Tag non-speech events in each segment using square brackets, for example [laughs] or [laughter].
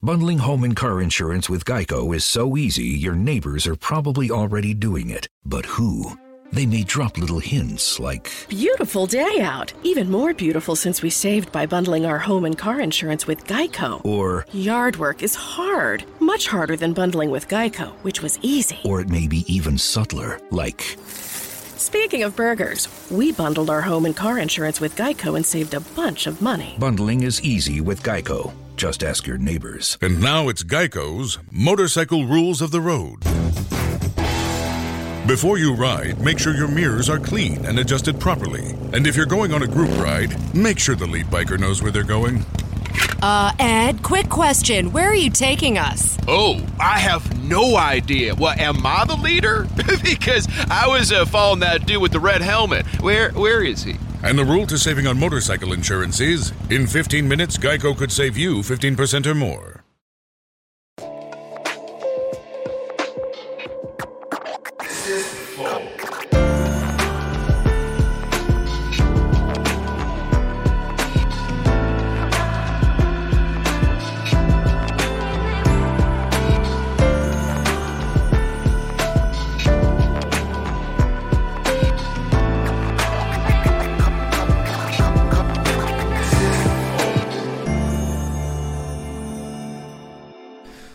Bundling home and car insurance with Geico is so easy, your neighbors are probably already doing it. But who? They may drop little hints like, Beautiful day out. Even more beautiful since we saved by bundling our home and car insurance with Geico. or, Yard work is hard, much harder than bundling with Geico, which was easy. or it may be even subtler, like, Speaking of burgers, we bundled our home and car insurance with Geico and saved a bunch of money. bundling is easy with Geico. Just ask your neighbors. And now it's Geico's Motorcycle Rules of the Road. Before you ride, make sure your mirrors are clean and adjusted properly. And if you're going on a group ride, make sure the lead biker knows where they're going. Uh, Ed, quick question. Where are you taking us? Oh, I have no idea. Well, am I the leader? [laughs] because I was uh, following that dude with the red helmet. Where Where is he? And the rule to saving on motorcycle insurance is in 15 minutes, Geico could save you 15% or more.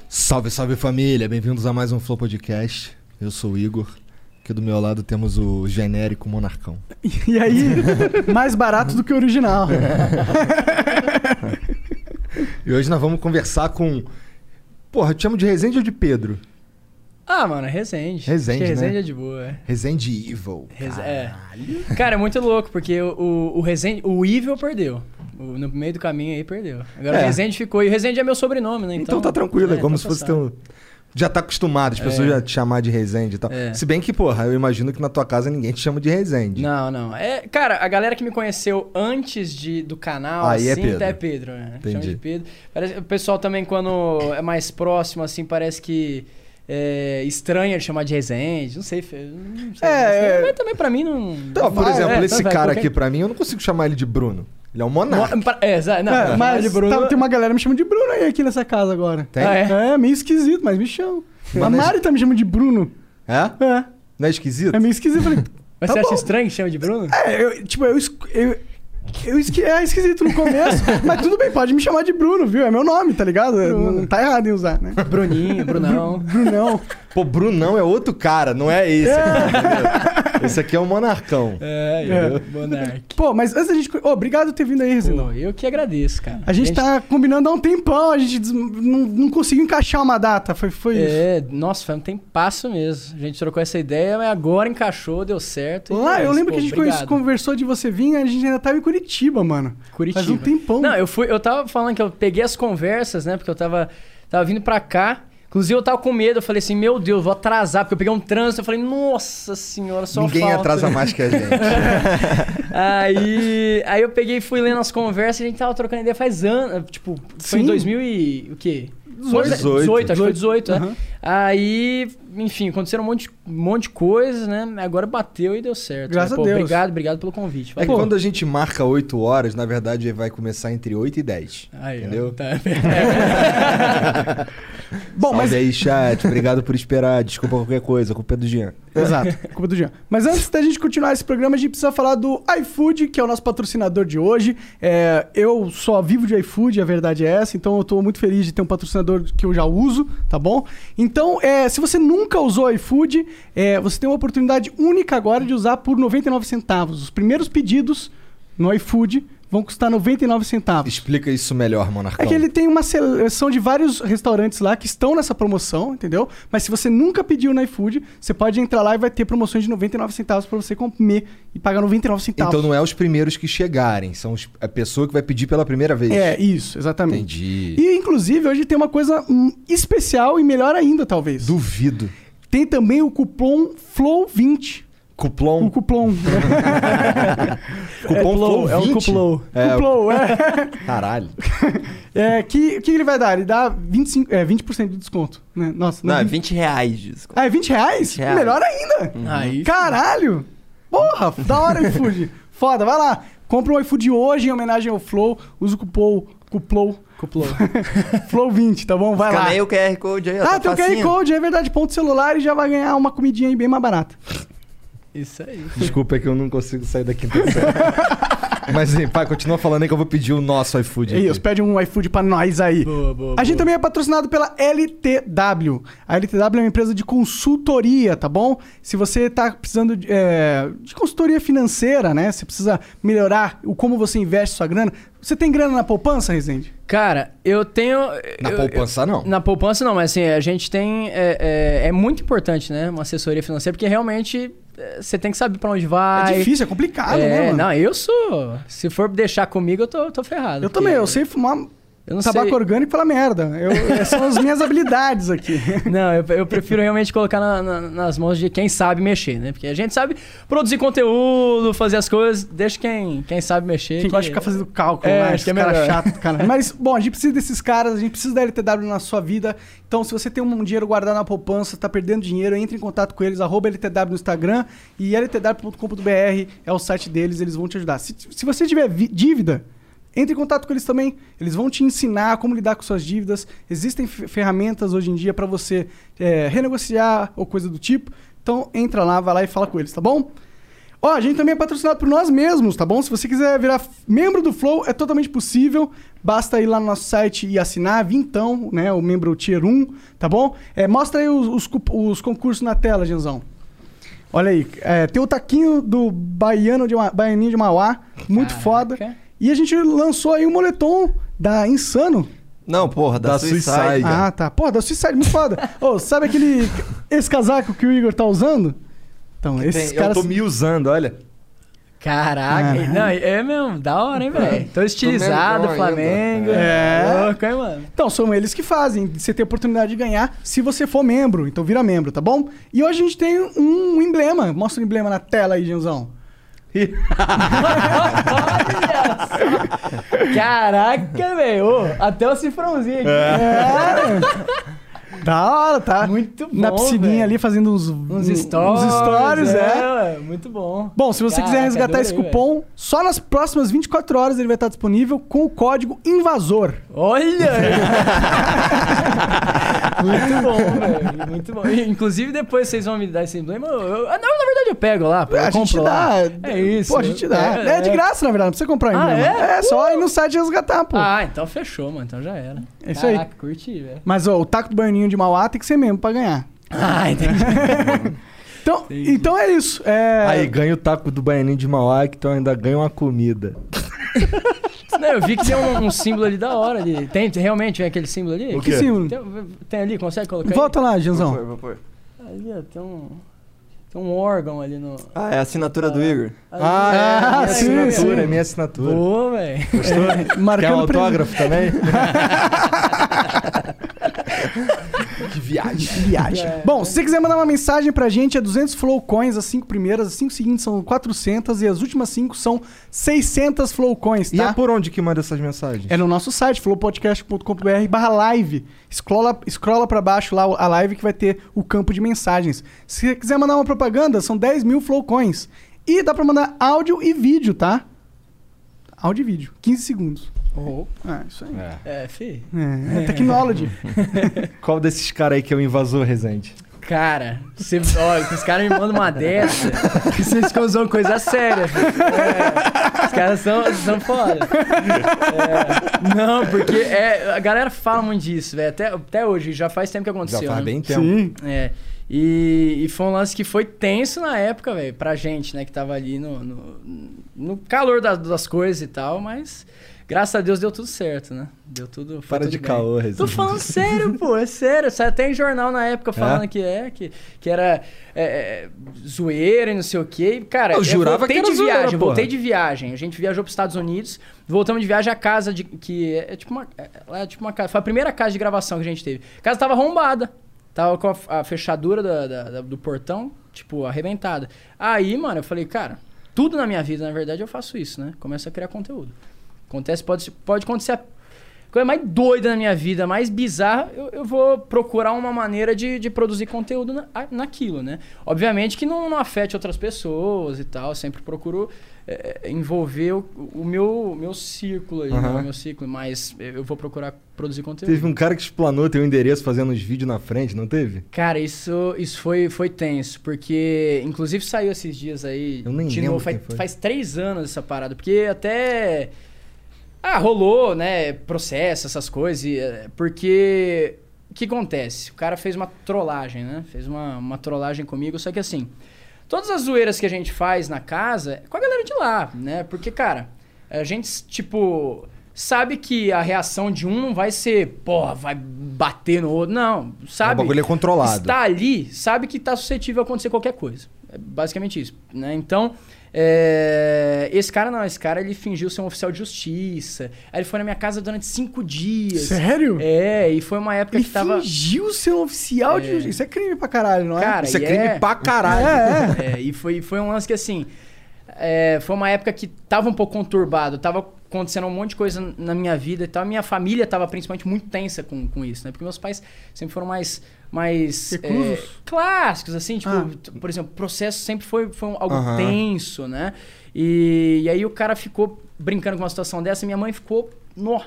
Salve, salve família! Bem-vindos a mais um Flow Podcast. Eu sou o Igor. Aqui do meu lado temos o genérico Monarcão. E aí, [laughs] mais barato do que o original. E hoje nós vamos conversar com. Porra, eu te chamo de Resende ou de Pedro? Ah, mano, Resende. Resende, Acho que Resende né? é de boa. é. Resende Evil. Res- cara. é. Cara, é muito louco, porque o, o, o Resende. O Evil perdeu. O- no meio do caminho aí perdeu. Agora É. o Resende ficou. E o Resende é meu sobrenome, né? Então, tá tranquilo, é, é, como tá se fosse passado. teu. Já tá acostumado, as pessoas É. já te chamar de Resende e tal. É. Se bem que, porra, eu imagino que na tua casa ninguém te chama de Resende. Não, não. É, cara, a galera que me conheceu antes de, do canal, Aí é assim, Pedro. até é Pedro, né? Chama Entendi. de Pedro. Parece- o pessoal também, quando é mais próximo, assim, parece que. É estranha de chamar de Resende, não sei. fe- Não sei É, assim, mas também pra mim não. Então, por Ah, exemplo, é, esse tanto faz, cara qualquer- aqui pra mim, eu não consigo chamar ele de Bruno. Ele é um Mo- monarca. pra- É, exa- não, É, mas de Bruno- tá- tem uma galera me chamando de Bruno aí aqui nessa casa agora. Tem? Ah, É, meio esquisito, mas me chamam. A Mas- Mari tá me chamando de Bruno. É? É, Não é esquisito? é meio esquisito. Eu Falei, [laughs] Mas Tá você bom. acha estranho que chama de Bruno? é, eu, tipo, eu, esco- eu, eu esqui- é esquisito no [laughs] começo, mas tudo bem, pode me chamar de Bruno, viu? É meu nome, tá ligado? É, Não, não tá errado em usar, né? [laughs] Bruninho, Brunão. Brunão. Pô, Brunão é outro cara, não é esse. aqui, entendeu? esse aqui é o monarcão. É, é. Monark. Pô, mas antes da gente... co- Ô, obrigado por ter vindo aí, Rezendão. Pô, eu que agradeço, cara. A gente tá combinando há um tempão, a gente des- não, não conseguiu encaixar uma data, foi, foi isso. É, nossa, foi um tempasso mesmo. A gente trocou essa ideia, mas agora encaixou, deu certo. e Lá, é eu isso, lembro que pô, a gente obrigado. conversa- conversou de você vir, a gente ainda tava em Curitiba, mano. Curitiba. Faz um tempão. Não, eu fui, eu tava falando que eu peguei as conversas, né? Porque eu tava, tava vindo pra cá. Inclusive, eu tava com medo. Eu falei assim, meu Deus, vou atrasar. Porque eu peguei um trânsito. Eu falei, nossa senhora, só Ninguém falta. atrasa mais que a É, gente. Aí, aí eu peguei e fui lendo as conversas. A gente tava trocando ideia faz anos. Tipo, foi em Sim. 2000 e... O quê? 18. 18, acho que foi 18, né? Aham. Aí, enfim, aconteceram um monte, um monte de coisa, né? Agora bateu e deu certo. Graças né? Pô, a Deus. Obrigado, obrigado pelo convite. É que Valeu. quando a gente marca 8 horas, na verdade vai começar entre 8 e 10. Aí, ó, entendeu? tá. Bom, Salve mas. aí, chat. Obrigado por esperar. Desculpa qualquer coisa. Culpa é do Jean. Exato, culpa do Jean. Mas antes da gente continuar esse programa, a gente precisa falar do iFood, que é o nosso patrocinador de hoje. É, eu só vivo de iFood, a verdade é essa, então eu tô muito feliz de ter um patrocinador que eu já uso, tá bom? Então, é, se você nunca usou iFood, é, você tem uma oportunidade única agora de usar por 99 centavos. Os primeiros pedidos no iFood vão custar 99 centavos. Explica isso melhor, monarcão. É que ele tem uma seleção de vários restaurantes lá que estão nessa promoção, entendeu? Mas se você nunca pediu no iFood, você pode entrar lá e vai ter promoções de 99 centavos pra você comer e pagar 99 centavos. Então não é os primeiros que chegarem, são os- a pessoa que vai pedir pela primeira vez. É, isso, exatamente. Entendi. E inclusive hoje tem uma coisa hum, especial e melhor ainda, talvez. Duvido. Tem também o cupom FLOW20. Cuplom. O cupom. né? Cupom Flow É o 20? cupom. [laughs] É. Cupom, é. [laughs] Caralho. é que, que ele vai dar? Ele dá 25, é, 20% de desconto. Né? Nossa, Não, é vinte- 20 reais disso. Ah, é 20 reais? 20 reais. Melhor ainda. Aí, né? Caralho! Porra, da hora o [laughs] um [laughs] iFood. Foda, vai lá. Compra o iFood hoje em homenagem ao Flow. Usa o cupom, cupom Com o Flow. Flow 20, tá bom? Vai lá. Escaneia o QR Code aí, ó. tá Ah, tem o QR facinho. Code, é verdade. Ponto celular e já vai ganhar uma comidinha aí bem mais barata. Isso aí. Desculpa, é que eu não consigo sair da quinta série. [laughs] Mas, hein, pai, continua falando aí que eu vou pedir o nosso iFood. É aqui. Isso, pede um iFood pra nós aí. Boa, boa, A gente também é patrocinado pela LTW. A LTW é uma empresa de consultoria, tá bom? Se você tá precisando de, é, de consultoria financeira, né? Você precisa melhorar o como você investe sua grana. Você tem grana na poupança, Rezende? Cara, eu tenho. Na eu- poupança, não. Na poupança não, mas assim, a gente tem. É, é- é muito importante, né? Uma assessoria financeira, porque realmente é, você tem que saber pra onde vai. é difícil, é complicado, É, né, mano? Não, eu sou. Se for deixar comigo, eu tô, tô ferrado. eu porque também, eu sei fumar Eu não tabaco sei- orgânico e falar merda. Eu- são as minhas habilidades [laughs] aqui. Não, eu, eu prefiro realmente colocar na- na- nas mãos de quem sabe mexer, né? Porque a gente sabe produzir conteúdo, fazer as coisas, deixa quem, quem sabe mexer. Quem que- gosta de ficar fazendo cálculo, É, né? acho Esses que é cara melhor. chato, do cara. [laughs] né? Mas, bom, a gente precisa desses caras, a gente precisa da LTW na sua vida. Então, se você tem um dinheiro guardado na poupança, tá perdendo dinheiro, entre em contato com eles, arroba LTW no Instagram e ltw.com.br é o site deles, eles vão te ajudar. Se, se você tiver vi- dívida, entre em contato com eles também. Eles vão te ensinar como lidar com suas dívidas. Existem fe- ferramentas hoje em dia para você é, renegociar ou coisa do tipo. Então, entra lá, vai lá e fala com eles, tá bom? Ó, a gente também é patrocinado por nós mesmos, tá bom? Se você quiser virar f- membro do Flow, é totalmente possível. Basta ir lá no nosso site e assinar, vintão, né? O membro Tier 1, tá bom? É, mostra aí os, os cu- os concursos na tela, Genzão. Olha aí, é, tem o taquinho do baiano de, Ma- baianinho de Mauá, muito Caraca. foda. E a gente lançou aí o moletom da Insano. Não, porra, da, Da Suicide. Suicide. Legal. Ah, tá. Pô, da Suicide, muito foda. Ô, sabe aquele... Esse casaco que o Igor tá usando? Então, esses Eu caras... tô me usando, olha. [laughs] Caraca, Caralho. não, é mesmo, da hora, hein, velho? Tô estilizado, Tô melhor ainda. Flamengo. É. Louco, hein, mano? Então, são eles que fazem. Você tem a oportunidade de ganhar se você for membro. Então, vira membro, tá bom? E hoje a gente tem um emblema. Mostra o emblema na tela aí, Genzão. Caraca, velho. ô, Até o cifrãozinho aqui. É. É. Da hora, tá? Muito bom, Na piscininha velho. ali, fazendo uns, um, Uns stories. uns stories, é. ué, Muito bom. Bom, se você quiser Caraca, resgatar esse adorei, cupom, só nas próximas 24 horas ele vai estar disponível com o código INVASOR. [laughs] Olha! muito bom, velho. Muito bom. E, Inclusive, depois vocês vão me dar esse emblema. eu- eu- ah, não, na verdade, eu pego lá. pô, Eu a compro gente lá. dá. É isso. Pô, a gente dá. É, de graça, na verdade. Não precisa comprar o Ah, emblema. é? só ir no site resgatar, pô. Ah, então fechou, mano. Então já era. É isso aí. Caraca, curti, velho. Mas, ó, o taco do Berninho de Mauá tem que ser membro pra ganhar. Ah, entendi. Então, então é isso. É... Aí ganha o taco do baianinho de Mauá, que então ainda ganha uma comida. Não, eu vi que tem um, um símbolo ali da hora. Ali. Tem, tem- realmente tem aquele símbolo ali? O que quê? símbolo? Tem, tem ali, consegue colocar? aí? Volta lá, Janzão. Vou pôr, vou pôr. Ali, ó, tem um. Tem um órgão ali no. Ah, é a assinatura do Igor. Ah, é, minha sim, assinatura, sim. é minha assinatura. Boa, velho. Quer um Marcando presença. autógrafo também? Que viagem. viagem. Bom, se você quiser mandar uma mensagem pra gente, é 200 Flow Coins, as cinco primeiras, as cinco seguintes são 400 e as últimas cinco são 600 Flow Coins, E tá? é por onde que manda essas mensagens? É no nosso site, flowpodcast.com.br barra live. Scrolla, scrolla pra baixo lá a live que vai ter o campo de mensagens. Se você quiser mandar uma propaganda, são 10 mil flowcoins. E dá pra mandar áudio e vídeo, tá? Áudio e vídeo. 15 segundos. Ah, isso aí. É, É, fi. technology. Qual desses caras aí que eu invasor, Rezende? Cara, você, ó, que os caras me mandam uma dessa, que vocês ficam usando coisa séria. É, os caras são, são foda. É, não, porque é, a galera fala muito disso, velho. Até, até hoje, já faz tempo que Já aconteceu. faz né? bem tempo. É. E, e foi um lance que foi tenso na época, velho, pra gente, né? Que tava ali no, no, no calor da- das coisas e tal, mas graças a Deus deu tudo certo, né? Deu tudo. foi Para tudo de bem. caô, Tô Rezende. falando sério, pô, é sério. Saiu até em jornal na época falando que é, que, que era é, é, zoeira e não sei o quê. E, Cara, Eu jurava voltei que era de zoeira, viagem, porra. voltei de viagem. A gente viajou pros Estados Unidos, voltamos de viagem à casa de. Que é, é tipo uma. é- lá É tipo uma casa. Foi a primeira casa de gravação que a gente teve. A casa tava arrombada. Tava com a, f- a fechadura da- da- da- do portão, tipo, arrebentada. Aí, mano, eu falei, cara, tudo na minha vida, na verdade, eu faço isso, né? Começo a criar conteúdo. Acontece, pode, pode acontecer a coisa mais doida na minha vida, mais bizarra, eu, eu vou procurar uma maneira de, de produzir conteúdo na- a- naquilo, né? Obviamente que não, não afete outras pessoas e tal, sempre procuro é, envolver o, o meu, meu círculo aí, Aham. né? O meu círculo, mas eu vou procurar produzir conteúdo. Teve um cara que explanou teu endereço fazendo uns vídeos na frente, não teve? Cara, isso, isso foi, foi tenso, porque inclusive saiu esses dias aí. Eu nem de lembro novo, faz, quem foi. faz três anos essa parada, porque até. Ah, rolou, né? Processo, essas coisas. e, eh, Porque. O que acontece? O cara fez uma trollagem, né? Fez uma, uma trollagem comigo, só que assim. Todas as zoeiras que a gente faz na casa é com a galera de lá, né? Porque, cara, a gente, tipo, sabe que a reação de um não vai ser, porra, vai bater no outro. Não, sabe? bagulho é controlado. Está ali, sabe que tá suscetível a acontecer qualquer coisa. É basicamente isso, né? Então, é, esse cara não, esse cara ele fingiu ser um oficial de justiça. Aí ele foi na minha casa durante cinco dias. Sério? É, e foi uma época Ele que tava. fingiu ser um oficial de justiça. Isso é crime pra caralho, não é? Cara, Isso é e crime é- pra caralho. É, é. É, e foi, foi um lance que assim. é, foi uma época que tava um pouco conturbado, tava acontecendo um monte de coisa na minha vida e tal. Minha família tava principalmente muito tensa com, com isso, né? Porque meus pais sempre foram mais. mais Reclusos? é, clássicos, assim, tipo, Ah. t- por exemplo, processo sempre foi, foi um- algo Aham. tenso, né? E, e aí o cara ficou brincando com uma situação dessa, minha mãe ficou. Nó,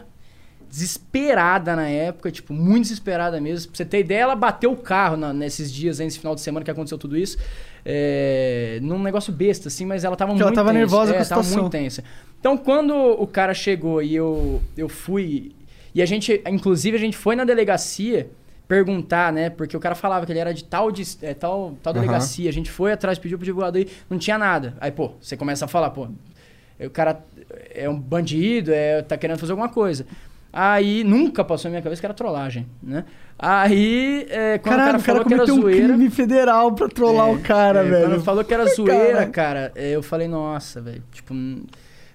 desesperada na época, tipo, muito desesperada mesmo. Pra você ter ideia, ela bateu o carro na- nesses dias aí, nesse final de semana que aconteceu tudo isso. É, num negócio besta, assim, mas ela tava Porque muito ela tava tensa. nervosa é, com a tava situação. muito tensa. Então, quando o cara chegou e eu, eu fui... E a gente, inclusive, a gente foi na delegacia perguntar, né? Porque o cara falava que ele era de tal, dis- é, tal, tal Aham. delegacia. A gente foi atrás, pediu pro divulgador e não tinha nada. Aí, pô, você começa a falar, pô, o cara é um bandido, é, tá querendo fazer alguma coisa. Aí nunca passou na minha cabeça que era trollagem, né? Aí, é, [laughs] quando Caralho, o cara falou que era cometeu um zoeira. crime federal pra trollar É, o cara, é, velho. Quando falou que era zoeira, Caralho. cara, é, eu falei, nossa, velho, tipo, hum,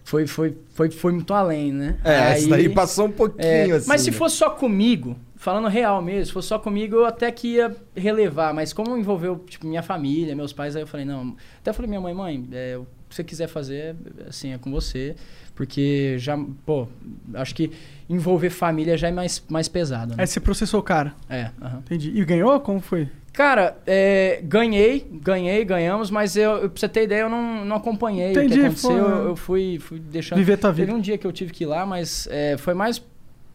foi, foi, foi, foi muito além, né? É, Aí- isso daí passou um pouquinho, é, assim. Mas se né? fosse só comigo, falando real mesmo, se fosse só comigo, eu até que ia relevar. Mas como envolveu, tipo, minha família, meus pais, aí eu falei, não. Até falei, minha mãe, mãe, é, o que você quiser fazer, assim, é com você. Porque já, pô, acho que envolver família já é mais, mais pesado, né? Aí você processou o cara. É, aham. Entendi. E ganhou? Como foi? Cara, é, ganhei, ganhei, ganhamos, mas eu, eu- pra você ter ideia, eu não, não acompanhei o Entendi, que aconteceu. foi- né? Eu, eu fui, fui deixando. Viver tua Teve vida. um dia que eu tive que ir lá, mas é, foi mais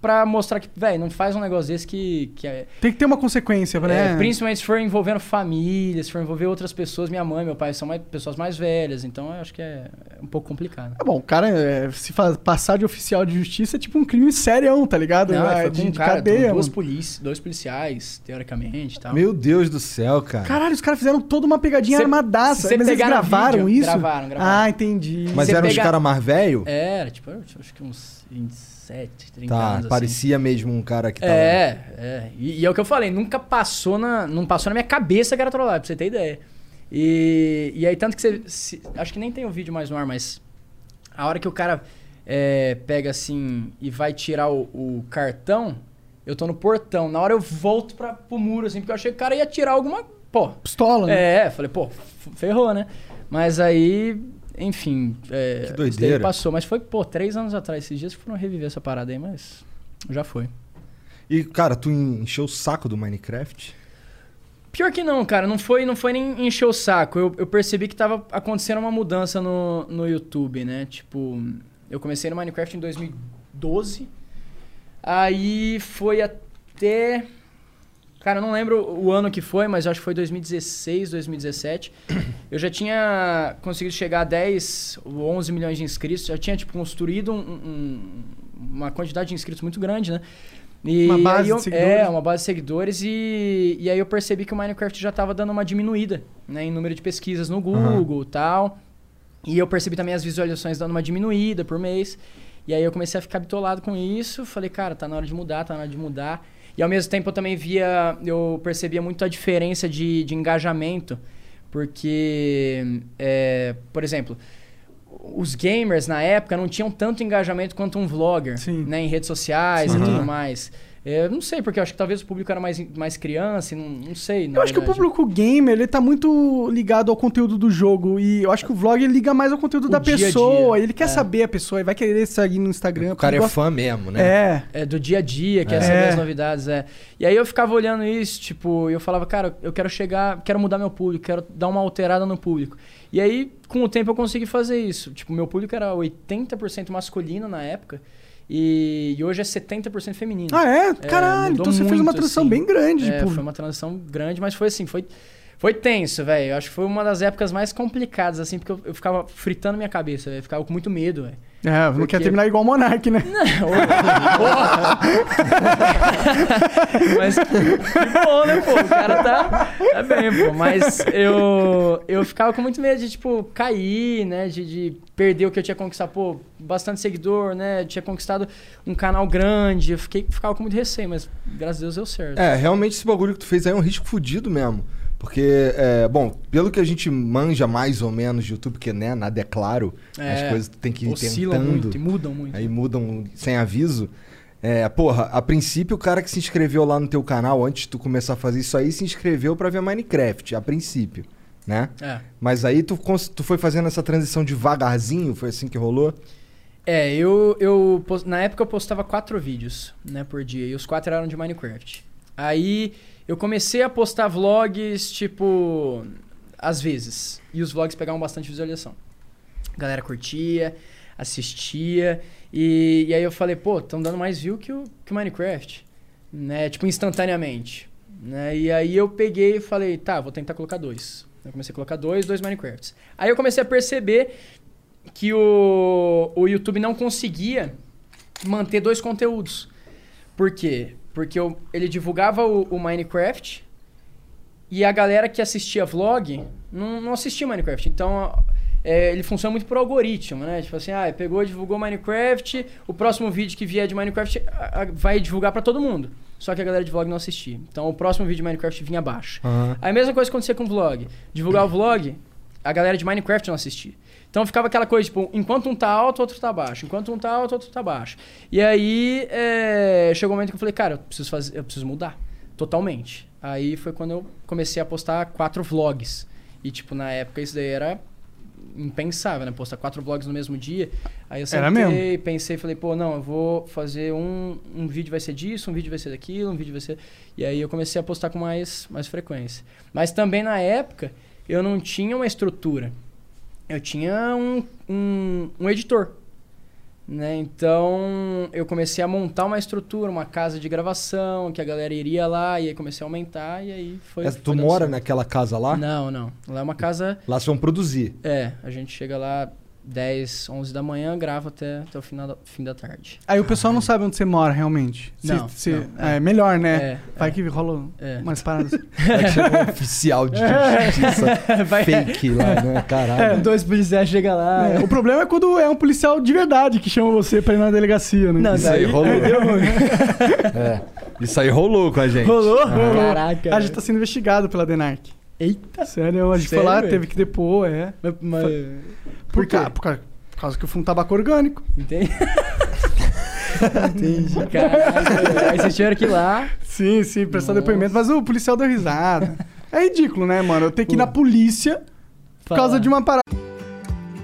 pra mostrar que, velho, não faz um negócio desse que. que é, Tem que ter uma consequência, né? é, principalmente se for envolvendo família, se for envolver outras pessoas, minha mãe, meu pai são mais, pessoas mais velhas, então eu acho que é, é um pouco complicado. É bom, o cara é, se fa- passar de oficial de justiça é tipo um crime serião, tá ligado? Não, É, foi de, com um de cara, cadeia. dois, mano. polici- dois policiais, teoricamente e tal. Meu Deus do céu, cara. Caralho, os caras fizeram toda uma pegadinha Cê- armadaça. cê Mas eles pegaram gravaram vídeo? isso? Gravaram, gravaram. Ah, entendi. mas você eram os pega- caras mais velhos? Era, tipo, eu acho que uns 27, 30 anos. Tá, assim. parecia mesmo um cara que tava... É, é. E, e é o que eu falei, nunca passou na, não passou na minha cabeça que era trollagem, pra você ter ideia. E, e aí, tanto que você. se- acho que nem tem o vídeo mais no ar, mas. A hora que o cara é, pega assim e vai tirar o, o cartão, eu tô no portão. Na hora eu volto pra, pro muro, assim, porque eu achei que o cara ia tirar alguma. Pô, Pistola, né? é, falei, pô, f- ferrou, né? Mas aí, enfim. É, Que doideira. isso daí passou, mas foi, pô, três anos atrás, esses dias que foram reviver essa parada aí, mas. Já foi. E, cara, tu encheu o saco do Minecraft? Pior que não, cara, não foi, não foi nem encher o saco. Eu, eu percebi que tava acontecendo uma mudança no, no YouTube, né? Tipo, eu comecei no Minecraft em 2012. Aí foi até. Cara, eu não lembro o ano que foi, mas eu acho que foi 2016, 2017. Eu já tinha conseguido chegar a 10 ou 11 milhões de inscritos. Já tinha, tipo, construído um- um- uma quantidade de inscritos muito grande, né? E Uma aí base de eu- seguidores. É, uma base de seguidores. E, e aí eu percebi que o Minecraft já tava dando uma diminuída, né? Em número de pesquisas no Google e tal. E eu percebi também as visualizações dando uma diminuída por mês. E aí eu comecei a ficar bitolado com isso. Falei, cara, tá na hora de mudar, tá na hora de mudar. E ao mesmo tempo eu também via, eu percebia muito a diferença de, de engajamento. Porque, é, por exemplo, os gamers na época não tinham tanto engajamento quanto um vlogger Sim. né, em redes sociais e tudo mais. É, não sei, porque eu acho que talvez o público era mais, mais criança, e não, não sei. na Eu acho que o verdade. público gamer, ele tá muito ligado ao conteúdo do jogo. E eu acho que o vlog ele liga mais ao conteúdo da dia É. a dia. pessoa. Ele quer saber a pessoa, ele vai querer seguir no Instagram. O cara é porque fã mesmo, gosta- né? É. É, do dia a dia, quer saber as novidades, é. E aí eu ficava olhando isso, tipo, e eu falava, cara, eu quero chegar, quero mudar meu público, quero dar uma alterada no público. E aí, com o tempo, eu consegui fazer isso. Tipo, meu público era 80% masculino na época, e, e hoje é 70% feminino. Ah, é? Caralho, mudou então você fez muito, uma transição assim. bem grande de É, público. foi uma transição grande, mas foi assim, foi, foi tenso, velho. Eu Acho que foi uma das épocas mais complicadas, assim, porque eu, eu ficava fritando minha cabeça, velho. Ficava com muito medo, velho. É, não Porque- quer terminar igual o Monark, né? [laughs] Mas que, que bom, né, pô? O cara tá, tá bem, pô. Mas eu, eu ficava com muito medo de, tipo, cair, né? De, de perder o que eu tinha conquistado. Pô, bastante seguidor, né? Tinha conquistado um canal grande. Eu fiquei, ficava com muito receio, mas graças a Deus deu certo. É, realmente esse bagulho que tu fez aí é um risco fudido mesmo. Porque, é, bom, pelo que a gente manja mais ou menos de YouTube, que né, nada é claro, É, as coisas tem que ir Oscilam tentando. muito e mudam muito. Aí mudam sem aviso. É, porra, a princípio o cara que se inscreveu lá no teu canal antes de tu começar a fazer isso aí se inscreveu pra ver Minecraft, a princípio, né? É. Mas aí tu, cons- tu foi fazendo essa transição devagarzinho, foi assim que rolou? É, eu, eu pos- na época eu postava quatro vídeos, né, por dia, e os quatro eram de Minecraft. Aí eu comecei a postar vlogs, tipo, às vezes, e os vlogs pegavam bastante visualização. A galera curtia, assistia, e, e aí eu falei, pô, estão dando mais view que o que o Minecraft, né, tipo, instantaneamente. Né? E aí eu peguei e falei, tá, vou tentar colocar dois. Eu comecei a colocar dois, dois Minecrafts. Aí eu comecei a perceber que o, o YouTube não conseguia manter dois conteúdos. Por quê? Porque eu- ele divulgava o, o Minecraft e a galera que assistia vlog não, não assistia Minecraft. Então, é, ele funciona muito por algoritmo, né? Tipo assim, ah, pegou, divulgou Minecraft, o próximo vídeo que vier de Minecraft a- a- vai divulgar pra todo mundo. Só que a galera de vlog não assistia. Então, o próximo vídeo de Minecraft vinha abaixo. Aham. Aí É a mesma coisa acontecia com o vlog. Divulgar o vlog, a galera de Minecraft não assistia. Então ficava aquela coisa, tipo, enquanto um tá alto, outro tá baixo. Enquanto um tá alto, outro tá baixo. E aí é, chegou um momento que eu falei, cara, eu preciso fazer, eu preciso mudar. Totalmente. Aí foi quando eu comecei a postar quatro vlogs. E, tipo, na época isso daí era impensável, né? Postar quatro vlogs no mesmo dia. Aí eu sentei, Era pensei, falei, pô, não, eu vou fazer um, um vídeo vai ser disso, um vídeo vai ser daquilo, um vídeo vai ser. E aí eu comecei a postar com mais, mais frequência. Mas também na época eu não tinha uma estrutura. Eu tinha um, um, um editor. Né? Então eu comecei a montar uma estrutura, uma casa de gravação, que a galera iria lá, e aí comecei a aumentar, e aí foi. É, foi tu dando mora certo. naquela casa lá? Não, não. Lá é uma casa. Lá se vão [laughs] produzir. É, a gente chega lá 10, 11 da manhã, grava até, até o final da, fim da tarde. Aí o pessoal não sabe onde você mora, realmente. Se- Não, se- não, é. melhor, né? É, Vai que rola É. umas [laughs] paradas. Vai que chega um oficial de justiça Vai- fake lá, né? Caralho. É, Dois policiais chegam lá. É, O problema é quando é um policial de verdade que chama você pra ir na delegacia, né? Não, Isso aí daí- [laughs] rolou. É, Isso aí rolou com a gente. É. Rolou? Caraca. A gente tá sendo investigado pela DENARC. Eita. Sério, a gente foi Sério, lá, velho? teve que depor, é. Mas, mas- Por, Por quê? ca- por, ca- por causa que eu fumo tabaco orgânico. Entende? [laughs] Entendi. Caraca. Aí vocês tiveram que ir lá. Sim, sim, prestar depoimento, mas o policial deu [laughs] risada. É ridículo, né, mano? Eu tenho que ir na polícia por causa de uma parada.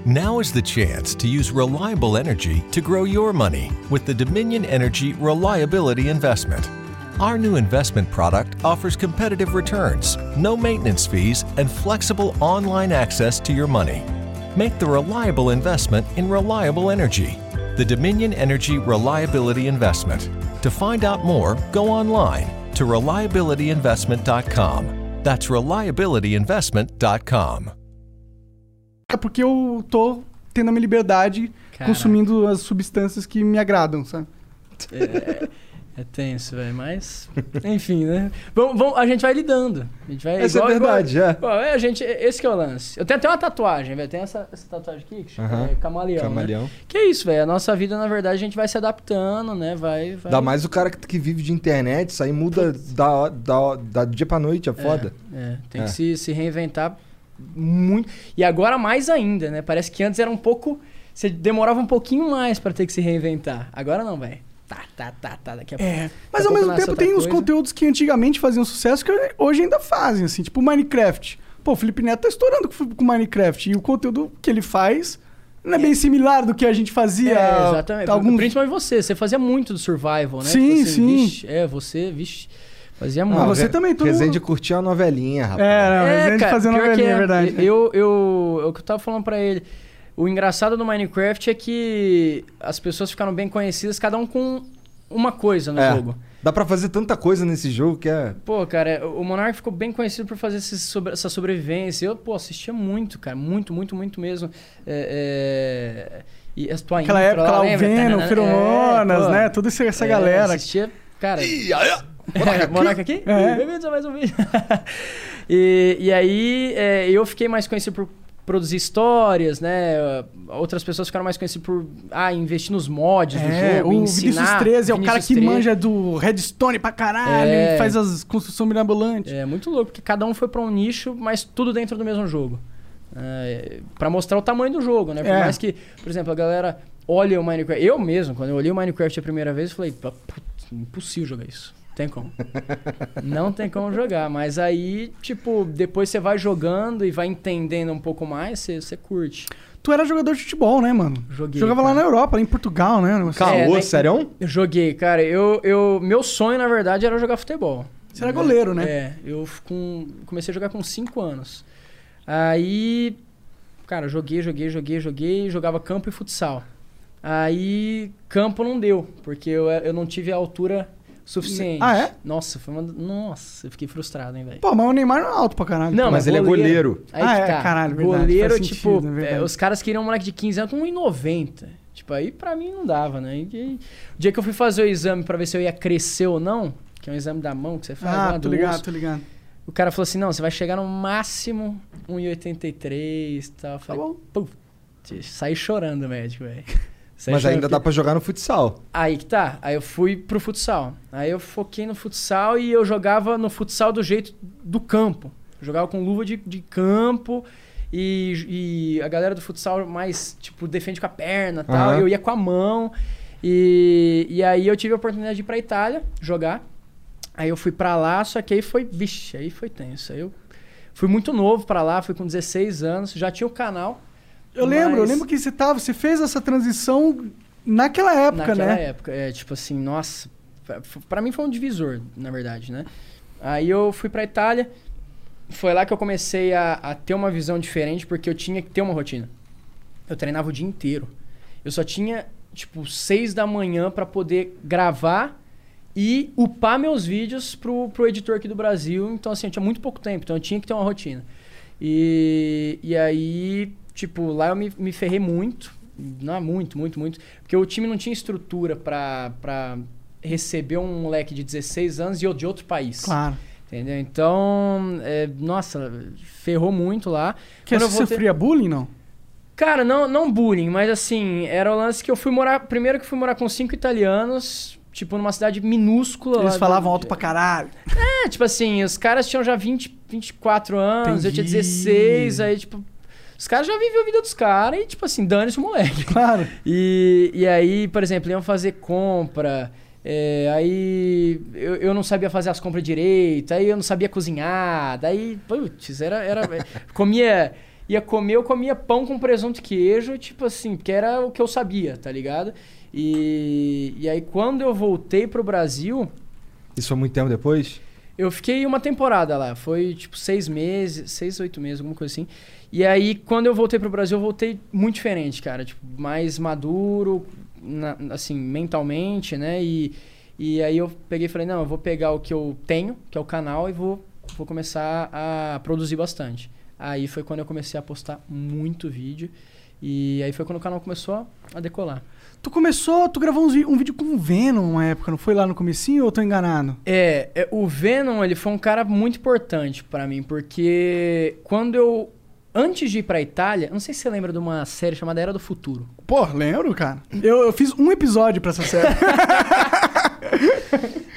Now is the chance to use reliable energy to grow your money with the Dominion Energy Reliability Investment. Our new investment product offers competitive returns, no maintenance fees, and flexible online access to your money. Make the reliable investment in reliable energy. The Dominion Energy Reliability Investment. To find out more, go online to reliabilityinvestment.com. That's reliabilityinvestment.com. porque eu tô tendo a minha liberdade Caraca. Tá consumindo as substâncias que me agradam, sabe? É tenso, velho, mas. Enfim, né? Vamos, vamos- a gente vai lidando. A gente vai, Essa é verdade, é. Pô, é, gente, esse que é o lance. Eu tenho até uma tatuagem, velho. Tem essa, essa tatuagem aqui que chama Aham. é, camaleão. né? Camaleão. Que é isso, velho. A nossa vida, na verdade, a gente vai se adaptando, né? Vai. vai... Ainda mais o cara que, que vive de internet, isso aí muda da, da, da dia pra noite, é foda. É, tem É. que se, se reinventar muito. E agora mais ainda, né? Parece que antes era um pouco. Você demorava um pouquinho mais pra ter que se reinventar. Agora não, velho. Tá, tá, tá, tá. Daqui a É. pouco- Mas ao daqui a pouco mesmo nasce tempo outra tem uns coisa. conteúdos que antigamente faziam sucesso que hoje ainda fazem, assim, tipo Minecraft. Pô, o Felipe Neto tá estourando com com Minecraft. E o conteúdo que ele faz não é, bem similar do que a gente fazia. É, exatamente. há alguns- Principalmente você. Você fazia muito do survival, né? tá Sim, sim. Ah, Vixe, é, você, vixe, fazia muito. É, Rezende curtia a novelinha, rapaz. É, não, mas a gente cara, fazia pior novelinha, que é verdade. Eu, eu, é o que eu tava falando pra ele. O engraçado do Minecraft é que as pessoas ficaram bem conhecidas, cada um com uma coisa no É. um jogo. Dá pra fazer tanta coisa nesse jogo que é. Pô, cara, o Monark ficou bem conhecido por fazer esse sobre- essa sobrevivência. Eu, pô, assistia muito, cara. Muito, muito, muito mesmo. É, é, E as tua Aquela intro época lá, o lembra? Venom, Tananana. Feromonas, pô. É, né? Toda essa, essa galera. Assistia, cara. Monarca É, aqui? Monarca aqui? É. Bem-vindos a mais um vídeo. [laughs] e, e aí, é, eu fiquei mais conhecido por produzir histórias, né? Outras pessoas ficaram mais conhecidas por ah, investir nos mods do É, jogo, o ensinar. Vinícius 13 é o cara Vinícius que 13. manja do redstone pra caralho É. e faz as construções mirabolantes. É muito louco, porque cada um foi pra um nicho, mas tudo dentro do mesmo jogo. É, para mostrar o tamanho do jogo, né? Por É. mais que, por exemplo, a galera olha o Minecraft. Eu mesmo, quando eu olhei o Minecraft a primeira vez, eu falei, "Pá, putz, impossível jogar isso. Tem como. Não tem como jogar. Mas aí, tipo, depois você vai jogando e vai entendendo um pouco mais, você, você curte. Tu era jogador de futebol, né, mano? Joguei, Jogava lá cara. na Europa, lá em Portugal, né? É, né? sério? Eu joguei, cara. Eu, eu, meu sonho, na verdade, era jogar futebol. Você era goleiro, né? É, eu f- com, comecei a jogar com 5 anos. Aí, cara, joguei, joguei, joguei, joguei, jogava campo e futsal. Aí, campo não deu, porque eu, eu não tive a altura suficiente. Ah, é? Nossa, foi uma, nossa, eu fiquei frustrado, hein, velho. Pô, mas o Neymar não é alto pra caralho. Não, mas ele é goleiro. Aí Ah, que é, tá. caralho, verdade, Goleiro, faz tipo, sentido, é verdade. é, os caras queriam um moleque de 15 anos com 1,90. Tipo, aí pra mim não dava, né? E, e- o dia que eu fui fazer o exame pra ver se eu ia crescer ou não, que é um exame da mão que você faz, Ah, né, tô do ligado, osso, tô ligado. o cara falou assim: não, você vai chegar no máximo 1,83 e tal. Eu Falei, Tá bom. "Putz", saí chorando, médico, velho. Saí Mas chorando, ainda dá porque- pra jogar no futsal. Aí que tá. Aí eu fui pro futsal. Aí eu foquei no futsal e eu jogava no futsal do jeito do campo. Jogava com luva de, de campo. E, e a galera do futsal mais, tipo, defende com a perna e tal. Aham. Eu ia com a mão. E, e aí eu tive a oportunidade de ir pra Itália jogar. Aí eu fui pra lá, só que aí foi, vixe, aí foi tenso. Aí eu fui muito novo pra lá, fui com 16 anos, já tinha o canal. Eu lembro, eu mas- lembro que você tava, você fez essa transição naquela época, Naquela né? época, é, tipo assim, nossa, pra- pra mim foi um divisor, na verdade, né? Aí eu fui pra Itália, foi lá que eu comecei a, a ter uma visão diferente, porque eu tinha que ter uma rotina. Eu treinava o dia inteiro. Eu só tinha, tipo, seis da manhã pra poder gravar e upar meus vídeos pro, pro editor aqui do Brasil. Então, assim, eu tinha muito pouco tempo, então eu tinha que ter uma rotina. E, e aí, tipo, lá eu me, me ferrei muito. Não, é muito, muito, muito. Porque o time não tinha estrutura pra, pra receber um moleque de 16 anos e eu de outro país. Claro. Entendeu? Então, é, nossa, ferrou muito lá. Que Quando você eu voltei- sofria bullying, não? Cara, não, não bullying, mas assim, era o lance que eu fui morar. Primeiro que eu fui morar com cinco italianos, tipo, numa cidade minúscula. Eles lá falavam do- alto pra caralho. É, tipo assim, os caras tinham já 20, 24 anos, eu tinha Entendi. 16, aí, tipo. Os caras já viviam a vida dos caras e, tipo assim, dane-se o moleque. Claro. [laughs] E, e aí, por exemplo, iam fazer compra. é, aí eu, eu não sabia fazer as compras direito, aí eu não sabia cozinhar, daí, putz, era. [laughs] era comia. Ia comer, eu comia pão com presunto e queijo, tipo assim, porque era o que eu sabia, tá ligado? E, e aí quando eu voltei pro Brasil, Isso foi muito tempo depois? eu fiquei uma temporada lá, foi tipo seis meses, seis, oito meses, alguma coisa assim. E aí, quando eu voltei pro Brasil, eu voltei muito diferente, cara. Tipo, mais maduro, na- assim, mentalmente, né? E, e aí eu peguei e falei, não, eu vou pegar o que eu tenho, que é o canal, e vou, vou começar a produzir bastante. Aí foi quando eu comecei a postar muito vídeo. E aí foi quando o canal começou a- a decolar. Tu começou, tu gravou uns vi- um vídeo com o Venom uma época, não foi lá no comecinho ou eu tô enganado? É, é, o Venom, ele foi um cara muito importante pra mim, porque quando eu. Antes de ir pra Itália, não sei se você lembra de uma série chamada Era do Futuro. Pô, lembro, cara. Eu, eu fiz um episódio pra essa série.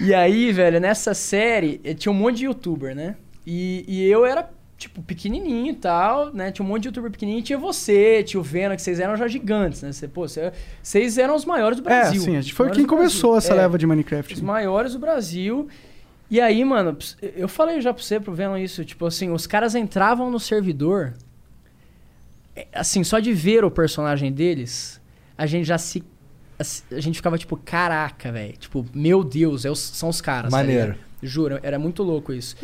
E aí, velho, nessa série eh, tinha um monte de youtuber, né? E, e eu era tipo, pequenininho e tal, né? Tinha um monte de youtuber pequenininho. Tinha você, tinha o Venom, que vocês eram já gigantes, né? Você, pô, você- vocês eram os maiores do É, Brasil. sim, a gente foi Maiores quem do Brasil. começou essa É, leva de Minecraft. Os maiores do Brasil. E aí, mano, ps- eu falei já pra você, pro Venom, isso. Tipo assim, os caras entravam no servidor. é, Assim, só de ver o personagem deles, a gente já se. assim, A gente ficava tipo, caraca, velho. Tipo, meu Deus, é os- são os caras. tá Maneiro. ligado? Juro, era muito louco isso.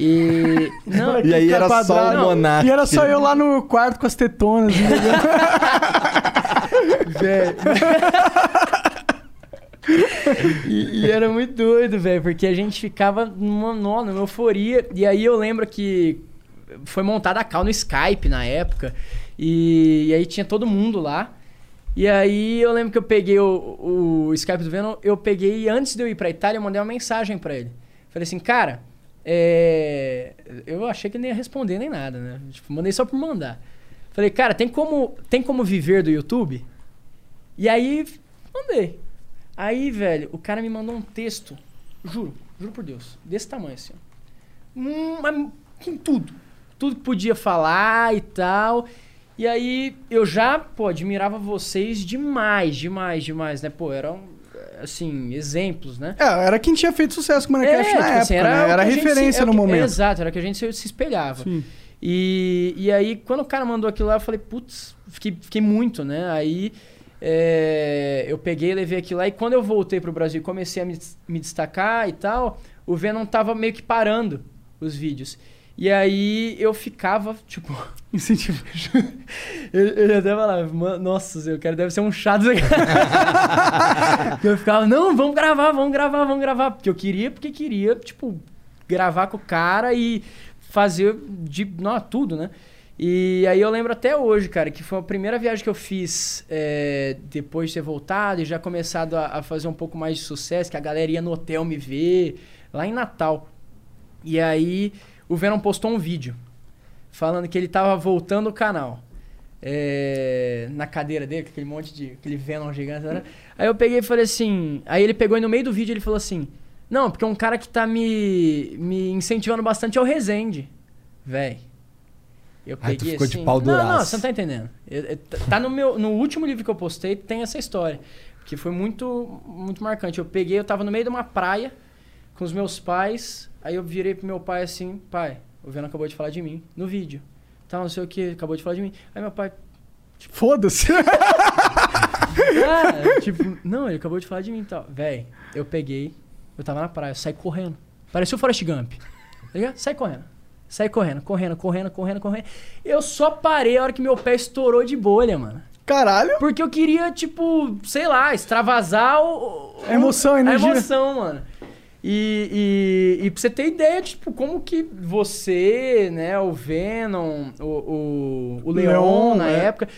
E. É Não, E aí era só o Não, Monark. E era só eu lá no quarto com as tetonas. entendeu? velho. [laughs] e, e era muito doido, velho, porque a gente ficava numa, nó- numa euforia. E aí eu lembro que foi montada a cal no Skype na época. E, e aí tinha todo mundo lá. E aí eu lembro que eu peguei o, o Skype do Venom, eu peguei e antes de eu ir pra Itália, eu mandei uma mensagem pra ele. Falei assim, cara, é, eu achei que ele nem ia responder nem nada, né? Tipo, mandei só por mandar. Falei, cara, tem como, tem como viver do YouTube? E aí, mandei. Aí, velho, o cara me mandou um texto, juro, juro por Deus, desse tamanho assim. ó. Hum, mas com tudo. Tudo que podia falar e tal. E aí, eu já, pô, admirava vocês demais, demais, demais, né? Pô, eram, assim, exemplos, né? É, era quem tinha feito sucesso com Minecraft na tipo época, assim, né? Era o que a gente se- referência é o no que- momento. Exato, era o que a gente se, se espelhava. E, e aí, quando o cara mandou aquilo lá, eu falei, putz, fiquei, fiquei muito, né? Aí é, eu peguei, levei aquilo lá, e quando eu voltei pro Brasil e comecei a me, des- me destacar e tal, o Venom tava meio que parando os vídeos. E aí eu ficava, tipo. [laughs] Incentivo. [laughs] eu, eu já tava lá, "Man- nossa, eu quero deve ser um chato isso aqui." eu ficava, não, vamos gravar, vamos gravar, vamos gravar. Porque eu queria, porque queria, tipo, gravar com o cara e fazer de não, tudo, né? E aí eu lembro até hoje, cara, que foi a primeira viagem que eu fiz é, depois de ter voltado e já começado a, a fazer um pouco mais de sucesso, que a galera ia no hotel me ver, lá em Natal. E aí o Venom postou um vídeo falando que ele tava voltando o canal. É, na cadeira dele, com aquele monte de. aquele Venom gigante. né? Aí eu peguei e falei assim. Aí ele pegou e no meio do vídeo ele falou assim: Não, porque um cara que tá me, me incentivando bastante é o Rezende. Véi. Eu Ai, tu peguei ficou de assim. pau não, não, duraço. você não tá entendendo. Eu- eu- tá no, meu, no último livro que eu postei, tem essa história. Que foi muito, muito marcante. Eu peguei, eu tava no meio de uma praia com os meus pais. Aí eu virei pro meu pai assim, pai, o Venom acabou de falar de mim no vídeo. Tal, não sei o que, acabou de falar de mim. Aí meu pai, Foda-se. [laughs] ah, [laughs] tipo, não, ele acabou de falar de mim e tal. Véi, eu peguei, eu tava na praia, eu saí correndo. Parecia o Forrest Gump. Tá ligado? Sai correndo. Sai correndo, correndo, correndo, correndo, correndo. Eu só parei a hora que meu pé estourou de bolha, mano. Caralho. Porque eu queria, tipo, sei lá, extravasar o, o- A emoção, a energia. emoção, mano. E, e, e pra você ter ideia, tipo, como que você, né, o Venom, o, o, o Leon, Leon, na né? época.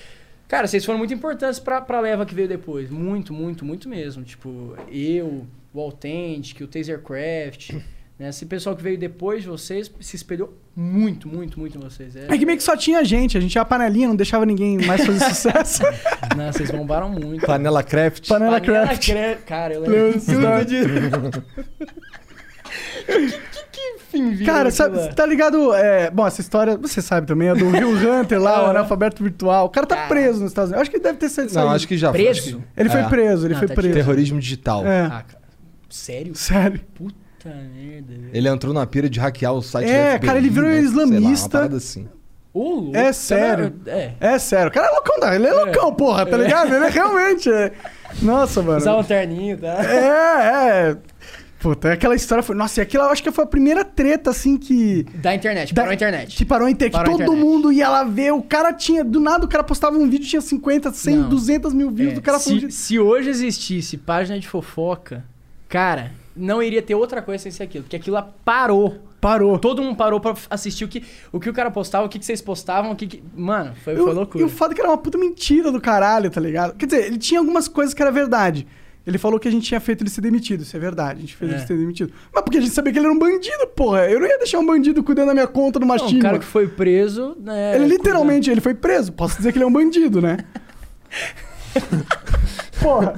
Cara, vocês foram muito importantes pra, pra leva que veio depois. Muito, muito, muito mesmo. Tipo, eu, o Authentic, o Tasercraft. Né? Esse pessoal que veio depois de vocês se espelhou muito, muito, muito em vocês. É, É que meio que só tinha gente, a gente era panelinha, não deixava ninguém mais fazer sucesso. Né, vocês bombaram muito. Panela Craft. Panela Panela Craft. Cra- Cara, eu lembro tudo de... [laughs] Enfim, viu Cara, aquilo sabe, lá. tá ligado? É, bom, essa história, você sabe também, é do Rio Hunter lá, o Aham. analfabeto virtual. O cara tá Cara. preso nos Estados Unidos. Acho que ele deve ter saído. Não, acho que já foi. Preso? Acho que- Ele foi É. preso, ele Não, foi tá de preso. Terrorismo digital. É, Ah, cara. Sério? sério. Puta merda, velho. Ele entrou na pira de hackear o site É, da FBI, cara, ele virou né? Sei lá, uma islamista. parada assim. Ô, louco, É sério. tá- É. É sério, o cara é loucão, da- ele é loucão, porra, tá ligado? Ele é realmente. é. Nossa, mano. Usar um terninho, tá? É, é. Puta, aquela história foi. Nossa, e aquela eu acho que foi a primeira treta, assim, que. Da Da- internet, Tipo, parou a internet. Que parou a internet. Parou a Todo internet. mundo ia lá ver. O cara tinha. Do nada o cara postava um vídeo, tinha 50, 100, Não. 200 mil views É, do cara falando. se, de- se hoje existisse página de fofoca, cara, não iria ter outra coisa sem ser aquilo. Porque aquilo lá parou. Parou. Todo mundo parou pra assistir o que, o, que o cara postava, o que, que vocês postavam, o que. que... Mano, foi, Eu- foi loucura. E o fato é que era uma puta mentira do caralho, tá ligado? Quer dizer, ele tinha algumas coisas que era verdade. Ele falou que a gente tinha feito ele ser demitido, isso é verdade. A gente fez É. ele ser demitido. Mas porque a gente sabia que ele era um bandido, porra. Eu não ia deixar um bandido cuidando da minha conta numa Não, o China. cara que foi preso, né? assim, Ele literalmente ele foi preso. Posso dizer que ele é um bandido, [laughs] né? Porra,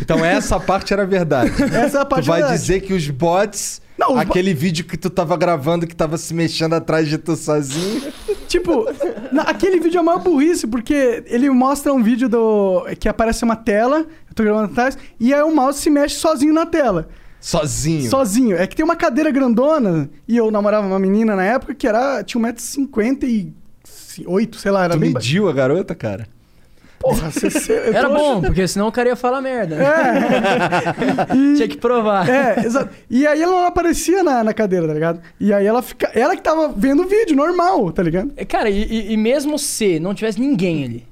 Então essa parte era verdade. essa é a tu parte [laughs] vai é verdade. dizer que os bots Não, Aquele vídeo que tu tava gravando que tava se mexendo atrás de tu sozinho. Tipo, na- aquele vídeo é uma burrice, porque ele mostra um vídeo do que aparece uma tela, eu tô gravando atrás, e aí o mouse se mexe sozinho na tela. Sozinho? Sozinho. É que tem uma cadeira grandona, e eu namorava uma menina na época que era tinha 1,58m, sei lá, era Tu bem... ba- mediu a garota, cara? Porra, você... você- eu tô Era [laughs] bom, achando- porque senão o cara ia falar merda. né? E- Tinha que provar. É, exato. E aí ela não aparecia na, na cadeira, tá ligado? E aí ela fica. Ela que tava vendo o vídeo, normal, tá ligado? É, [laughs] Cara, e- e, e mesmo se não tivesse ninguém ali.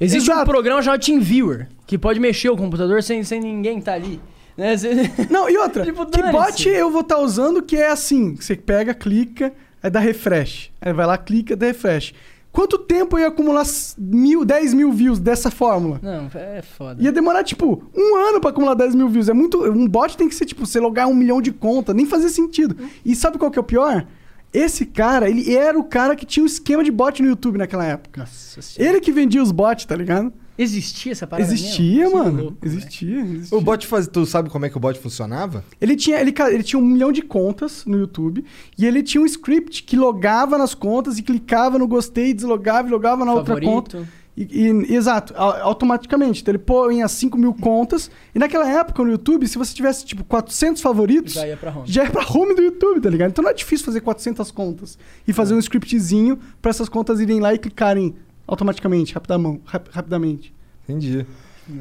Existe um Exato. programa chamado TeamViewer, que pode mexer o computador sem, sem ninguém tá ali. Né? Você- Não, e outra, [laughs] Tipo, que dane-se. bot eu vou estar usando que é assim: que você pega, clica, aí dá refresh. Aí vai lá, clica, dá refresh. Quanto tempo eu ia acumular s- mil, 10 mil views dessa fórmula? Não, é foda. Ia demorar, tipo, um ano pra acumular 10 mil views. É muito. Um bot tem que ser, tipo, você logar um milhão de conta. Nem fazia sentido. E sabe qual que é o pior? Esse cara, ele era o cara que tinha um esquema de bot no YouTube naquela época. Nossa senhora. Ele que vendia os bots, tá ligado? Existia essa parada existia, mesmo? Você é mano. louco, velho. existia, existia. O bot faz... Tu sabe como é que o bot funcionava? Ele tinha, ele, ca- ele tinha um milhão de contas no YouTube e ele tinha um script que logava nas contas e clicava no gostei, deslogava e logava na Favorito. outra conta. E- e- exato, a- automaticamente. Então ele põe as 5 mil contas. E naquela época no YouTube, se você tivesse tipo 400 favoritos, Já ia pra home. já ia pra home do YouTube, tá ligado? Então não é difícil fazer 400 contas e fazer um scriptzinho pra essas contas irem lá e clicarem automaticamente, rapidamão, rap- rapidamente. Entendi.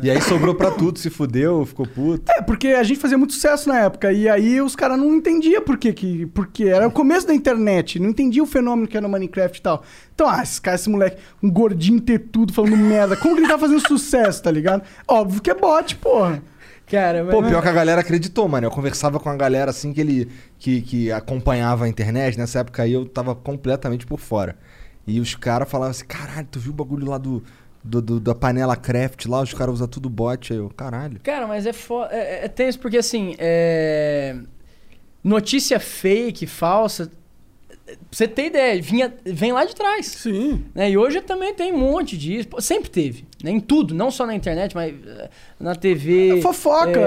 E aí sobrou pra tudo, se fudeu, ficou puto. É, porque a gente fazia muito sucesso na época. E aí os caras não entendiam por que que. Porque era o começo da internet. Não entendia o fenômeno que era o Minecraft e tal. Então, ah, esse cara, esse moleque, um gordinho ter tudo falando merda. Como que ele tá fazendo [laughs] sucesso, tá ligado? Óbvio que é bot, porra. Cara, mas- Pô, pior que a galera acreditou, mano. Eu conversava com a galera assim que ele que, que acompanhava a internet. Nessa época aí eu tava completamente por fora. E os caras falavam assim: caralho, tu viu o bagulho lá do, do- do- da panela craft lá? Os caras usam tudo bot. Aí eu, caralho. Cara, mas é, fo... é, é- é tenso porque assim, é... notícia fake, falsa, pra você ter ideia, vinha... vem lá de trás. Sim. Né? E hoje também tem um monte disso. Pô, sempre teve. Né? Em tudo, não só na internet, mas eh, na TV. É, Fofoca,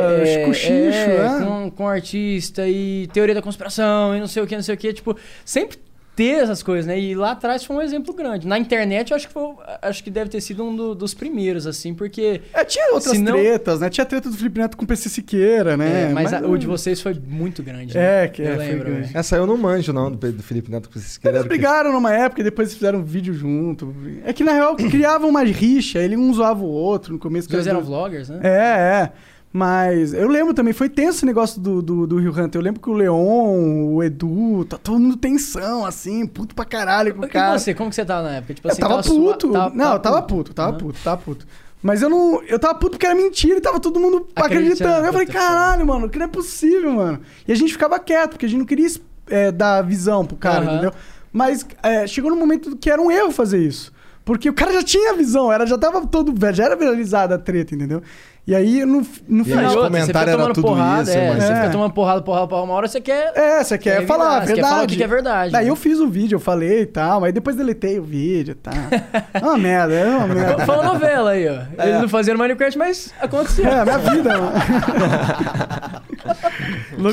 cochicho, é, né? Com, com artista e teoria da conspiração e não sei o que, não sei o que. Tipo, sempre ter essas coisas, né? E lá atrás foi um exemplo grande. Na internet, eu acho que, foi- acho que deve ter sido um do- dos primeiros, assim, porque. É, tinha outras Se não- tretas, né? Tinha treta do Felipe Neto com o PC Siqueira, né? É, mas, a- o de vocês. vocês foi muito grande. né? É, que eu é, foi lembro. grande. velho. Essa eu não manjo, não, do, do Felipe Neto que vocês querem. Eles brigaram numa época e depois fizeram um vídeo junto. É que na real criavam uma rixa, ele um zoava o outro no começo. Os dois eram do- vloggers, né? É, é. Mas eu lembro também, foi tenso esse negócio do, do, do Rio Hunter. Eu lembro que o Leon, o Edu, tá todo mundo tensão, assim, puto pra caralho com o E cara. você, como que você tava na época? Tipo Eu assim, tava sua- puto. Não, eu tava puto, tava Uhum. puto, tava puto. Mas eu não. Eu tava puto porque era mentira e tava todo mundo Acreditando, acreditando. Eu falei, puta, foda. caralho, mano, que não é possível, mano. E a gente ficava quieto, porque a gente não queria é, dar visão pro cara, Aham. entendeu? Mas é, chegou no momento que era um erro fazer isso. Porque o cara já tinha a visão, era, já tava todo. Já era viralizada a treta, entendeu? E aí, no, no E aí, Não, os e final. outra, comentários você fica era tomando tudo porrada, isso, é, mas- Você É. fica tomando porrada, porrada, porrada, uma hora você quer. É, você quer Quer falar, a evitar, verdade. você quer falar o que que é verdade, Daí né? eu fiz um vídeo, eu falei e tal, mas depois deletei o vídeo e tal. [laughs] É uma merda, é uma merda. Fala novela aí, ó. Eles não faziam Minecraft, mas aconteceu. É, minha vida, mano. [laughs]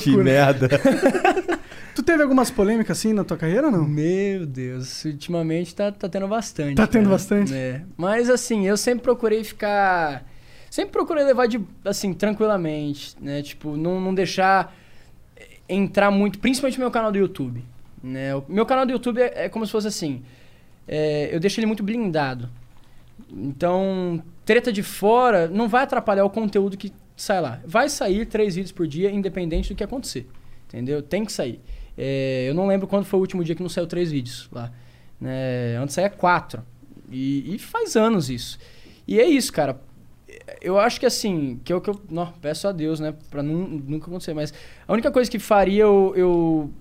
Que [laughs] merda. Tu teve algumas polêmicas assim na tua carreira ou não? Meu Deus, ultimamente tá, tá tendo bastante. Tá tendo bastante? É. Mas assim, eu sempre procurei ficar. Sempre procurei levar de, assim, tranquilamente, né? Tipo, não, não deixar entrar muito, principalmente no meu canal do YouTube. Né? O meu canal do YouTube é, é como se fosse assim. é, eu deixo ele muito blindado. Então, treta de fora não vai atrapalhar o conteúdo que sai lá. Vai sair três vídeos por dia, independente do que acontecer. Entendeu? Tem que sair. É, eu não lembro quando foi o último dia que não saiu três vídeos lá. Né? Antes saía quatro. E, e faz anos isso. E é isso, cara. Eu acho que assim, que é o que eu nó, peço a Deus, né? Pra nun- nunca acontecer. Mas a única coisa que faria eu, eu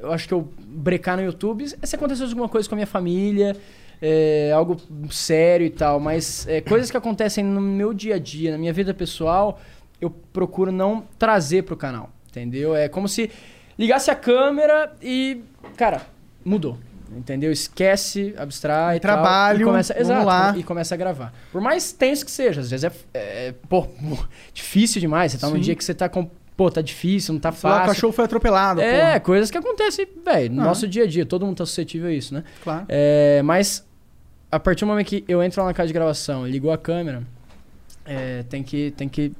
eu acho que eu brecar no YouTube é se acontecesse alguma coisa com a minha família, é, algo sério e tal, mas é, coisas que acontecem no meu dia a dia, na minha vida pessoal, eu procuro não trazer pro canal, entendeu? É como se ligasse a câmera e, cara, mudou. Entendeu? Esquece, abstrai, e tal, Trabalho, e começa, vamos exato, lá. e começa a gravar. [laughs] Por mais tenso que seja, às vezes é, é, pô, difícil demais. Você tá num dia que você tá com pô, tá difícil, não tá Sei lá, fácil. o cachorro foi atropelado, É, porra. coisas que acontecem, velho, no Ah. nosso dia a dia. Todo mundo tá suscetível a isso, né? Claro. É, mas a partir do momento que eu entro lá na casa de gravação, ligou a câmera, é, tem que tem que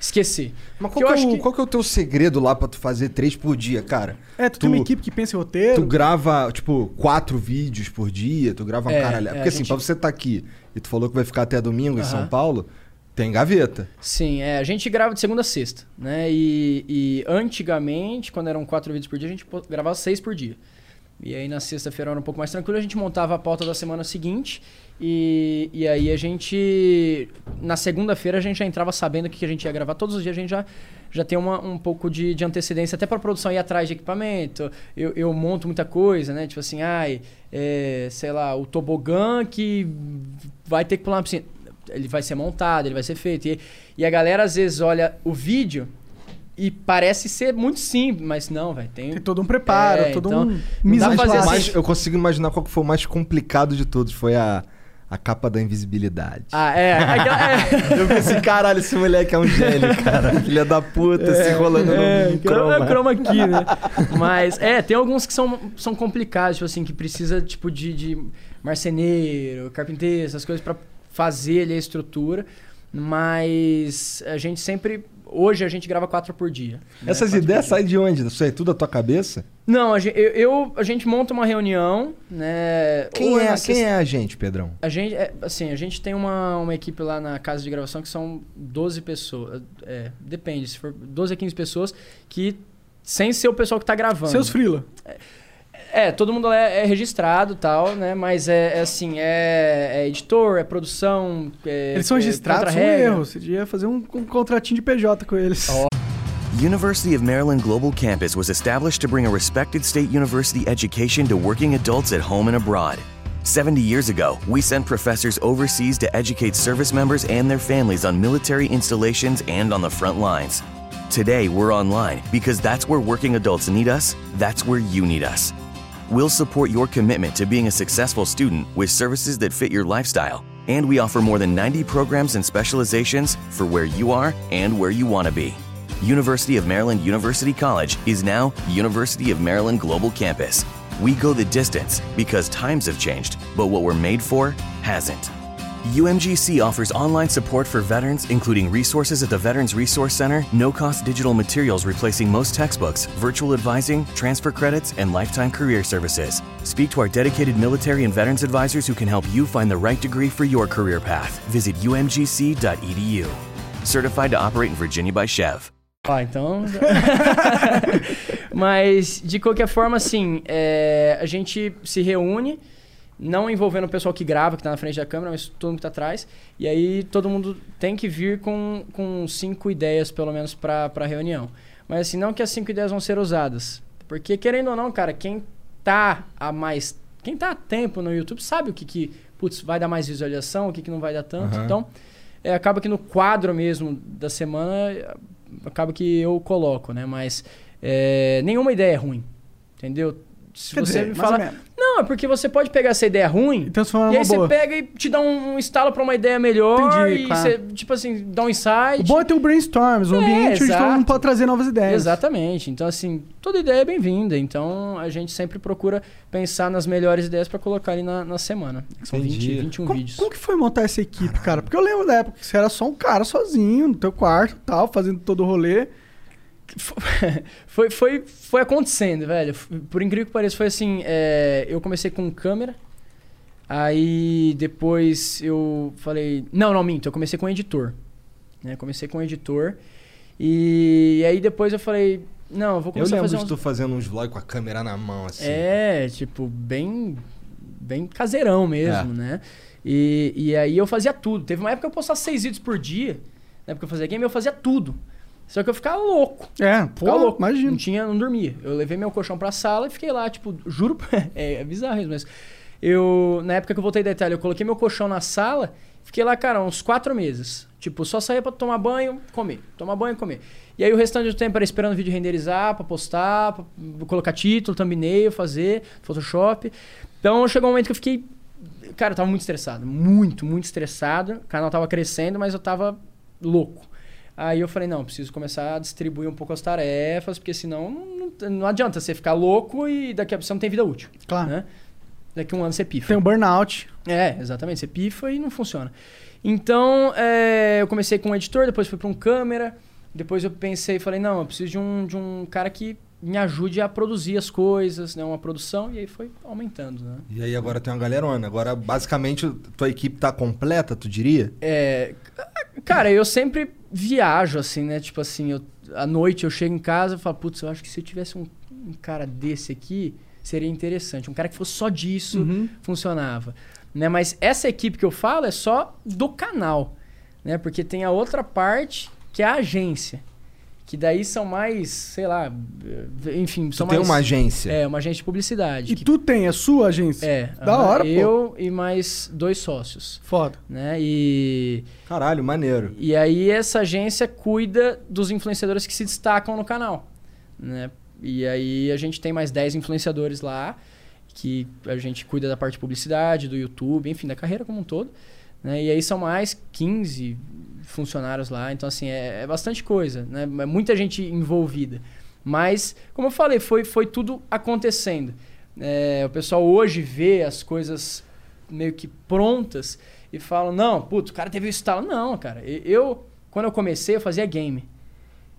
esquecer. Mas Porque qual, que é, eu acho o, que- qual que é o teu segredo lá pra tu fazer três por dia, cara? É, tu, tem uma equipe que pensa em roteiro. Tu grava, tipo, quatro vídeos por dia, tu grava um É, caralho. é, Porque a assim, gente- pra você tá aqui e tu falou que vai ficar até domingo em São Aham. Paulo, tem gaveta. Sim, é, a gente grava de segunda a sexta, né? E, e antigamente, quando eram quatro vídeos por dia, a gente po- gravava seis por dia. E aí na sexta-feira era um pouco mais tranquilo, a gente montava a pauta da semana seguinte. E, e aí a gente. Na segunda-feira a gente já entrava sabendo o que que a gente ia gravar. Todos os dias a gente já, já tem uma, um pouco de, de antecedência, até pra produção ir atrás de equipamento. Eu, eu monto muita coisa, né? Tipo assim, ai, é, sei lá, o tobogã que vai ter que pular na piscina. Ele vai ser montado, ele vai ser feito. E, e a galera às vezes olha o vídeo e parece ser muito simples, mas não, velho. Tem, Tem todo um preparo, É, todo então, um não mise dá pra en fazer place. assim. Mas eu consigo imaginar qual que foi o mais complicado de todos. Foi a, a capa da invisibilidade. Ah, é. Aquela, [laughs] é. Eu pensei, caralho, esse moleque é um gênio, [laughs] cara. Filha da puta, se enrolando É, no croma. croma. croma aqui, né? Mas, é, tem alguns que são, são complicados, tipo assim, que precisa, tipo, de, de marceneiro, carpinteiro, essas coisas pra fazer ali a estrutura. Mas a gente sempre... Hoje a gente grava quatro por dia. né? Essas Quatro ideias por dia. saem de onde? Isso é tudo da tua cabeça? Não, a gente, eu, eu- a gente monta uma reunião, né? Quem ou é, na quem é a gente, Pedrão? A gente, é, assim, a gente tem uma, uma equipe lá na casa de gravação que são 12 pessoas. É, depende, se for 12 a 15 pessoas que. Sem ser o pessoal que tá gravando. Seus frila. É, todo mundo lá é, é registrado e tal, né? Mas é, é assim, é, é editor, é produção. é- Eles são é registrados, são contra-regra. erros. Você devia fazer um, um contratinho de PJ com eles. University of Maryland Global Campus was established to bring a respected state university education to working adults at home and abroad. 70 years ago, we sent professors overseas to educate service members and their families on military installations and on the front lines. Today, we're online because that's where working adults need us, that's where you need us. We'll support your commitment to being a successful student with services that fit your lifestyle, and we offer more than 90 programs and specializations for where you are and where you want to be. University of Maryland University College is now University of Maryland Global Campus. We go the distance because times have changed, but what we're made for hasn't. UMGC offers online support for veterans, including resources at the Veterans Resource Center, no cost digital materials replacing most textbooks, virtual advising, transfer credits, and lifetime career services. Speak to our dedicated military and veterans advisors who can help you find the right degree for your career path. Visit umgc.edu. Certified to operate in Virginia by Chev. Ah, então. [laughs] Mas, de qualquer forma, assim, é, a gente se reúne, não envolvendo o pessoal que grava, que tá na frente da câmera, mas todo mundo que tá atrás. E aí todo mundo tem que vir com, com cinco ideias, pelo menos, pra, pra reunião. Mas, assim, não que as cinco ideias vão ser usadas. Porque, querendo ou não, cara, quem tá a mais. Quem tá a tempo no YouTube sabe o que, que putz, vai dar mais visualização, o que, que não vai dar tanto. Aham. Então, é, acaba que no quadro mesmo da semana, acaba que eu coloco, né? Mas é, nenhuma ideia é ruim, entendeu? Se Quer você dizer, me mais ou fala. menos. Não, é porque você pode pegar essa ideia ruim. E transformar e numa aí Então, é boa. você pega e te dá um, um estalo pra uma ideia melhor. Entendi, e claro. você, tipo assim, dá um insight. O bom é ter o brainstorms, o É, ambiente onde todo exato. mundo pode trazer novas ideias. Exatamente. Então, assim, toda ideia é bem-vinda. Então, a gente sempre procura pensar nas melhores ideias pra colocar ali na, na semana. Que são 20, Entendi. 21 Como, vídeos. como que foi montar essa equipe, cara? Porque eu lembro da época que você era só um cara sozinho no teu quarto e tal, fazendo todo o rolê. foi, foi, foi acontecendo, velho. F- Por incrível que pareça, foi assim: é, eu comecei com câmera, aí depois eu falei. Não, não, minto, eu comecei com editor. Né? Comecei com editor. E, aí depois eu falei: não, eu vou Eu começar a lembro fazer de uns. tu fazendo uns vlogs com a câmera na mão, assim. É, tipo, bem, bem caseirão mesmo, É. né? E, e aí eu fazia tudo. Teve uma época que eu postava seis vídeos por dia, na época que eu fazia game, eu fazia tudo. Só que eu ficava louco. É, Ficava pô, louco. Não imagina. tinha, não dormia. Eu levei meu colchão pra sala e fiquei lá, tipo, juro. [laughs] pra- É, é bizarro isso, mas. Eu, na época que eu voltei da Itália, eu coloquei meu colchão na sala, fiquei lá, cara, uns quatro meses. Tipo, só saía pra tomar banho, comer. Tomar banho, comer. E aí o restante do tempo era esperando o vídeo renderizar, pra postar, pra colocar título, thumbnail, fazer, Photoshop. Então chegou um momento que eu fiquei. Cara, eu tava muito estressado. Muito, muito estressado. O canal tava crescendo, mas eu tava louco. Aí eu falei, não, preciso começar a distribuir um pouco as tarefas, porque senão não, não- não adianta você ficar louco e daqui a pouco você não tem vida útil. Claro. Daqui a um ano você pifa. Tem um burnout. É, exatamente. Você pifa e não funciona. Então, é, eu comecei com um editor, depois fui para um câmera, depois eu pensei, falei, não, eu preciso de um, de um cara que me ajude a produzir as coisas, né? Uma produção, e aí foi aumentando, né? E aí agora tem uma galerona. Agora, basicamente, tua equipe tá completa, tu diria? É, c- cara, eu sempre viajo, assim, né? Tipo assim, eu, à noite eu chego em casa e falo, putz, eu acho que se eu tivesse um, um cara desse aqui, seria interessante. Um cara que fosse só disso, Uhum. funcionava. Né? Mas essa equipe que eu falo é só do canal, né? Porque tem a outra parte que é a agência. Que daí são mais, sei lá, eh, enfim, são tem mais. uma agência? É, uma agência de publicidade. E tu tem a sua agência? É. Da aham, hora, pô. Eu e mais dois sócios. Foda. Né? E. Caralho, maneiro. E aí essa agência cuida dos influenciadores que se destacam no canal. Né? E aí a gente tem mais 10 influenciadores lá, que a gente cuida da parte de publicidade, do YouTube, enfim, da carreira como um todo. Né? E aí são mais 15 funcionários lá, então assim, é, é bastante coisa, né? É muita gente envolvida. Mas, como eu falei, foi, foi tudo acontecendo. É, o pessoal hoje vê as coisas meio que prontas e fala, não, puto, o cara teve o estalo. Não, cara, e- eu, quando eu comecei, eu fazia game.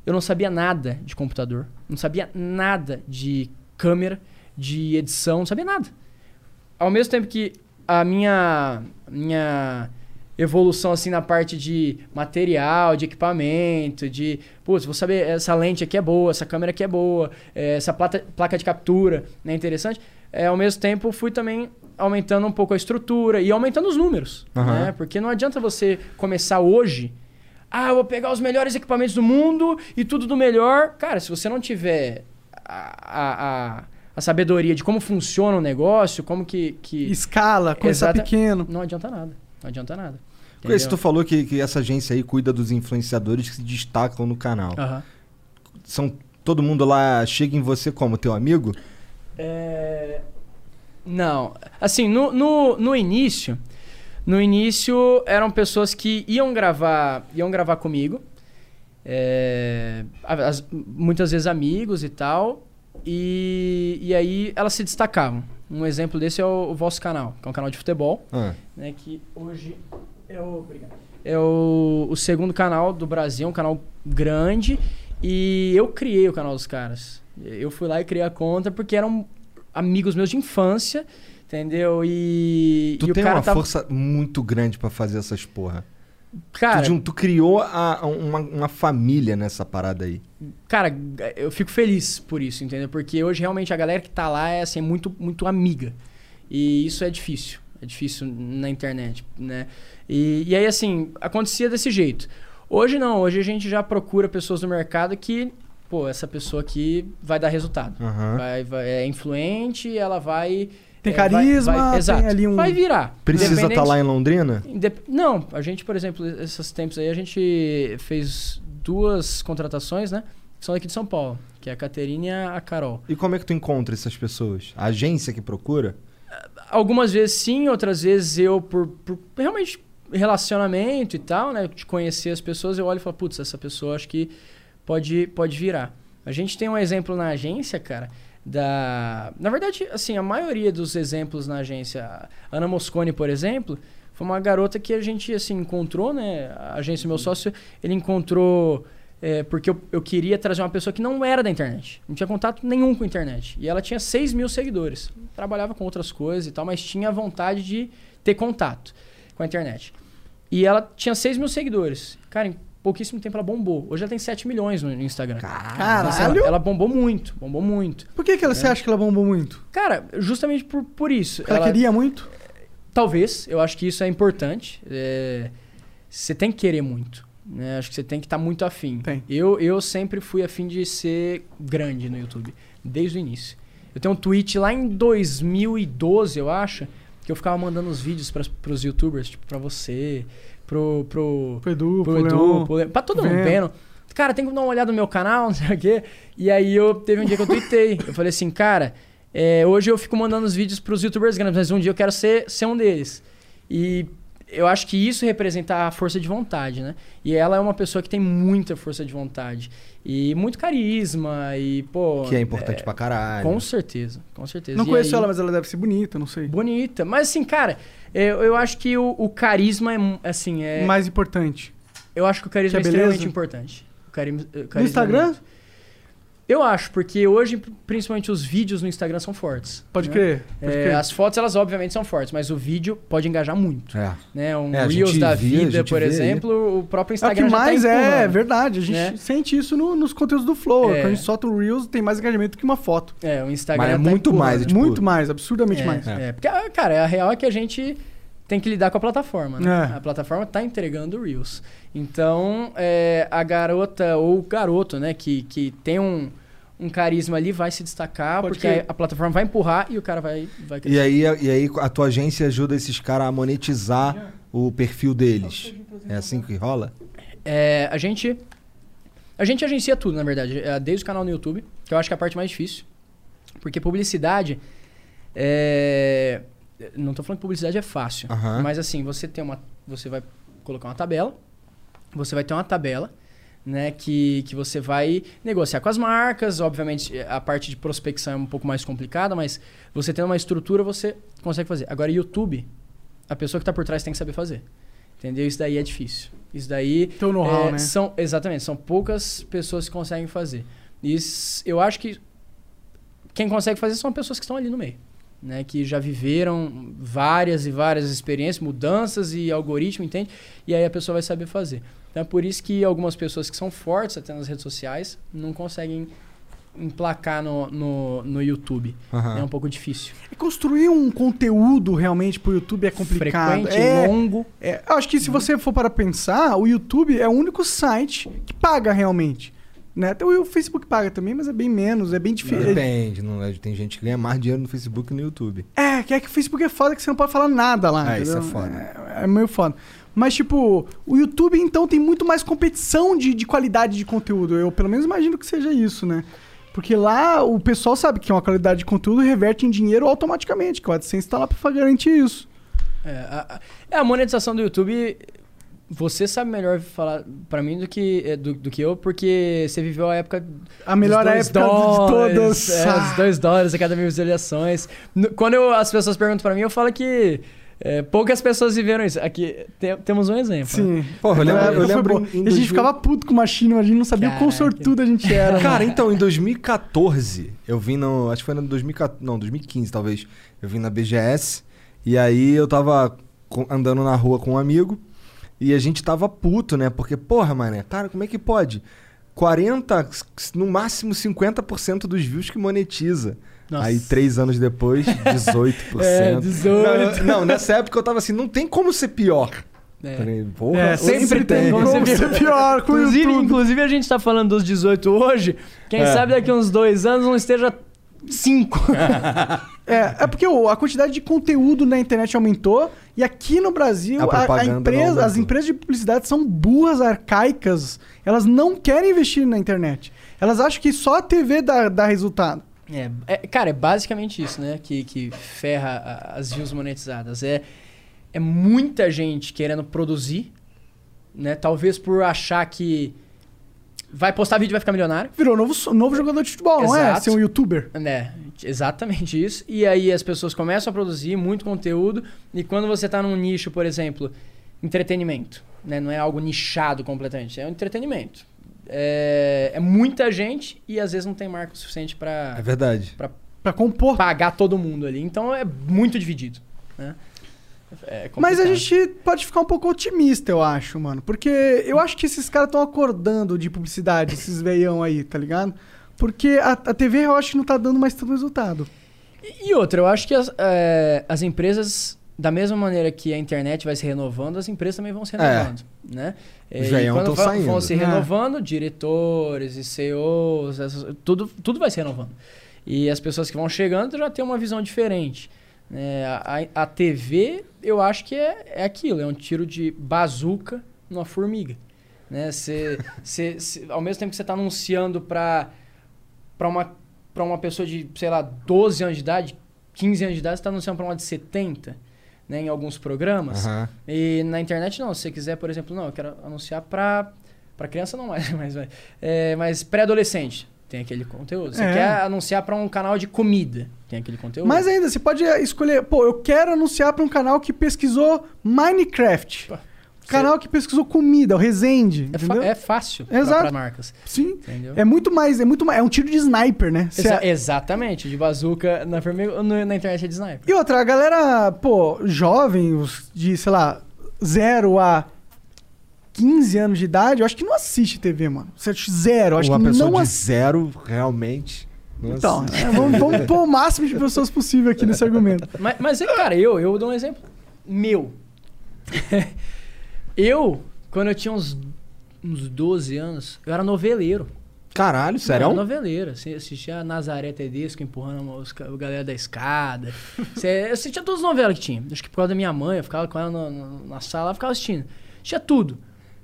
Eu não sabia nada de computador, não sabia nada de câmera, de edição, não sabia nada. Ao mesmo tempo que a minha minha evolução assim na parte de material, de equipamento, de, putz, vou saber essa lente aqui é boa, essa câmera aqui é boa, eh, essa plata- placa de captura, né, interessante. É, ao mesmo tempo fui também aumentando um pouco a estrutura e aumentando os números, Aham. né? Porque não adianta você começar hoje ah, eu vou pegar os melhores equipamentos do mundo e tudo do melhor. Cara, se você não tiver a, a, a, a sabedoria de como funciona o negócio, como que. que... Escala, começar Exata- pequeno. Não adianta nada. Não adianta nada. Porque se tu Entendeu? falou que, que essa agência aí cuida dos influenciadores que se destacam no canal. Aham. São todo mundo lá chega em você como teu amigo? É, Não. Assim, no, no, no início. No início eram pessoas que iam gravar. Iam gravar comigo. É, as- muitas vezes amigos e tal. E, e aí elas se destacavam. Um exemplo desse é o, o vosso canal, que é um canal de futebol. Ah. Né, que hoje é o. Obrigado. É o, o segundo canal do Brasil, um canal grande. E eu criei o canal dos caras. Eu fui lá e criei a conta porque eram amigos meus de infância, entendeu? E. Tu e tem o cara tá- uma tava- força muito grande pra fazer essas porra. Cara- tu, de um- tu criou a- uma, uma família nessa parada aí. Cara, eu fico feliz por isso, entendeu? Porque hoje realmente a galera que tá lá é assim, muito, muito amiga. E isso é difícil. É difícil na internet, né? E, e aí, assim, acontecia desse jeito. Hoje não, hoje a gente já procura pessoas no mercado que, pô, essa pessoa aqui vai dar resultado. Aham. Vai, vai- é influente, ela vai. Tem é, vai- carisma, vai- tem exato, ali um- tá Vai virar. Precisa estar Independente- lá em Londrina? Indep- Não, a gente, por exemplo, esses tempos aí, a gente fez duas contratações, né? Que são daqui de São Paulo, que é a Caterine e a Carol. E como é que tu encontra essas pessoas? A agência que procura? Algumas vezes sim, outras vezes eu, por, por realmente relacionamento e tal, né? De conhecer as pessoas, eu olho e falo, putz, essa pessoa acho que pode, pode virar. A gente tem um exemplo na agência, cara, da... Na verdade, assim, a maioria dos exemplos na agência, a Ana Moscone, por exemplo, foi uma garota que a gente, assim, encontrou, né? A agência, meu sócio, ele encontrou... é, porque eu, eu queria trazer uma pessoa que não era da internet. Não tinha contato nenhum com a internet. E ela tinha 6 mil seguidores. Trabalhava com outras coisas e tal, mas tinha vontade de ter contato com a internet. E ela tinha 6 mil seguidores. Cara, em pouquíssimo tempo ela bombou. Hoje ela tem 7 milhões no no Instagram. Então, assim, Caralho! Ela, ela bombou muito, bombou muito. Por que, que ela, É. você acha que ela bombou muito? Cara, justamente por, por isso. Porque ela queria muito? Talvez, eu acho que isso é importante. É, Você tem que querer muito. Né? Acho que você tem que estar muito afim. Eu, eu sempre fui afim de ser grande no YouTube, desde o início. Eu tenho um tweet lá em 2012, eu acho, que eu ficava mandando os vídeos para os youtubers, tipo, pra você, pro, pro, pro Edu, pro, pro Leon, Leon, pra todo pro mundo, Veno. Veno. Cara, tem que dar uma olhada no meu canal, [laughs] não sei o quê. E aí eu teve um dia que eu tuitei. Eu falei assim, cara, é, hoje eu fico mandando os vídeos pros youtubers grandes, mas um dia eu quero ser, ser um deles. E eu acho que isso representa a força de vontade, né? E ela é uma pessoa que tem muita força de vontade. E muito carisma, e, pô. Que é importante né? pra caralho. Com certeza, com certeza. Não E conheço aí- ela, mas ela deve ser bonita, não sei. Bonita. Mas assim, cara, eu, eu acho que o, o carisma é mu- assim, é. Mais importante. Eu acho que o carisma Que é é extremamente beleza? importante. O carisma, o carisma No Instagram? é muito- Eu acho, porque hoje, principalmente os vídeos no Instagram são fortes. Pode crer, pode É, crer. As fotos, elas obviamente são fortes, mas o vídeo pode engajar muito. É. Né? Um É, a Reels gente da vê, a vida, gente por vê aí. exemplo, o próprio É o que Instagram já tá mais é, é empurrando. verdade. A gente né? sente isso no- nos conteúdos do Flow. É. Quando a gente solta um Reels, tem mais engajamento que uma foto. É, o Instagram Mas é tá muito empurrando. mais, é tipo- Muito mais, absurdamente É, mais. É, porque, ah, cara, a real é que a gente tem que lidar com a plataforma, né? É. A plataforma tá entregando Reels. Então, é, a garota ou o garoto, né, que, que tem um, um carisma ali vai se destacar, Pode porque crer. a plataforma vai empurrar e o cara vai, vai E aí, e aí a tua agência ajuda esses caras a monetizar o perfil deles. É assim que rola? É, a gente. A gente agencia tudo, na verdade. É, Desde o canal no YouTube, que eu acho que é a parte mais difícil. Porque publicidade. é, Não tô falando que publicidade é fácil. Aham. Mas assim, você tem uma. Você vai colocar uma tabela. Você vai ter uma tabela. Né, que, que você vai negociar com as marcas. Obviamente, a parte de prospecção é um pouco mais complicada, mas você tendo uma estrutura, você consegue fazer. Agora, YouTube, a pessoa que está por trás tem que saber fazer. Entendeu? Isso daí é difícil. Isso daí. Teu know-how, é, né? São, exatamente, são poucas pessoas que conseguem fazer. E s- eu acho que quem consegue fazer são pessoas que estão ali no meio. Né, que já viveram várias e várias experiências, mudanças e algoritmo, entende? E aí a pessoa vai saber fazer. Então é por isso que algumas pessoas que são fortes até nas redes sociais não conseguem emplacar no, no, no YouTube. Aham. É um pouco difícil. E construir um conteúdo realmente pro YouTube é complicado. Frequente, é longo. É, eu acho que se você for para pensar, o YouTube é o único site que paga realmente. Né? Até o Facebook paga também, mas é bem menos, é bem diferente. Depende. Não, é- tem gente que ganha mais dinheiro no Facebook que no YouTube. É, que é que o Facebook é foda que você não pode falar nada lá. Ah, isso é entendeu? foda. É, é meio foda. Mas, tipo, o YouTube, então, tem muito mais competição de, de qualidade de conteúdo. Eu, pelo menos, imagino que seja isso, né? Porque lá o pessoal sabe que uma qualidade de conteúdo reverte em dinheiro automaticamente, que o AdSense tá lá pra garantir isso. É, a, a- é, a monetização do YouTube. Você sabe melhor falar pra mim do que, é, do, do que eu, porque você viveu a época. A melhor dos dois época de todas. É, Ah. os dois dólares a cada mil visualizações. No- Quando eu- as pessoas perguntam pra mim, eu falo que. é, poucas pessoas viveram isso. Aqui te- temos um exemplo. Sim. Porra, eu lembro- Na eu época foi lembro bom. em E a 2000 gente ficava puto com o machinho, a gente não sabia o quão sortudo a gente era. Cara, né? então, em 2014, eu vim no. Acho que foi no 2014. Não, 2015, talvez. Eu vim na BGS. E aí eu tava co- andando na rua com um amigo. E a gente tava puto, né? Porque, porra, mané, cara, como é que pode? 40, no máximo 50% dos views que monetiza. Nossa. Aí, três anos [laughs] depois, 18%. É, 18. Não, não, nessa época eu tava assim, não tem como ser pior. É. Falei, Porra, É, sempre tem como ser pior. inclusive, inclusive, a gente tá falando dos 18 hoje. Quem É. sabe daqui uns dois anos não esteja 5. É, é porque o- a quantidade de conteúdo na internet aumentou e aqui no Brasil A a- a, propaganda não empresa, aumentou. as empresas de publicidade são burras, arcaicas. Elas não querem investir na internet. Elas acham que só a TV dá, dá resultado. É, é, cara, é basicamente isso, né? Que, que ferra a- as views monetizadas. É, é muita gente querendo produzir, né? Talvez por achar que vai postar vídeo e vai ficar milionário. Virou novo, so- novo jogador de futebol, não é? Exato. Ser um youtuber. Né? Exatamente isso. E aí as pessoas começam a produzir muito conteúdo. E quando você tá num nicho, por exemplo, entretenimento, né? Não é algo nichado completamente, é um entretenimento. É, é muita gente e às vezes não tem marca o suficiente pra. É verdade. Pra, pra compor. Pagar todo mundo ali. Então é muito dividido. Né? É Mas a complicado. gente pode ficar um pouco otimista, eu acho, mano. Porque eu acho que esses caras estão acordando de publicidade, esses veião aí, tá ligado? Porque a, a TV eu acho que não tá dando mais tanto resultado. E outra, eu acho que as, é, as empresas, da mesma maneira que a internet vai se renovando, as empresas também vão se É. renovando, né? É, Os e veião quando tão vão, saindo. vão se É. renovando, diretores e CEOs, essas- tudo, tudo vai se renovando. E as pessoas que vão chegando já têm uma visão diferente. né? a, a- a TV, eu acho que é, é aquilo, é um tiro de bazuca numa formiga. Né? Cê, [laughs] cê- cê- ao mesmo tempo que você está anunciando para para uma, tá pra uma pessoa de, sei lá, 12 anos de idade, 15 anos de idade, você está anunciando para uma de 70. né, em alguns programas. Aham. E na internet não. Se você quiser, por exemplo, não, eu quero anunciar pra. Pra criança não mais, mas, vai. [laughs] É, mas pré-adolescente. Tem aquele conteúdo. Você É. quer anunciar pra um canal de comida. Tem aquele conteúdo. Mas é, ainda, você pode eh, escolher, pô, eu quero anunciar pra um canal que pesquisou Minecraft. Um Canal que pesquisou comida, o Resende. É, fa- entendeu? é fácil pra- Exato. pra marcas. Sim. Entendeu? É muito mais, é muito mais. É um tiro de sniper, né? Você- Exa- Exatamente, de bazuca na, formiga- no- na internet é de sniper. E outra, a galera, pô, jovem, os de, sei lá, 0 a 15 anos de idade, eu acho que não assiste TV, mano. Você acha Zero, eu acho Uma que pessoa não de é- assiste. zero, realmente. É, não Então, assiste. é um- né, vamos, vamos pôr o máximo de pessoas possível aqui [laughs] nesse argumento. Mas, mas é, cara, eu, eu dou um exemplo meu. [laughs] eu, quando eu tinha uns, uns 12 anos, eu era noveleiro. Caralho, Eu era sério? é um- noveleiro. Assim, eu assistia a Nazaré Tedesco empurrando a- os, ca- a galera [laughs] da escada. Cê- eu assistia todas as novelas que tinha. Acho que por causa da minha mãe, eu ficava com ela na- na- na sala, eu ficava assistindo. Tinha tudo.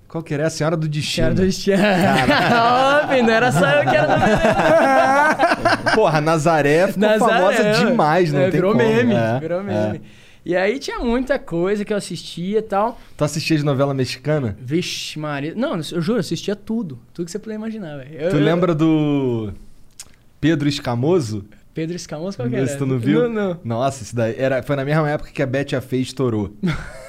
Qual que era? É A Senhora do Destino. Senhora do Destino. [laughs] Óbvio, não era só eu que era [laughs] Porra, a Nazaré [laughs] ficou famosa Nazaré, demais, não é, tem virou como. Meme, É, Virou é. meme. E aí tinha muita coisa que eu assistia e tal. Tu assistia de novela mexicana? Vixe, Maria. Não, eu juro, eu assistia tudo. Tudo que você puder imaginar, velho. Eu- Tu eu- lembra do Pedro Escamoso? Pedro Escamoso, qual que era? Esse tu não viu? tá Não, não. Nossa, isso daí era, foi na mesma época que a Beth a Feia estourou.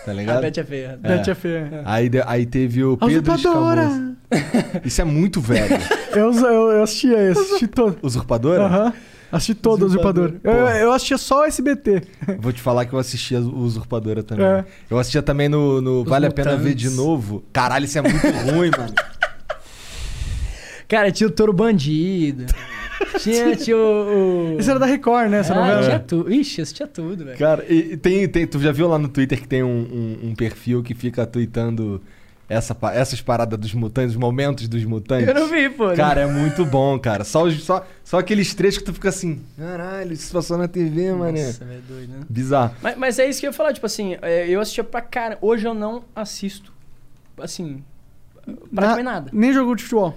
Tá ligado? [laughs] A Bete é feia. Bete é feia. Aí, de- aí teve o A Pedro usurpadora. Escamoso. Isso é muito [laughs] velho. Eu, eu, eu assistia esse, assisti todo. Usurpadora? Aham. Assisti todo, Usurpador. Eu, Porra. eu assistia só o SBT. Vou te falar que eu assistia o Usurpadora também. É. Eu assistia também no, no Os Vale a Pena Ver Mutantes. de Novo. Caralho, isso é muito [laughs] ruim, mano. Cara, tinha o Toro Bandido. tinha, tinha o... o- Isso era da Record, né? Essa ah, novela. tinha tudo. Ixi, assistia tudo, velho. Cara, e, e tem, tem- tu já viu lá no Twitter que tem um, um- um perfil que fica tweetando essa, pa- essas paradas dos mutantes, os momentos dos mutantes? Eu não vi, pô. né? Cara, é muito bom, cara. Só, os- só, só aqueles trechos que tu fica assim, caralho, isso passou na TV, mané. Nossa, velho, doido, né? Bizarro. Mas, mas é isso que eu ia falar, tipo assim, é, eu assistia pra cara. Hoje eu não assisto, assim, praticamente Na- nada. Nem jogou de futebol.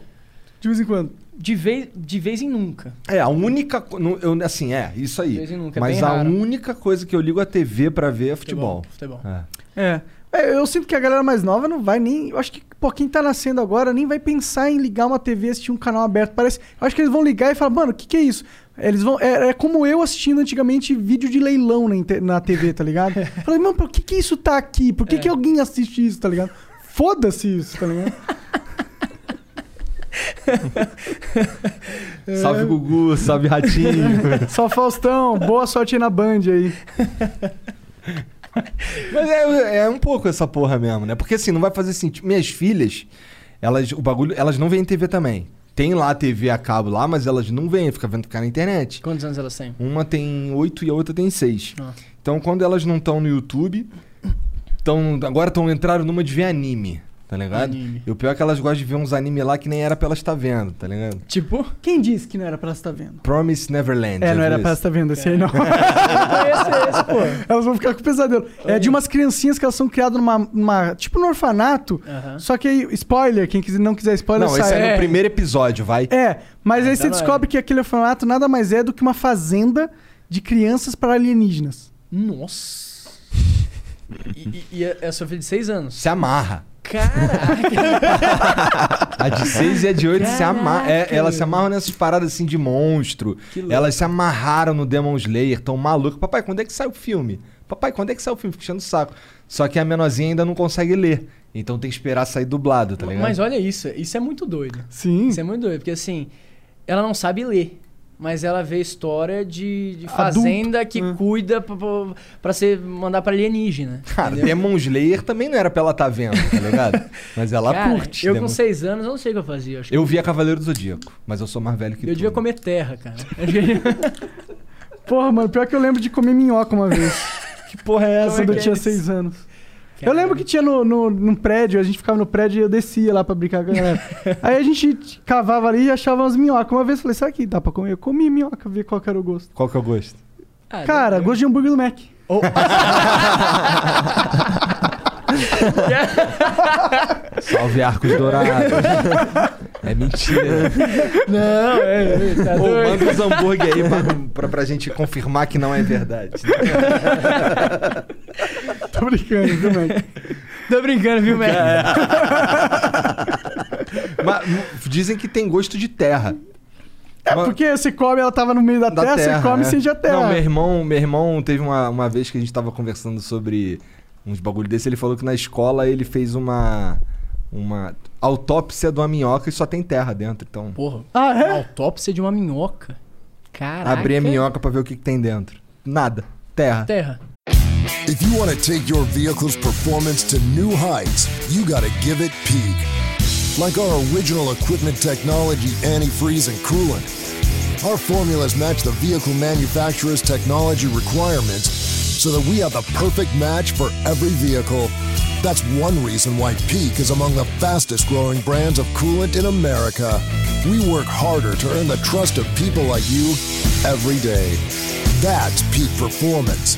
De vez em quando. De vez, de vez em nunca. É, a única. co- não- eu- assim, é, isso aí. De vez em nunca, é Mas bem a raro. única coisa que eu ligo a TV pra ver é futebol. Futebol. É. É. É, Eu sinto que a galera mais nova não vai nem. Eu acho que, pô, quem tá nascendo agora nem vai pensar em ligar uma TV e assistir um canal aberto. Parece. Eu acho que eles vão ligar e falar, mano, o que, que é isso? Eles vão. É, é como eu assistindo antigamente vídeo de leilão na, inte- na TV, tá ligado? Falei, mano, por que, que isso tá aqui? Por que, É. que alguém assiste isso, tá ligado? Foda-se isso, tá ligado? Salve Gugu, salve Ratinho. Só Faustão, boa sorte aí na Band aí. [laughs] Mas é, é um pouco essa porra mesmo, né? Porque assim, não vai fazer sentido. Minhas filhas, elas, o bagulho, elas não veem TV também. Tem lá a TV a cabo lá, mas elas não veem, fica vendo ficar na internet. Quantos anos elas têm? Uma tem oito e a outra tem seis. Ah. Então quando elas não estão no YouTube, tão, agora estão entraram numa de ver anime, tá ligado? Anime. E o pior é que elas gostam de ver uns anime lá que nem era pra elas estar vendo, tá ligado? Tipo? [laughs] Quem disse que não era pra estar vendo? Promise Neverland. já É, não viu era isso? pra estar vendo esse aí, não. esse, esse, pô. Elas vão ficar com pesadelo. É de umas criancinhas que elas são criadas numa. numa- tipo num orfanato. Aham. Só que aí, spoiler, quem quiser, não quiser spoiler, Não, sai. esse é é, no primeiro episódio, vai. É, mas aí você Ainda não descobre que aquele orfanato nada mais é do que uma fazenda de crianças para alienígenas. Nossa. E, e, é, e a, a sua filha de seis anos. Se amarra. Caraca. A de 6 e a de 8 se amarram. Caraca. elas se amarram nessas paradas assim de monstro. Que louco. Elas se amarraram no Demon Slayer, tão maluco. Papai, quando é que sai o filme? Papai, quando é que sai o filme? Fica enchendo o saco. Só que a menorzinha ainda não consegue ler. Então tem que esperar sair dublado, tá ligado? [laughs] mas olha isso, isso é muito doido. Sim. Isso é muito doido, porque assim, ela não sabe ler. Mas ela vê história de, de Adulto. fazenda que Hum. cuida pra, pra, pra ser, mandar pra alienígena. Cara, Demon Slayer também não era pra ela tá vendo, tá [laughs] ligado? Mas ela Cara, curte. né, Eu Demon- com seis anos, eu não sei o que eu fazia. Eu, acho que Eu via Cavaleiro do Zodíaco, mas eu sou mais velho que eu tu. devia comer terra, cara. Eu- Porra, mano, pior que eu lembro de comer minhoca uma vez. Que porra é essa? quando eu que é tinha isso? seis anos. [laughs] Eu lembro que tinha no, no, num prédio, a gente ficava no prédio e eu descia lá pra brincar com a [laughs] galera. Aí a gente cavava ali e achava umas minhocas. Uma vez eu falei, será que dá pra comer? Eu comi minhoca, ver qual que era o gosto. Qual que eu gosto? Ah, Cara, eu- gosto de hambúrguer do [laughs] Mac. Salve Arcos [laughs] Dourados. é mentira. Não, é. Tá Ô, doido. manda os hambúrguer aí [laughs] pra, pra, pra gente confirmar que não é verdade. Tô brincando, viu, Mac? Tô brincando, viu, Mac? É. Mas hum, dizem que tem gosto de terra. [laughs] É porque você come, ela tava no meio da, terra, é. você come e né? sente a terra. Não, meu irmão, meu irmão teve uma, uma vez que a gente tava conversando sobre uns bagulho desse, ele falou que na escola ele fez uma uma autópsia de uma minhoca e só tem terra dentro, então. Porra. Ah, é? Autópsia de uma minhoca. Caraca. Abri a minhoca pra ver o que, que tem dentro. Nada. Terra. Terra. If you want to take your vehicle's performance to new heights, you got to give it peak. Like our original equipment technology, antifreeze, and coolant, our formulas match the vehicle manufacturer's technology requirements so that we have the perfect match for every vehicle. That's one reason why Peak is among the fastest growing brands of coolant in America. We work harder to earn the trust of people like you every day. That's peak performance.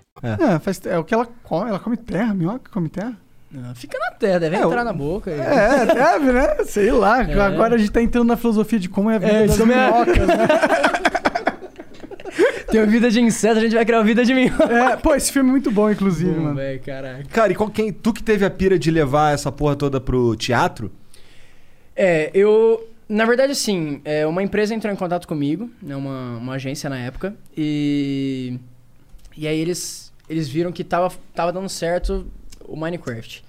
É, faz- é o que ela come. Ela come terra, a minhoca come terra. Não, fica na terra, deve entrar na boca. É, [laughs] deve, né? Sei lá. É. Agora a gente tá entrando na filosofia de como é a vida É, das isso mesmo. minhocas, né? [laughs] É, Tem vida de inseto, a gente vai criar vida de minhoca. É, pô, esse filme é muito bom, inclusive, Bom, mano. velho, caraca. Cara, e qual quem, tu que teve a pira de levar essa porra toda pro teatro? É, eu. Na verdade, assim, é, uma empresa entrou em contato comigo, né, uma, uma agência na época, e. E aí eles, eles viram que tava, tava dando certo o Minecraft.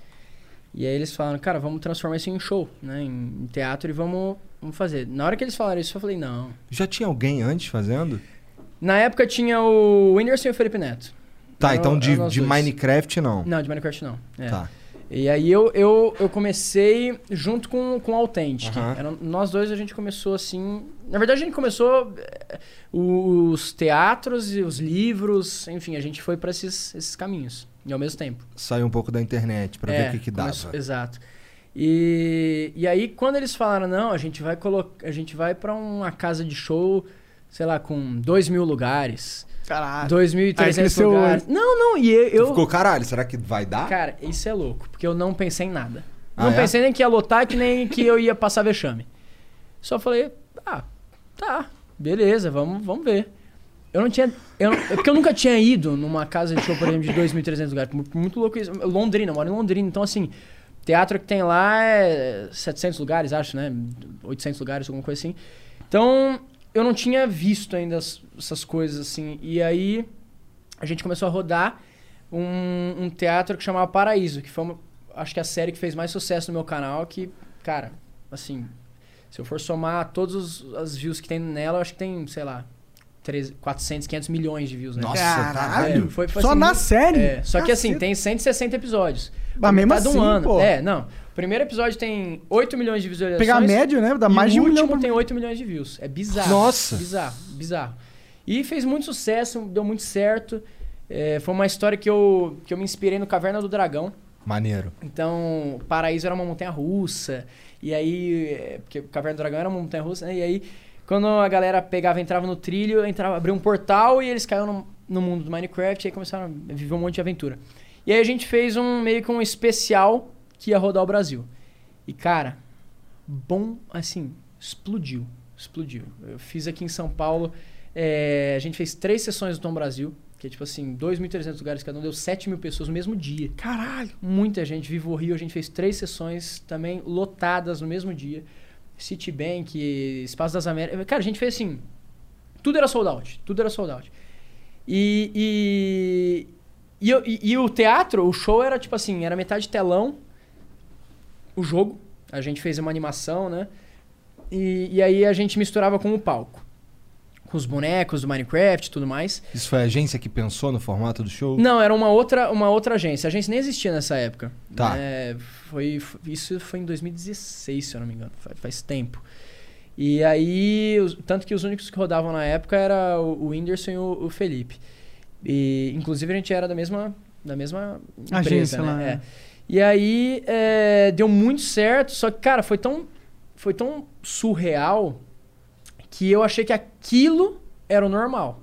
E aí eles falaram, cara, vamos transformar isso em show, né? Em, em teatro e vamos, vamos fazer. Na hora que eles falaram isso, eu falei, não. Já tinha alguém antes fazendo? Na época tinha o Whindersson e o Felipe Neto. Tá, Eram- então de, eram nós de dois. Minecraft não. Não, de Minecraft não. É. Tá. E aí eu, eu, eu comecei junto com, com o Authentic. Aham. Eram- Nós dois a gente começou assim. Na verdade, a gente começou eh, os teatros e os livros, enfim, a gente foi pra esses, esses caminhos. E ao mesmo tempo. Saiu um pouco da internet pra ver É, o que que dava. começou- exato. E, e aí, quando eles falaram, não, a gente vai colocar. A gente vai pra uma casa de show, sei lá, com dois mil lugares. Caralho. 2.300 lugares. um. Não, não, e eu. Tu ficou, caralho, será que vai dar? Cara, isso é louco, porque eu não pensei em nada. Ah, Não é? pensei nem que ia lotar, que nem que eu ia passar vexame. Só falei, ah, tá, beleza, vamos, vamos ver. Eu não tinha. Eu, não- é porque eu nunca tinha ido numa casa de show, por exemplo, de 2.300 lugares. Muito, muito louco isso. Londrina, eu moro em Londrina, então assim. Teatro que tem lá é 700 lugares, acho, né? 800 lugares, alguma coisa assim. Então, eu não tinha visto ainda as- essas coisas assim. E aí, a gente começou a rodar um, um teatro que chamava Paraíso, que foi, uma- acho que a série que fez mais sucesso no meu canal, que, cara, assim, se eu for somar todos os as views que tem nela, eu acho que tem, sei lá, 13, 400, 500 milhões de views, né? Nossa, tá. Caralho! Só na muito- série? É, só que assim, Caceta. tem 160 episódios. Mas Por mesmo metade de assim, um ano. pô. É, não. O primeiro episódio tem 8 milhões de visualizações. Pegar a média, né? Dá e mais o de um último milhão por- tem 8 milhões de views. É bizarro. Nossa! Bizarro, bizarro. E fez muito sucesso, deu muito certo. É, foi uma história que eu, que eu me inspirei no Caverna do Dragão. Maneiro. Então, Paraíso era uma montanha russa. E aí. é, Porque o Caverna do Dragão era uma montanha russa, né? E aí, quando a galera pegava, entrava no trilho, entrava, abria um portal e eles caíam no, no mundo do Minecraft e aí começaram a viver um monte de aventura. E aí a gente fez um meio que um especial que ia rodar o Brasil. E, cara, bom, assim, explodiu. Explodiu. Eu fiz aqui em São Paulo. é, a gente fez três sessões do Tom Brasil, que é tipo assim, 2.300 lugares cada um, deu 7 mil pessoas no mesmo dia. Caralho! Muita gente. Vivo o Rio, a gente fez três sessões também lotadas no mesmo dia. Citibank, Espaço das Américas. Cara, a gente fez assim. Tudo era sold out. Tudo era sold out. E, e, e, eu- e- e o teatro, o show era tipo assim, era metade telão, o jogo. A gente fez uma animação, né? E, e aí a gente misturava com o palco. com os bonecos do Minecraft e tudo mais. Isso foi a agência que pensou no formato do show? Não, era uma outra, uma outra agência. A agência nem existia nessa época. Tá. É, foi, f- isso foi em 2016, se eu não me engano. Faz, faz tempo. E aí, os- tanto que os únicos que rodavam na época era o, o Whindersson e o, o Felipe. E, inclusive, a gente era da mesma, da mesma empresa, Agência né? lá, né? É. E aí, é, deu muito certo. Só que, cara, foi tão, foi tão surreal que eu achei que aquilo era o normal.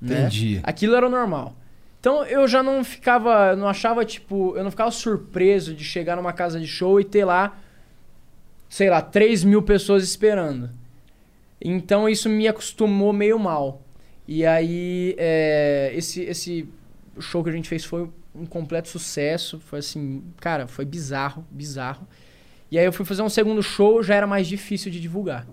né? Entendi. Aquilo era o normal. Então eu já não ficava, eu não achava tipo, eu não ficava surpreso de chegar numa casa de show e ter lá, sei lá, 3 mil pessoas esperando. Então isso me acostumou meio mal. E aí é, esse, esse show que a gente fez foi um completo sucesso, foi assim, cara, foi bizarro, bizarro. E aí eu fui fazer um segundo show, já era mais difícil de divulgar,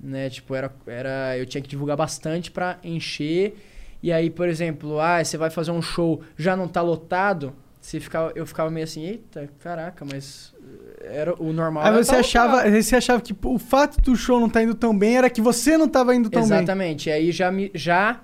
né? Tipo, era, era eu tinha que divulgar bastante pra encher. E aí, por exemplo, ah, você vai fazer um show, já não tá lotado, você ficava, eu ficava meio assim, eita, caraca, mas eh, era o normal. Aí era você tá achava, lotado. aí você achava que pô, o fato do show não tá indo tão bem era que você não tava indo tão bem. Exatamente. E aí já me já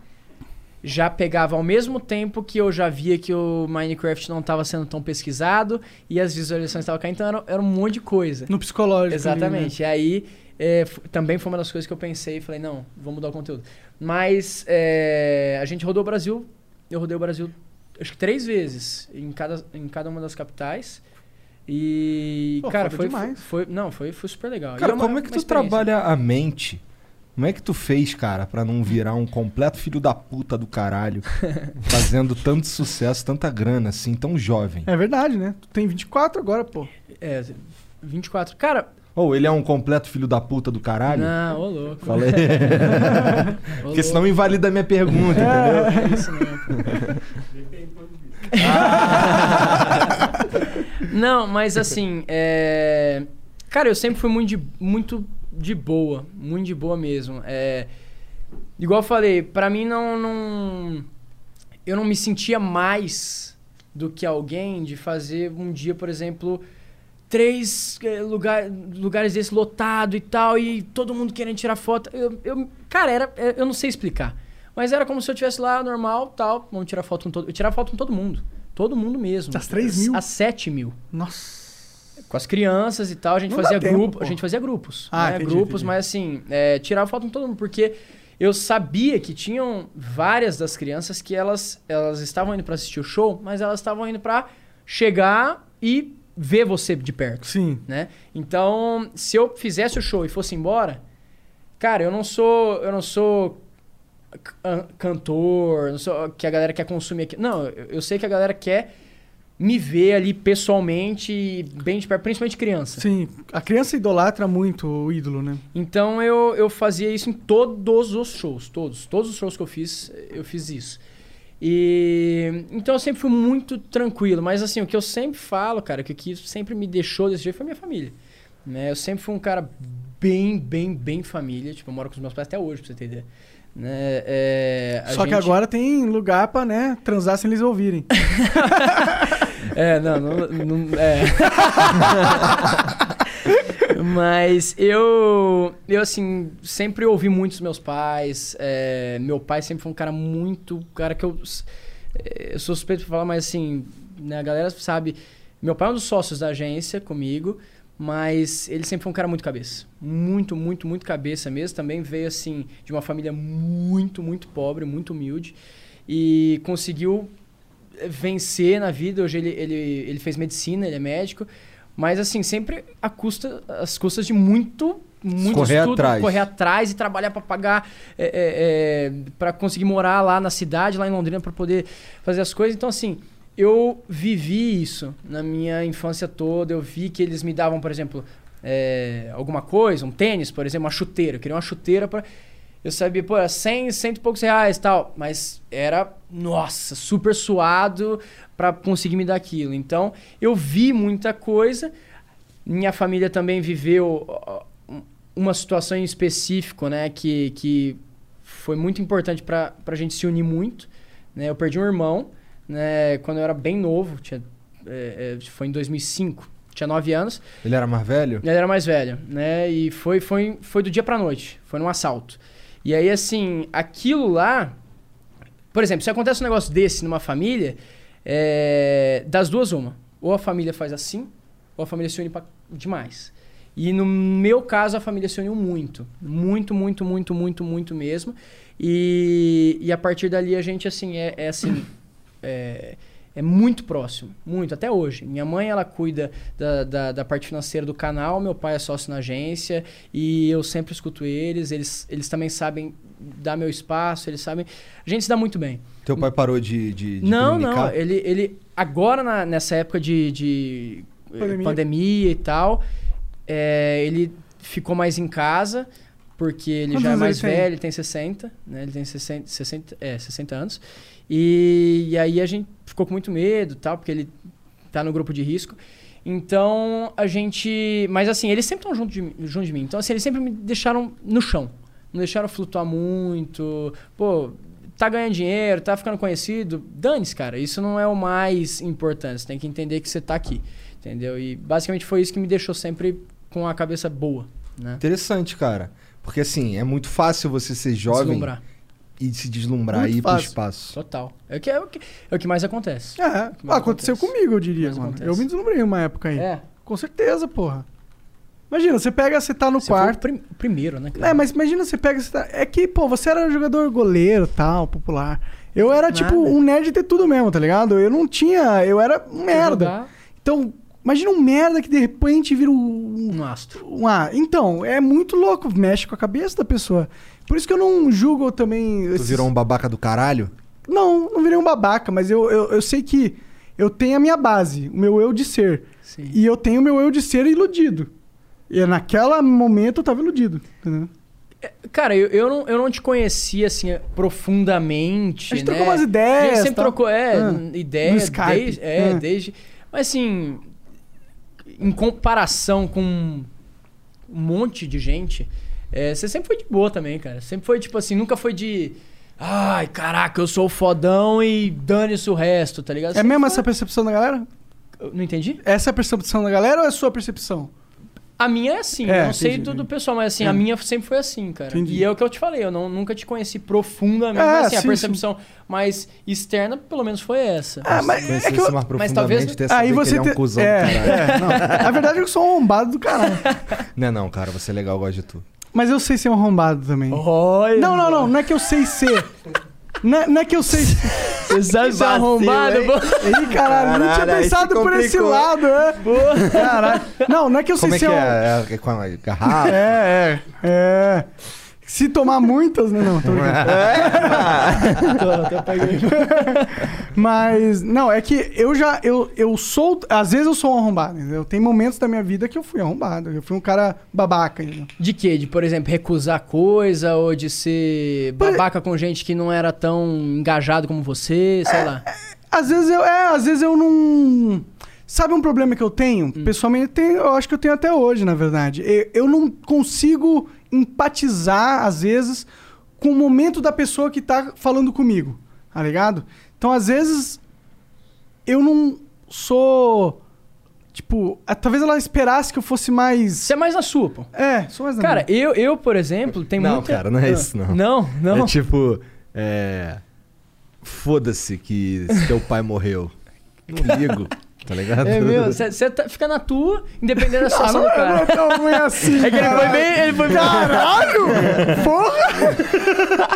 já pegava ao mesmo tempo que eu já via que o Minecraft não estava sendo tão pesquisado e as visualizações estavam caindo, então era, era um monte de coisa. No né? psicológico. né? Exatamente. E aí é, f- também foi uma das coisas que eu pensei e falei, não, vou mudar o conteúdo. Mas é, a gente rodou o Brasil, eu rodei o Brasil acho que três vezes em cada, em cada uma das capitais. E, Pô, cara, foda foi, demais. foi. Não, foi, foi super legal. E Cara, é uma- como é que uma tu experiência. trabalha a mente? Como é que tu fez, cara, pra não virar um completo filho da puta do [laughs] caralho, fazendo tanto sucesso, tanta grana assim, tão jovem? É verdade, né? Tu tem 24 agora, pô. É, 24. Cara, Ou ele é um completo filho da puta do caralho? Não, ô louco. [laughs] Falei. Ô Porque senão invalida a minha pergunta, [laughs] É, entendeu? é isso mesmo. [laughs] Não, mas assim, é... cara, eu sempre fui muito de, muito de boa, muito de boa mesmo. É... Igual eu falei, pra mim não, não. Eu não me sentia mais do que alguém de fazer um dia, por exemplo, três eh, lugar, lugares desse lotado e tal, e todo mundo querendo tirar foto. Eu, eu- cara, era, eh, eu não sei explicar. Mas era como se eu estivesse lá normal, tal, vamos tirar foto com todo. Eu tirava foto com todo mundo. Todo mundo mesmo. As 3 mil? As 7 mil. Nossa. Com as crianças e tal, a gente Não dá fazia tempo, grupo, pô. a gente fazia grupos, Ah, né? entendi, grupos, entendi. mas assim, é, tirava foto com todo mundo porque eu sabia que tinham várias das crianças que elas elas estavam indo pra assistir o show, mas elas estavam indo pra chegar e ver você de perto. Sim. Né? Então, se eu fizesse o show e fosse embora, cara, eu não sou, eu não sou can- cantor, não sou que a galera quer consumir aqui. Não, eu, eu sei que a galera quer me ver ali pessoalmente, e bem de perto, principalmente criança. Sim, a criança idolatra muito o ídolo, né? Então eu, eu fazia isso em todos os shows, todos, todos os shows que eu fiz, eu fiz isso. E então eu sempre fui muito tranquilo, mas assim, o que eu sempre falo, cara, que o que sempre me deixou desse jeito foi minha família, né? Eu sempre fui um cara bem, bem, bem família, tipo, eu moro com os meus pais até hoje, pra você entender. Né? É, a Só que gente- agora tem lugar pra, né, transar sem eles [laughs] ouvirem. É, não, não, não- é. [laughs] Mas eu, eu assim, sempre ouvi muito dos meus pais. é, meu pai sempre foi um cara muito, um cara que eu, é, eu sou suspeito pra falar, mas assim, né, a galera sabe, meu pai é um dos sócios da agência comigo, mas ele sempre foi um cara muito cabeça, muito, muito, muito cabeça mesmo. Também veio assim de uma família muito, muito pobre, muito humilde e conseguiu vencer na vida. Hoje ele, ele, ele fez medicina, ele é médico. Mas assim, sempre a custa, as custas de muito, muito Correr estudo, atrás. correr atrás e trabalhar para pagar, é, para conseguir morar lá na cidade, lá em Londrina, para poder fazer as coisas. Então, assim, eu vivi isso na minha infância toda. Eu vi que eles me davam, por exemplo, é, alguma coisa, um tênis, por exemplo, uma chuteira. Eu queria uma chuteira para. Eu sabia, pô, era 100, cento e poucos reais e tal. Mas era, nossa, super suado pra conseguir me dar aquilo. Então, eu vi muita coisa. Minha família também viveu ó, um- uma situação em específico, né? Que, que foi muito importante pra, pra gente se unir muito. Né? Eu perdi um irmão, né? Quando eu era bem novo. Tinha, é, é, foi em 2005. Tinha 9 anos. Ele era mais velho? Ele era mais velho, né? E foi, foi, foi do dia pra noite. Foi num assalto. E aí, assim, aquilo lá. Por exemplo, se acontece um negócio desse numa família, é, das duas, uma. Ou a família faz assim, ou a família se une pra- demais. E no meu caso, a família se uniu muito. Muito, muito, muito, muito, muito mesmo. E, e a partir dali a gente, assim, é, é assim. é, é muito próximo, muito, até hoje. Minha mãe, ela cuida da, da, da parte financeira do canal, meu pai é sócio na agência e eu sempre escuto eles, eles, eles também sabem dar meu espaço, eles sabem... A gente se dá muito bem. Teu pai parou de, de, de Não, comunicar? não. Ele, ele agora na- nessa época de, de, eh, Pandemia. pandemia. e tal, eh, ele ficou mais em casa porque ele Quantos já é anos ele mais tem? velho, ele tem 60, né? Ele tem 60, 60, é, 60 anos. E, e aí a gente ficou com muito medo, e tal, porque ele tá no grupo de risco. Então a gente, mas assim, eles sempre estão junto de, mim- junto de mim. Então assim, eles sempre me deixaram no chão. Não deixaram flutuar muito. Pô, tá ganhando dinheiro, tá ficando conhecido, dane-se, cara. Isso não é o mais importante. Você tem que entender que você tá aqui, entendeu? E basicamente foi isso que me deixou sempre com a cabeça boa. Interessante, cara. Porque assim, é muito fácil você ser jovem Deslumbrar. e se deslumbrar Muito e ir pro fácil. espaço. Total. É o que, é o que, é o que mais acontece. É, ah, aconteceu comigo, eu diria, mano. Eu me deslumbrei uma época aí. É. Com certeza, porra. Imagina, você pega, você tá no quarto. primeiro, né, É, mas imagina, você pega, você tá... É que, pô, você era jogador goleiro tal, popular. Eu era, tipo, um nerd de tudo mesmo, tá ligado? Eu não tinha. Eu era um merda. jogar. Então, imagina um merda que de repente vira um. Um astro. ah, então, é muito louco, mexe com a cabeça da pessoa. Por isso que eu não julgo também. Tu virou um babaca do caralho? Não, não virei um babaca, mas eu, eu, eu sei que eu tenho a minha base, o meu eu de ser. E eu tenho o meu eu de ser iludido. E naquela momento eu tava iludido. Entendeu? Cara, eu, eu, não, eu não te conhecia assim profundamente. A gente né? trocou umas A ideias, gente sempre tá? trocou, é, Ah, no ideias. Skype. Desde, é, Ah. desde. Mas assim, em comparação com um monte de gente, é, você sempre foi de boa também, cara. Sempre foi tipo assim, nunca foi de. Ai, caraca, eu sou o fodão e dane-se o resto, tá ligado? É mesmo essa percepção da galera? Não entendi? Essa é a percepção da galera ou é a sua percepção? A minha é assim, É, eu não sei entendi. do, do pessoal, mas assim, É. a minha sempre foi assim, cara. Entendi. E é o que eu te falei, eu não, nunca te conheci profundamente, É, mas assim, a sim, percepção mais externa, pelo menos, foi essa. Ah, mas é que eu- mas talvez... Aí você um te- é, não. [laughs] Na verdade, eu sou um arrombado do caralho. Não é não, cara. Você é legal, eu gosto de tu. Mas eu sei ser um arrombado também. Oh. Olha, não, não, não. Não é que eu sei ser. Não é, não é que eu sei. tá Você sabe ser arrombado, é Ih, [laughs] bom. caralho, não tinha Caralho, aí pensado se por esse complicou. lado, é. Caralho. Não, não é que eu Como é sei que ser um- é? é? Com a garrafa? É, é, é. Se tomar muitas, né? Não, tô brincando. [laughs] É. Tô- tô pegando. Mas, não, é que eu já, eu, eu sou, às vezes eu sou um arrombado, entendeu? Tem momentos da minha vida que eu fui arrombado, eu fui um cara babaca, entendeu? [laughs] De quê? De, por exemplo, recusar coisa ou de ser babaca com gente que não era tão engajado como você, sei lá. Às vezes eu, é, às vezes eu não... Sabe um problema que eu tenho? Hum. Pessoalmente, eu tenho- eu acho que eu tenho até hoje, na verdade. Eu, eu não consigo empatizar, às vezes, com o momento da pessoa que tá falando comigo, tá ligado? Então, às vezes, eu não sou... Tipo, ah, talvez ela esperasse que eu fosse mais... Você é mais na sua, pô. É, sou mais na Cara, minha. eu, eu, por exemplo, tem não, muita... cara, não é Ah. isso, não. Não, não. [laughs] É tipo, é... Foda-se que teu pai morreu. Não ligo, tá ligado? [laughs] É meu, você fica na tua, independente Ah, da situação não, do cara. não é tão ruim assim, [laughs] É que ele foi caralho. bem. Ele foi bem- Caralho! Porra!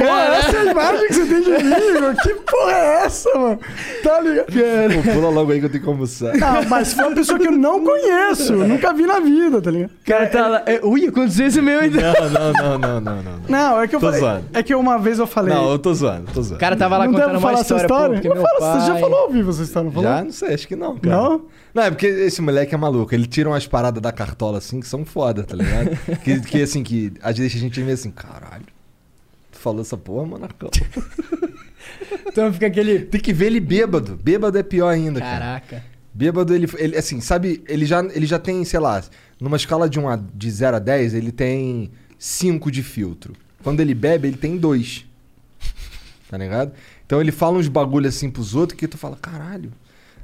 Porra, essa é a imagem que você tem de mim, meu. Que porra é essa, mano? Tá ligado? é. Pô, pula logo aí que eu tenho que [laughs] almoçar. Não, mas foi uma pessoa que eu não conheço, nunca vi na vida, tá ligado? O [laughs] cara tá lá. é, Ui, aconteceu esse meu ainda. Não, não, não, não, não. Não, é que eu Tô falei. zoando. É que uma vez eu falei. Não, eu tô zoando, tô zoando. O cara tava lá não contando devo uma falar história, essa pô, história? porque Eu meu falo, Você tá já pai- falou ao vivo essa história, não falou? Já? Não sei, acho que não, cara. Não? Não, é porque esse moleque é maluco. Ele tira umas paradas da cartola assim que são foda, tá ligado? que, que assim, que às vezes a gente vê assim, caralho. Tu falou essa porra, Monarcão. então fica aquele. Tem que ver ele bêbado. Bêbado é pior ainda, cara. Caraca. Bêbado, ele, ele assim, sabe, ele já, ele já tem, sei lá, numa escala de, uma, de 0 a 10, ele tem 5 de filtro. Quando ele bebe, ele tem 2. Tá ligado? Então ele fala uns bagulho assim pros outros que tu fala, caralho.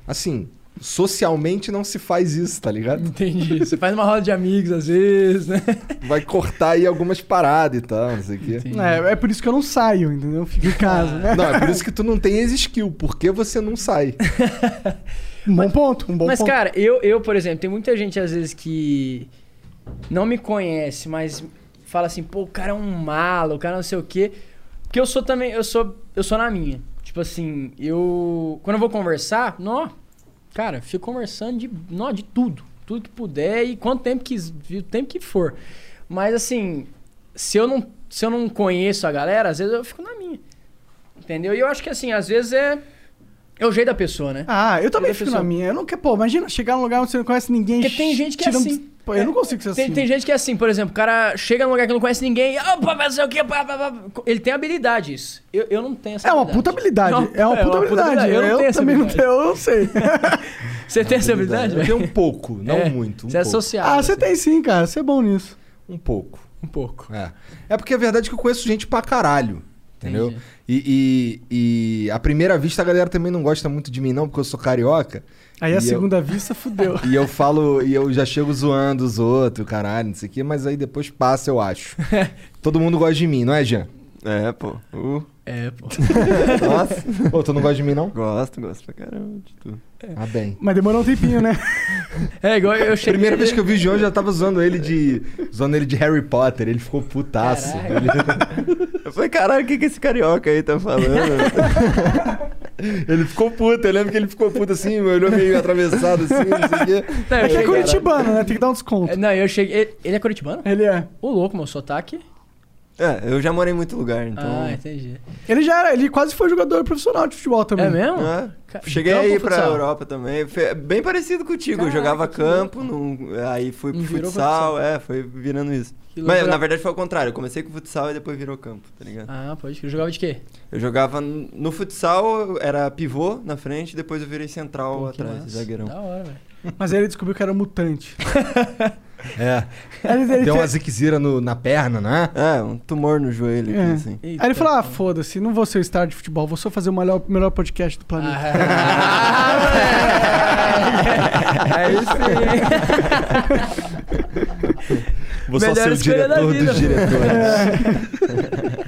Assim, socialmente não se faz isso, tá ligado? [laughs] Entendi. Você faz uma roda de amigos às vezes, né? Vai cortar aí algumas paradas e tal, não sei o quê. É, é por isso que eu não saio, entendeu? Eu Fico em casa. né? Não, é por isso que tu não tem esse skill, porque você não sai. Um bom ponto, um bom mas, ponto. cara, eu, eu, por exemplo, tem muita gente às vezes que não me conhece, mas fala assim, pô, o cara é um malo, o cara não sei o quê. Porque eu sou também, eu sou, eu sou na minha. Tipo assim, eu. Quando eu vou conversar, nó, cara, fico conversando de, nó, de tudo. Tudo que puder e quanto tempo quis, o tempo que for. Mas assim, se eu não, se eu não conheço a galera, às vezes eu fico na minha. Entendeu? E eu acho que assim, às vezes é. É o jeito da pessoa, né? Ah, eu também Jeito da fico na pessoa. minha. Eu não quero, pô, imagina chegar num lugar onde você não conhece ninguém. Porque tem gente que é tirando- assim. Pô, eu não consigo ser Tem, assim. tem gente que é assim, por exemplo, o cara chega num lugar que não conhece ninguém, opa, fazer o quê? pá, pá, pá." Ele tem habilidade isso. Eu, eu não tenho essa É uma puta habilidade. é uma puta habilidade. Eu, também não tenho, eu não [laughs] sei. Você tem essa habilidade? Eu [laughs] tenho um pouco, não É, muito. Um você é pouco. sociável, Ah, você tem sim, cara. Você é bom nisso. Um pouco. Um pouco. É. É porque a verdade é que eu conheço gente pra caralho. Entendeu? E, e, e à primeira vista a galera também não gosta muito de mim, não, porque eu sou carioca. Aí E a eu- segunda vista fudeu. E eu falo, [laughs] e eu já chego zoando os outros, caralho, não sei o quê, mas aí depois passa, eu acho. Todo mundo gosta de mim, não é, Jean? É, pô. É, pô. Nossa. Pô, tu não gosta de mim, não? Gosto, gosto pra caramba de tudo. Ah, bem. [laughs] Mas demorou um tempinho, né? É igual eu cheguei. Primeira vez que eu vi o João, eu já tava zoando [laughs] ele de. zoando ele de Harry Potter. Ele ficou putaço. [laughs] Eu falei, caralho, o que, que esse carioca aí tá falando? Ele, [laughs] ele ficou puto, eu lembro que ele ficou puto assim, me olhou meio atravessado assim, não sei o quê. Não, eu É que é cheguei- curitibano, né? Tem que dar um desconto. Não, eu cheguei. ele- Ele é curitibano? Ele é. Ô, louco, meu sotaque. é, eu já morei em muito lugar, então. Ah, entendi. Ele já era, ele quase foi jogador profissional de futebol também. É mesmo? Hum. É. Ca- Cheguei campo aí ou pra futsal? Europa também. Foi bem parecido contigo. Caraca, eu jogava que campo, num- aí fui pro Não virou futsal, futsal. é, foi virando isso. Que Mas loucura. na verdade foi ao contrário. Eu comecei com futsal e depois virou campo, tá ligado? Ah, pode crer. Jogava de quê? Eu jogava n- no futsal, eu era pivô na frente, depois eu virei central Pô, que atrás, massa. zagueirão. Da [laughs] hora, velho. Mas aí ele descobriu que era um mutante. É. Aí ele, ele [laughs] Deu uma fez- ziquezira no- na perna, né? É, um tumor no joelho É. aqui, assim. Aí ele falou: ah, foda-se, não vou ser o star de futebol, vou só fazer o melhor, melhor podcast do planeta. Ah, É isso [laughs] aí. [laughs] Vou só Melhor ser o escolha da diretor vida, dos pô. diretores.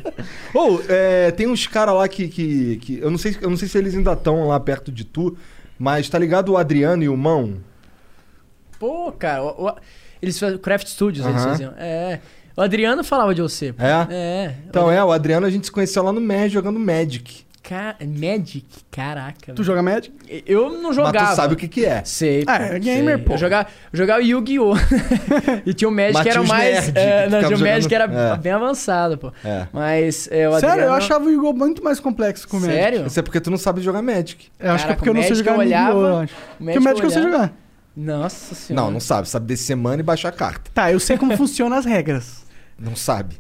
[laughs] Ou, é, tem uns caras lá que. que, que- eu, não sei, eu não sei se eles ainda estão lá perto de tu, mas tá ligado o Adriano e o Mão? Pô, cara, o- o- eles faziam Craft Studios, eles Aham. faziam. É. O Adriano falava de você. pô. É? É. Então é, o Adriano a gente se conheceu lá no Magic jogando Magic. Ca... Magic? Caraca. [laughs] tu joga Magic? Eu não jogava. Mas tu sabe o que, que é. Sei. Ah, é sei. gamer, pô. Eu jogava, jogava Yu-Gi-Oh! [laughs] e tinha o Magic Mas que era tinha os nerd mais. é, que não, tinha ficava o Magic que jogando- era É. bem avançado, pô. É. Mas é, o Sério, Adriano... eu achava o Igor muito mais complexo que o Magic. Sério? Isso é porque tu não sabe jogar Magic. Eu acho que é Caraca, porque eu não sei Magic jogar eu olhava, Yu-Gi-Oh, eu acho. Porque o Magic eu sei olhava. jogar. Nossa senhora. Não, não sabe. Sabe descer semana e baixar carta. Tá, eu sei como [laughs] funcionam as regras. Não sabe.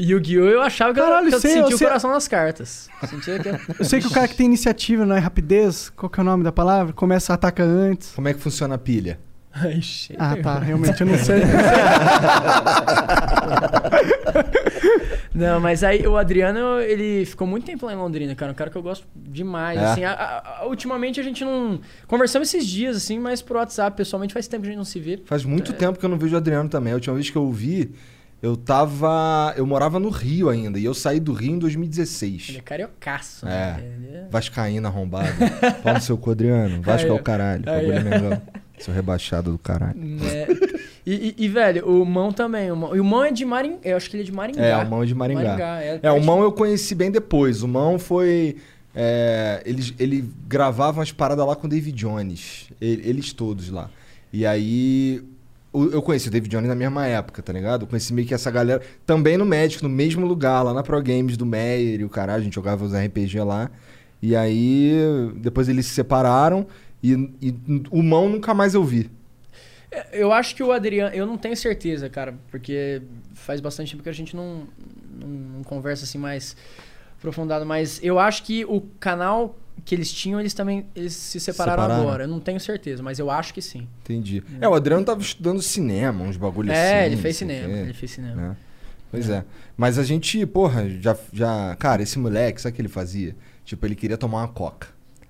Yu-Gi-Oh! eu achava que eu- Caralho, que eu sei, sentia eu o sei- coração nas cartas. Sentia que eu... [laughs] Eu sei que o cara que tem iniciativa não é rapidez, qual que é o nome da palavra? Começa, ataca antes. Como é que funciona a pilha? Ai, cheio. Ah, tá, realmente eu não sei. [laughs] Não, mas aí o Adriano, ele ficou muito tempo lá em Londrina, cara. Um cara que eu gosto demais, É. assim. A- a- a- ultimamente a gente não... Conversamos esses dias, assim, mas pro WhatsApp, pessoalmente, faz tempo que a gente não se vê. Faz muito tempo que eu não vejo o Adriano também. A última vez que eu o vi, eu tava. Eu morava no Rio ainda. E eu saí do Rio em 2016. Ele é cariocaço, É. né? Ele é- Vascaína arrombado. Pau no seu cu, [laughs] Adriano. Vasco Aí, é ó. o caralho. Aí, Bagulho ó. é Mengão. Seu rebaixado do caralho. né? E, e- e, velho, o Mão também. O Mão, e o Mão é de Maringá. Eu acho que ele é de Maringá. É, o Mão de Maringá. é, é, o Mão eu conheci bem depois. O Mão foi. é, eles, ele gravava umas paradas lá com o David Jones. E- Eles todos lá. E aí. o- Eu conheci o David Jones na mesma época, tá ligado? Eu conheci meio que essa galera. Também no Magic, no mesmo lugar, lá na Pro Games do Meyer e o caralho. A gente jogava os RPG lá. E aí. Depois eles se separaram. E, e o Mão nunca mais eu vi. Eu acho que o Adriano. Eu não tenho certeza, cara, porque faz bastante tempo que a gente não, não, não conversa assim mais aprofundado. Mas eu acho que o canal que eles tinham, eles também eles se separaram, Separaram. agora. Eu não tenho certeza, mas eu acho que sim. Entendi. É, o Adriano tava estudando cinema, uns bagulho assim. Hum. É, ele não fez sei o cinema, quê, ele fez cinema. né? Pois é. Mas a gente, porra, já, já. Cara, esse moleque, sabe o que ele fazia? Tipo, ele queria tomar uma coca.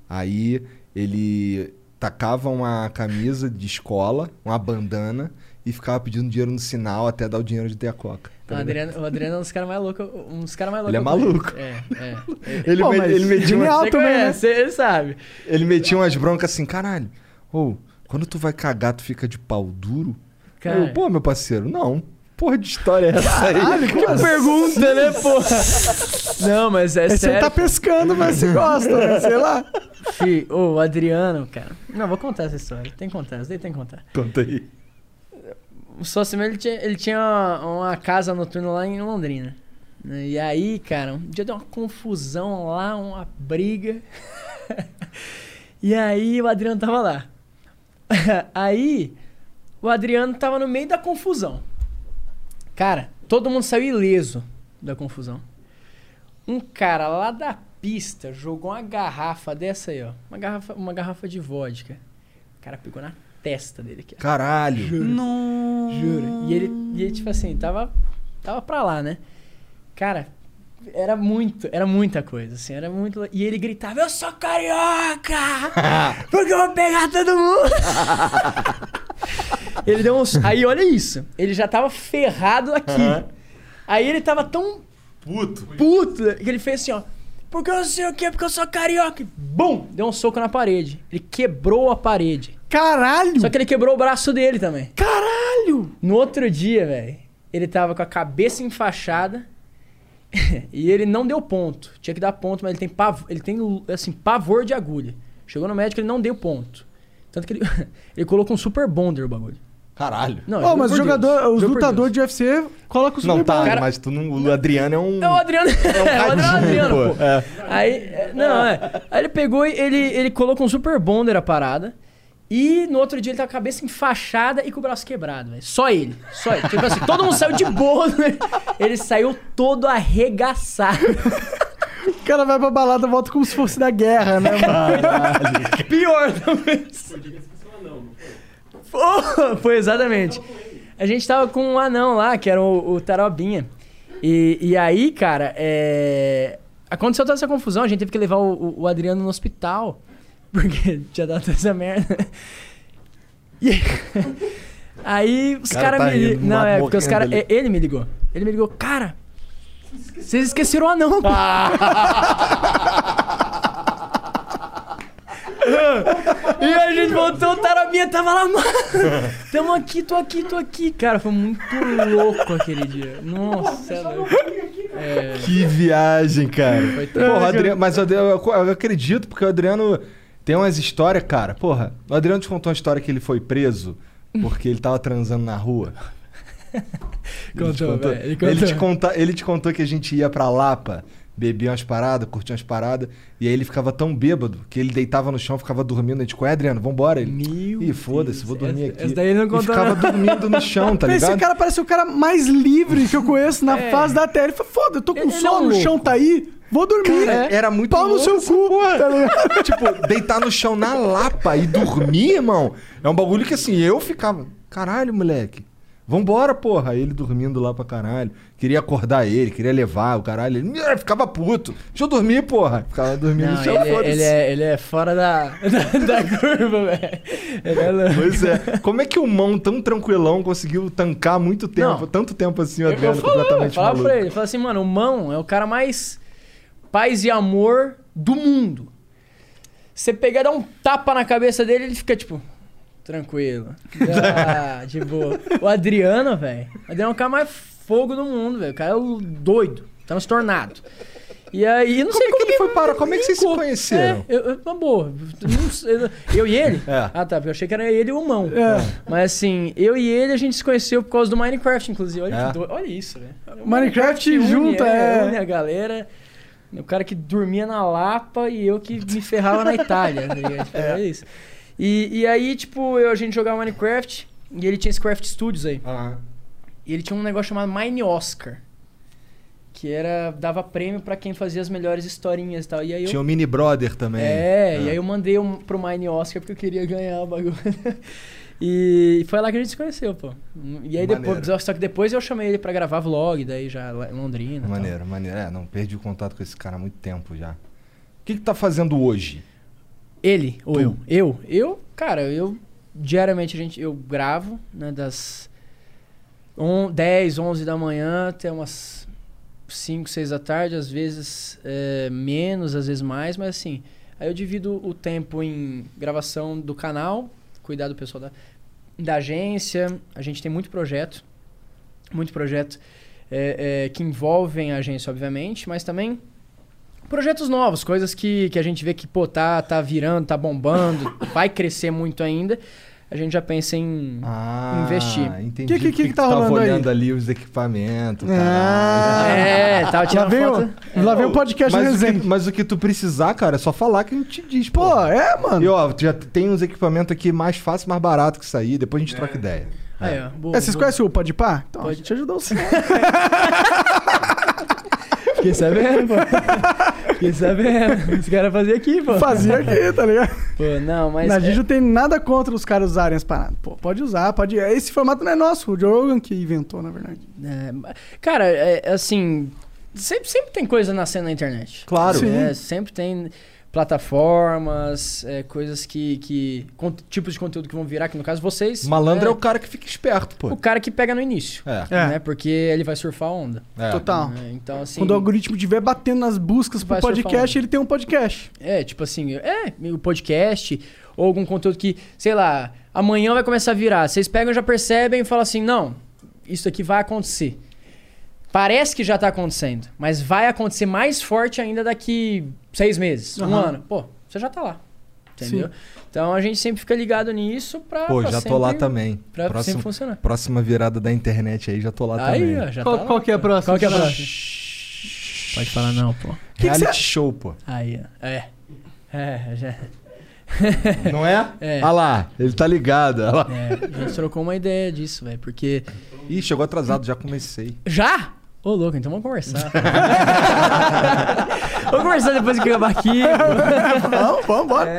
Aí ele tacava uma camisa de escola, uma bandana e ficava pedindo dinheiro no sinal até dar o dinheiro de ter a coca. Tá O Adriano, o Adriano é um dos caras mais loucos. Um dos caras mais loucos. Ele é que eu maluco. conheço. É, é. Ele, me- ele um metia Você umas... conhece, Ele sabe. Ele metia umas broncas assim, caralho. Ou, quando tu vai cagar, tu fica de pau duro? Cara. Eu, Pô, meu parceiro, não. Porra de história é essa aí? Caralho, que Como assim? pergunta, né, porra? Não, mas é Aí um você sério. tá pescando, mas você [laughs] gosta, né? Sei lá. Fih, ô, o Adriano, cara. Não, vou contar essa história. Tem que contar, essa daí tem que contar. Conta aí. O sócio meu, ele tinha, ele tinha uma, uma casa noturna lá em Londrina. né? E aí, cara, um dia deu uma confusão lá, uma briga. [laughs] e aí o Adriano tava lá. [laughs] aí o Adriano tava no meio da confusão. Cara, todo mundo saiu ileso da confusão. Um cara lá da pista jogou uma garrafa dessa aí, ó. Uma garrafa, uma garrafa de vodka. O cara pegou na testa dele aqui. ó. Caralho. Juro. Juro. E ele, e ele, tipo assim, tava, tava pra lá, né? Cara, era muito, era muita coisa, assim, era muito. lo- E ele gritava, eu sou carioca! Porque eu vou pegar todo mundo! ele deu uns. Aí olha isso. Ele já tava ferrado aqui. Aí ele tava tão. Puto. Puto. Que ele fez assim, ó. Porque eu sei o quê, porque eu sou carioca. E Bum! Deu um soco na parede. Ele quebrou a parede. Caralho! Só que ele quebrou o braço dele também. Caralho! No outro dia, velho, ele tava com a cabeça enfaixada [laughs] e ele não deu ponto. Tinha que dar ponto, mas ele tem pavor, ele tem assim, pavor de agulha. Chegou no médico, ele não deu ponto. Tanto que ele, [laughs] ele colocou um super bonder o bagulho. Caralho. Não, Ó, mas por o jogador, Deus. os Juro por lutadores de UFC colocam o Não, tá, Superman. mas tu não. O Adriano é um. É o Adriano. [laughs] É o Adriano, pô. É. Aí, é, não, é. Aí ele pegou e ele, ele colocou um super bonder a parada. E no outro dia ele tava com a cabeça enfaixada e com o braço quebrado, velho. Só ele. Só ele. Tipo assim, todo mundo saiu de boa, né? Ele saiu todo arregaçado. tá. O cara vai pra balada, volta como se fosse da [laughs] guerra, né, mano? Pior, talvez. Foi, foi exatamente. A gente tava com um anão lá, que era o, o Tarobinha. E, e aí, cara, é... aconteceu toda essa confusão. A gente teve que levar o, o- o Adriano no hospital. [laughs] Porque tinha dado toda essa merda. [laughs] E aí os Cara caras tá me ligam. rindo, Não, é, porque os morrendo caras. ali. Ele me ligou. Ele me ligou, cara. Vocês esqueceram o anão, pô. Ah. [laughs] e a gente voltou, o Tarabinha tava lá, mano. Tamo aqui, tô aqui, tô aqui. Cara, foi muito louco aquele dia. Nossa, é louco. É. Que viagem, cara. terrível. Porra, Adriano, mas o Adriano- eu, eu acredito, porque o Adriano tem umas histórias, cara. Porra, o Adriano te contou uma história que ele foi preso porque ele tava transando na rua. ele, te Contou, contou, velho, ele ele, contou. te conta- ele te contou que a gente ia pra Lapa, bebia umas paradas, curtia umas paradas, e aí ele ficava tão bêbado que ele deitava no chão, ficava dormindo. A gente, qual é, Adriano? Vambora. Ele, Ih, foda-se, vou dormir aqui. essa daí ele não E contou, ficava não. dormindo no chão, tá Esse ligado? cara parece o cara mais livre que eu conheço na [laughs] É. face da terra. Ele falou, foda, eu tô com Ele é um sono, o louco. chão tá aí, vou dormir. Cara, era muito né? Pau no louco seu essa cu, tá ligado? [laughs] tipo, deitar no chão na lapa e dormir, irmão, é um bagulho que assim, eu ficava, caralho, moleque. Vambora, porra. Ele dormindo lá pra caralho. Queria acordar ele, queria levar o caralho. Ele "Ah", ficava puto. Deixa eu dormir, porra. Ficava dormindo no Não, chão, ele, é- foda-se. ele é, ele é fora da, [laughs] da, da curva, velho. Ele é louco. Pois é. Como é que o mão tão tranquilão conseguiu tancar muito tempo, Não. tanto tempo assim, o Eu, eu Adriano falava, eu completamente falava maluco? pra ele, eu falava assim, mano, o Mão é o cara mais paz e amor do mundo. Você pegar, dar um tapa na cabeça dele, ele fica tipo, [laughs] tranquilo. Ah, de boa. O Adriano, velho, o Adriano é o cara mais fogo do mundo, velho. O cara é o doido, transtornado. E aí, eu não sei como que ele foi para, como é que vocês se conheceram? É. eu, eu, uma boa. Não sei, eu- eu e ele? Ah, tá, porque eu achei que era ele e o Mão. Mas assim, eu e ele a gente se conheceu por causa do Minecraft, inclusive. Olha, É. que doido. Olha isso, velho. um Minecraft une, junta, é. Une a galera. O cara que dormia na Lapa e eu que me ferrava na Itália. tá ligado? [laughs] Tipo, é. isso. E, e aí, tipo, eu, a gente jogava Minecraft e ele tinha esse Craft Studios aí. Ah, E ele tinha um negócio chamado Mine Oscar. Que era. dava prêmio pra quem fazia as melhores historinhas e tal. E aí eu Tinha o Mini Brother também. Ah, é, e aí eu mandei um pro Mine Oscar porque eu queria ganhar o bagulho. [laughs] e foi lá que a gente se conheceu, pô. E aí Maneiro. depois, só que depois eu chamei ele pra gravar vlog, daí já lá em Londrina. e tal. Maneiro, maneiro. É, não, perdi o contato com esse cara há muito tempo já. O que que tá fazendo hoje? Ele ou Tu. eu? Eu? Eu, cara, eu diariamente a gente, eu gravo, né, das on, 10, 11 da manhã até umas 5, 6 da tarde, às vezes é, menos, às vezes mais, mas assim, aí eu divido o tempo em gravação do canal, cuidar do pessoal da, da agência, a gente tem muito projeto, muito projeto é, é, que envolvem a agência, obviamente, mas também projetos novos, coisas que, que a gente vê que, pô, tá, tá virando, tá bombando, [coughs] vai crescer muito ainda. A gente já pensa em investir. Ah, entendi. Que- que- por que que tá tu tava rolando aí? olhando ali os equipamentos, Ah, caralho. é, tava tirando Tá Lá veio- foto. lá veio o podcast mas o, resenha. que, mas o que tu precisar, cara, é só falar que a gente diz. Pô, é, mano. E ó, tu já tem uns equipamentos aqui mais fácil, mais barato que sair, depois a gente troca ideia. Aí, ó, boa, É, vocês boa. conhecem o Podpah? Então, a um gente [laughs] ajudou você. Fiquei sabendo, pô. Fiquei sabendo. Os caras faziam aqui, pô. Fazia aqui, tá ligado? Pô, não, mas. a é- gente não tem nada contra os caras usarem as paradas. Pô, pode usar, pode. Esse formato não é nosso, o Joe Rogan que inventou, na verdade. É, ma- cara, é, é assim. Sempre, sempre tem coisa nascendo na internet. Claro. Sim. É, sempre tem plataformas, é, coisas que. que con- tipos de conteúdo que vão virar, que no caso vocês. Malandro é o cara que fica esperto, pô. O cara que pega no início. É. Né? Porque ele vai surfar a onda. É. Total. É, então, assim. Quando o algoritmo estiver batendo nas buscas pro Vai surfar podcast, um. ele tem um podcast. É, tipo assim, é, o podcast ou algum conteúdo que, sei lá, amanhã vai começar a virar. Vocês pegam, já percebem e falam assim: não, isso aqui vai acontecer. Parece que já tá acontecendo, mas vai acontecer mais forte ainda daqui seis meses, um Aham. ano. Pô, você já tá lá. Entendeu? Sim. Então a gente sempre fica ligado nisso pra. Pô, pra já tô tá sempre- lá também. Pra sempre funcionar. Próxima virada da internet aí, já tô lá Aí, também. ó, já Qual- tá lá. qual que é a próxima? Qual que é a próxima? Pode falar não, pô. Reality show, pô. Aí, ó. É. É, já. Não é? É. Ah lá, ele tá ligado. ah lá. É, a gente trocou uma ideia disso, velho, porque. Ih, chegou atrasado, já comecei. Já? Ô, louco, então vamos conversar. [laughs] vamos conversar depois que acabar aqui. É, vamos, vamos, bora.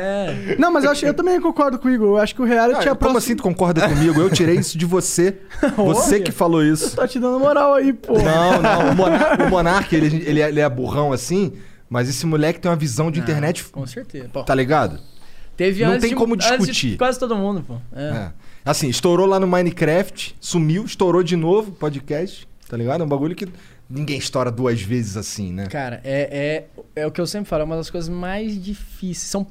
Não, mas eu, acho, eu também concordo com o Igor. Eu acho que o Ah, reality é a como próxima. assim tu concorda comigo? Eu tirei isso de [laughs] você. Você que falou isso. Tá te dando moral aí, pô. Não, não. O Monark, o Monark, ele, ele é, ele é burrão assim, mas esse moleque tem uma visão de internet, Com certeza. Pô, tá ligado? Teve Não antes tem de- como antes de discutir. quase todo mundo, pô. É. É. Assim, estourou lá no Minecraft, sumiu, estourou de novo, podcast, tá ligado? É um bagulho que ninguém estoura duas vezes assim, né? Cara, é, é, é o que eu sempre falo, é uma das coisas mais difíceis. São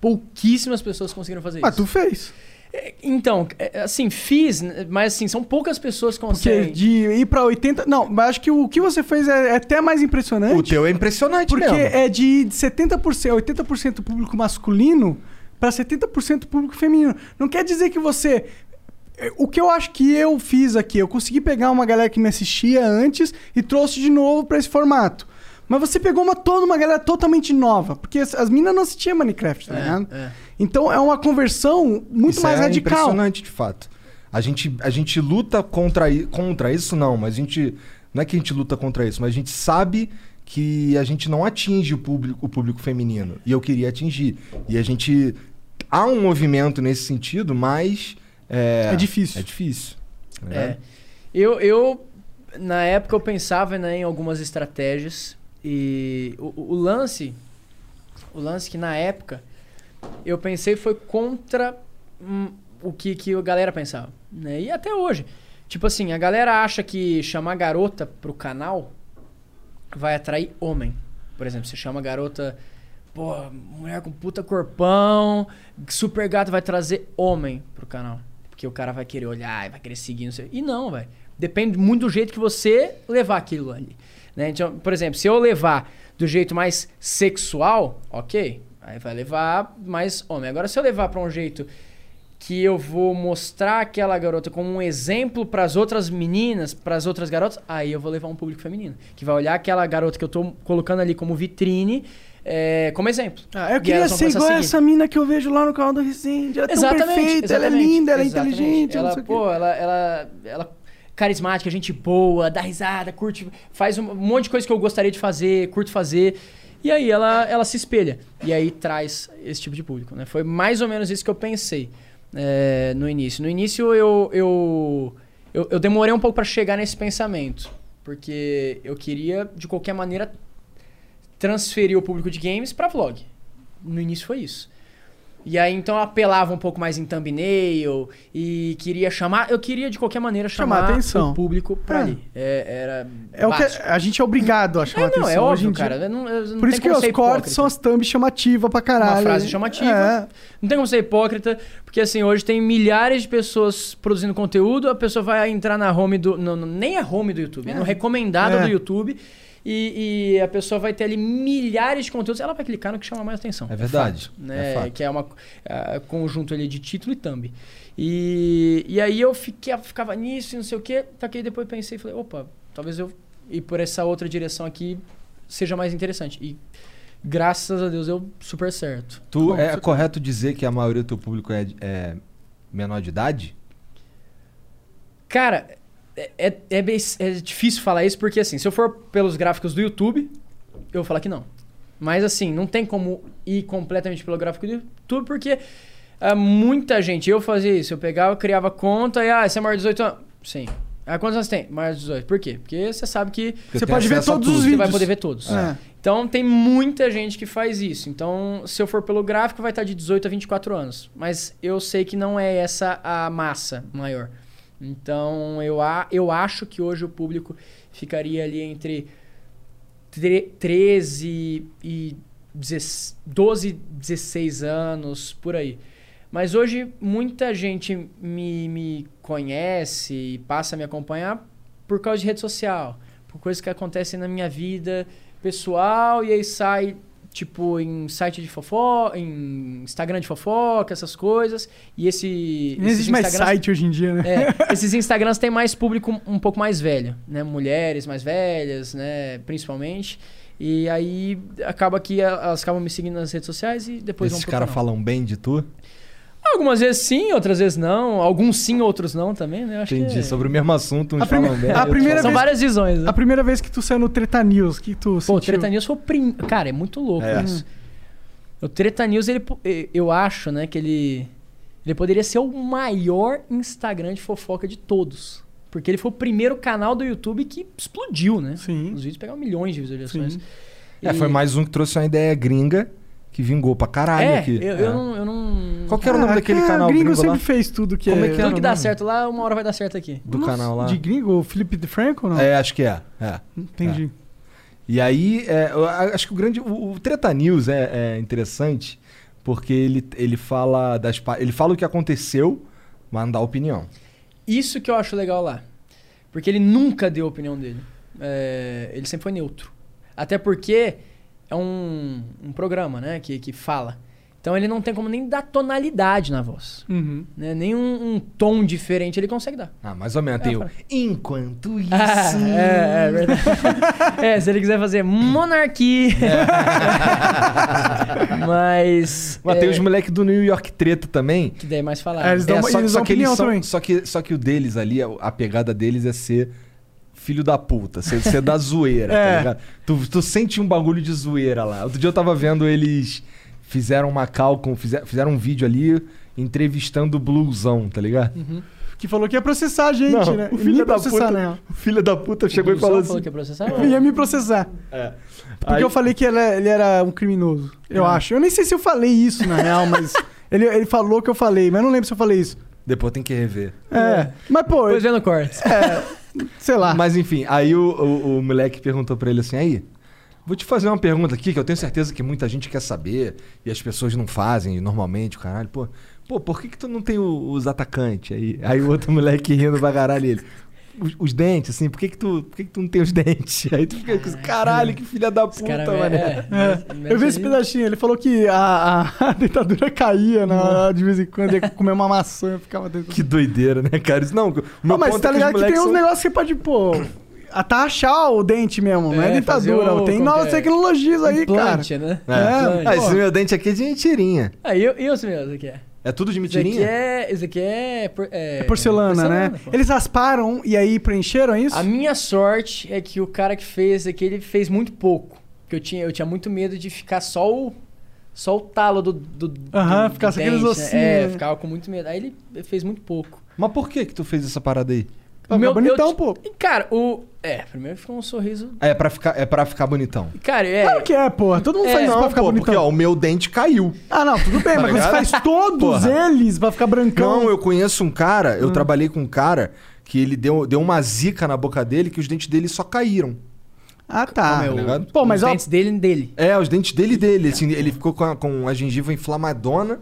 pouquíssimas pessoas que conseguiram fazer Mas isso. tu fez. É, Então, é, assim, fiz, né, mas assim, são poucas pessoas que Porque conseguem. de ir pra 80. Não, mas acho que o que você fez é, é até mais impressionante. O teu é impressionante, Porque mesmo. é de 70%, 80% público masculino pra 70% público feminino. Não quer dizer que você. é, O que eu acho que eu fiz aqui, eu consegui pegar uma galera que me assistia antes e trouxe de novo pra esse formato. Mas você pegou uma toda uma galera totalmente nova, porque as, as minas não assistiam Minecraft, É, tá ligado? Então é uma conversão muito Isso mais é radical. impressionante, de fato. A gente, a gente luta contra, i- contra isso, não, mas a gente. Não é que a gente luta contra isso, mas a gente sabe que a gente não atinge o público, o público feminino. E eu queria atingir. E a gente. Há um movimento nesse sentido, mas. É, É difícil. É difícil. tá ligado? É. Eu, eu, na época, eu pensava né, em algumas estratégias. E o, o- o lance, o lance que na época eu pensei foi contra hum, o que, que a galera pensava. Né? E até hoje. Tipo assim, a galera acha que chamar garota pro canal vai atrair homem. Por exemplo, você chama a garota, pô, mulher com puta corpão, super gato vai trazer homem pro canal. Porque o cara vai querer olhar e vai querer seguir, não sei. E não, velho. Depende muito do jeito que você levar aquilo ali. Né? Então, por exemplo, se eu levar do jeito mais sexual, ok. Aí vai levar mais homem. Agora, se eu levar pra um jeito que eu vou mostrar aquela garota como um exemplo pras outras meninas, pras outras garotas, aí eu vou levar um público feminino, que vai olhar aquela garota que eu tô colocando ali como vitrine, é, como exemplo. Ah, eu E queria elas vão ser começar a igual a seguir. essa mina que eu vejo lá no canal do Resende. Ela é tão Exatamente, perfeita, ela é exatamente, linda, ela é exatamente. inteligente, ela, Ela, não sei o quê. pô, ela, ela, ela carismática, gente boa, dá risada, curte, faz um monte de coisa que eu gostaria de fazer, curto fazer. E aí ela, ela se espelha. E aí traz esse tipo de público, né? Foi mais ou menos isso que eu pensei é, no início. No início eu, eu, eu, eu demorei um pouco pra chegar nesse pensamento. Porque eu queria, de qualquer maneira, transferir o público de games pra vlog. No início foi isso. E aí então eu apelava um pouco mais em thumbnail e queria chamar. Eu queria de qualquer maneira Chamar chamar, atenção. o público pra É. ali. É, era. É o que básico. a gente é obrigado a chamar É, não, atenção é óbvio, hoje em dia. cara. Eu não- eu não Por isso tem que como os cortes ser hipócrita. são as thumbs chamativas pra caralho. Uma frase chamativa. É. Não tem como ser hipócrita, porque assim, hoje tem milhares de pessoas produzindo conteúdo, a pessoa vai entrar na home do. Não, não- nem é home do YouTube, é, no recomendado É. do YouTube. E, e a pessoa vai ter ali milhares de conteúdos, ela vai clicar no que chama mais atenção. É verdade, fato, né? é fato. Que é um conjunto ali de título e thumb. E, e aí eu fiquei, ficava nisso e não sei o quê. Taquei depois pensei e falei, opa, talvez eu ir por essa outra direção aqui seja mais interessante. E graças a Deus eu super certo. Tu Bom, é super- correto dizer que a maioria do teu público é, é menor de idade? Cara, é, é, é bem- é difícil falar isso porque, assim, se eu for pelos gráficos do YouTube, eu vou falar que não. Mas, assim, não tem como ir completamente pelo gráfico do YouTube porque ah, muita gente, eu fazia isso, eu pegava, eu criava conta e, ah, você é maior de 18 anos? Sim. Ah, quantos anos tem? Maior de 18. Por quê? Porque você sabe que... Você tem pode ver acesso a todos tudo. os Você vai vídeos. poder ver todos. É. Então, tem muita gente que faz isso. Então, se eu for pelo gráfico, vai estar de 18 a 24 anos. Mas eu sei que não é essa a massa maior. Então, eu, a, eu acho que hoje o público ficaria ali entre tre- 13 e 10 12, 16 anos, por aí. Mas hoje muita gente me, me conhece e passa a me acompanhar por causa de rede social, por coisas que acontecem na minha vida pessoal e aí sai tipo em site de fofoca, em Instagram de fofoca, essas coisas. E esse Não existe mais site hoje em dia, né? é, esses Instagrams têm mais público um pouco mais velho, né? Mulheres mais velhas, né? Principalmente. E aí acaba que a- elas acabam me seguindo nas redes sociais e depois Esses vão pro caras canal. falam bem de tu? Algumas vezes sim, outras vezes não. Alguns sim, outros não também, né? Eu Acho Entendi. que é- Sobre o mesmo assunto, uns A, prime- falam bem. a outros primeira falam vez... várias visões. [laughs] né? A primeira vez que tu saiu no Treta News, que tu Pô, sentiu? o Treta News foi o prim... Cara, é muito louco É. isso. O Treta News, ele, po- eh, eu acho, né, que ele... Ele poderia ser o maior Instagram de fofoca de todos. Porque ele foi o primeiro canal do YouTube que explodiu, né? Sim. Os vídeos pegaram milhões de visualizações. É, foi E- mais um que trouxe uma ideia gringa que vingou pra caralho É, aqui. eu, eu não, eu não... Qual que era o nome daquele canal Ah, gringo gringo lá? sempre fez tudo que Como é que era Tudo o que é dá nome? certo lá, uma hora vai dar certo aqui. Do canal lá. De gringo? O Felipe de Franco, não? É, acho que é. é. Entendi. É. E aí, é, eu a- acho que o grande. O, o Treta News é, é interessante porque ele, ele fala das pa- Ele fala o que aconteceu, mas não dá opinião. Isso que eu acho legal lá. Porque ele nunca deu a opinião dele. É, ele sempre foi neutro. Até porque é um, um programa, né? Que, que fala. Então ele não tem como nem dar tonalidade na voz. Uhum. Né? Nem um, um tom diferente ele consegue dar. Ah, mais ou menos. Tem o- [laughs] Enquanto isso. é, é verdade. [laughs] é, se ele quiser fazer monarquia. Mas. é, Mas tem os moleques do New York Treta também. Que daí é mais falar. É, só, só que eles são- só que Só que o deles ali, a- a pegada deles é ser filho da puta, ser, ser da zoeira, É. tá ligado? Tu, tu sente um bagulho de zoeira lá. Outro dia eu tava vendo eles fizeram uma cálculo, fizeram, fizeram um vídeo ali entrevistando o Bluesão, tá ligado? Que falou que ia processar a gente, Não, né? o E filho nem da processar, puta- né? O filho da puta chegou e Blusão falou assim... falou que é ia processar? Ia me processar. É. Porque Aí- eu falei que ele, ele era um criminoso, eu É. acho. Eu nem sei se eu falei isso, na [laughs] real, mas... Ele, ele falou que eu falei, mas eu não lembro se eu falei isso. Depois tem que rever. É. Mas, pô... Pois vendo cortes. É, sei [laughs] lá. Mas enfim, aí o, o, o moleque perguntou pra ele assim: aí, vou te fazer uma pergunta aqui que eu tenho certeza que muita gente quer saber e as pessoas não fazem normalmente, o caralho. Pô, pô por que, que tu não tem o- os atacantes? Aí, aí o outro [laughs] moleque rindo pra caralho ele. Os, os dentes, assim, por que que, tu, por que que tu não tem os dentes? [laughs] Aí tu fica com isso, caralho, que filha da puta, cara mano. é- É, Eu vi esse pedacinho, ele falou que a, a- [laughs] a dentadura caía na, de vez em quando, ia comer uma maçã e ficava [laughs] dentro. Que doideira, né, cara? Isso, não, o meu Não, mas ponto tá é ligado os que tem moleques uns são- negócios que pode, pô, atachar o dente mesmo, não é É, dentadura. fazer o- Tem novas qualquer- tecnologias aí, Implante, cara. né? É, Implante. Ah, esse meu dente aqui é de mentirinha. Aí eu, eu sei mesmo, isso aqui é. É tudo de Isso aqui mentirinha? é. Isso aqui é. por- É, É porcelana, né? pô. Eles rasparam e aí preencheram é isso? A minha sorte é que o cara que fez isso aqui, ele fez muito pouco. Porque eu tinha, eu tinha muito medo de ficar só o. Só o talo do. do Aham, do- ficar do só aqueles dente, né? ossinhos, É, né? ficava com muito medo. Aí ele fez muito pouco. Mas por que que tu fez essa parada aí? Pra ficar bonitão, pô. Cara, o. É, primeiro ficou um sorriso. É pra ficar, é pra ficar bonitão. Cara, é. Claro que é, pô. Todo mundo É, faz isso não, pra ficar pô, bonitão. porque, ó, o meu dente caiu. Ah, não, tudo bem, Tá mas você ligado? faz todos Porra. eles pra ficar brancão. Não, eu conheço um cara, eu Hum. trabalhei com um cara que ele deu, deu uma zica na boca dele que os dentes dele só caíram. Ah, tá. Tá ligado? Pô, mas Os ó. dentes dele e dele. É, os dentes dele e dele. Assim, ele ficou com a, com a gengiva inflamadona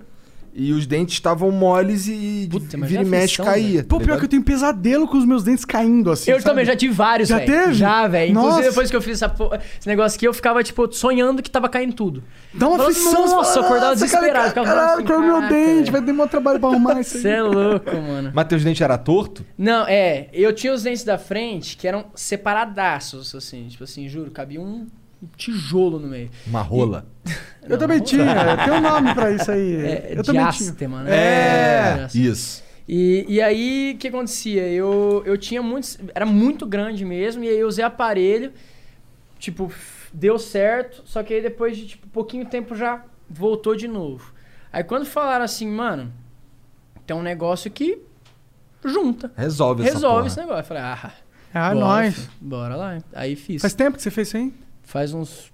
e os dentes estavam moles e vira e mexe caía. tá Pô, pior que eu tenho pesadelo com os meus dentes caindo, assim. eu sabe? também já tive vários, Já velho. teve? Já, velho. Nossa. Inclusive, depois que eu fiz essa po- esse negócio aqui, eu ficava, tipo, sonhando que tava caindo tudo. Dá uma Falava, assim, aflição. você Nossa, fala, acordava "Nossa, cara, desesperado. ficava falando Caralho, assim, caiu meu "Caraca, dente, vai demorar trabalho pra arrumar isso aí. Você é louco, mano. Mas teus dentes era torto? Não, é, eu tinha os dentes da frente que eram separadaços, assim, tipo assim, juro, cabia um tijolo no meio. Uma rola. Eu também tinha, tem um nome pra isso aí. É, eu também diástema, tinha. né? É. É, isso. E, e aí, o que acontecia? Eu, eu tinha muitos. Era muito grande mesmo, e aí eu usei aparelho, tipo, deu certo, só que aí depois de tipo, pouquinho tempo já voltou de novo. Aí quando falaram assim, mano, tem um negócio que junta. Resolve, Resolve esse essa porra. negócio. Eu falei, ah, Ah, bora, nós. filho, Bora lá. Aí fiz. Faz tempo que você fez isso aí? Faz uns.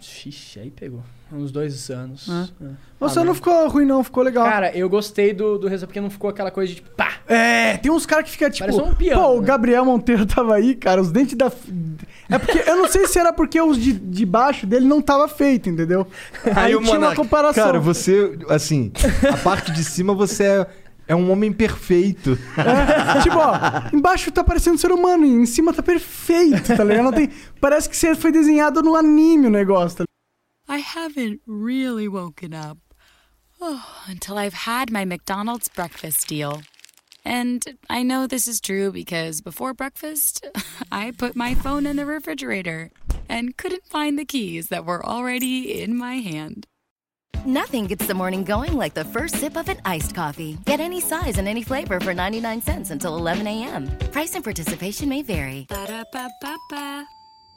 Xixi, aí pegou. Uns dois anos. Ah. É. Você Ah, não ficou ruim, não, ficou legal. Cara, eu gostei do, do resultado, porque não ficou aquela coisa de tipo, pá! É, tem uns caras que ficam tipo. Parece um piano, Pô, o né? Gabriel Monteiro tava aí, cara, os dentes da. f- É porque. Eu não sei se era porque os de, de baixo dele não tava feito, [laughs] entendeu? Aí, tinha uma Monark, comparação. Cara, você, assim, a parte de cima você é, é um homem perfeito. É, tipo, ó, embaixo tá parecendo um ser humano, e em cima tá perfeito, tá ligado? Não tem, parece que você foi desenhado no anime o negócio, tá ligado? I haven't really woken up oh, until I've had my McDonald's breakfast deal. And I know this is true because before breakfast, [laughs] I put my phone in the refrigerator and couldn't find the keys that were already in my hand. Nothing gets the morning going like the first sip of an iced coffee. Get any size and any flavor for 99 cents until 11 a.m. Price and participation may vary. Ba-da-ba-ba-ba.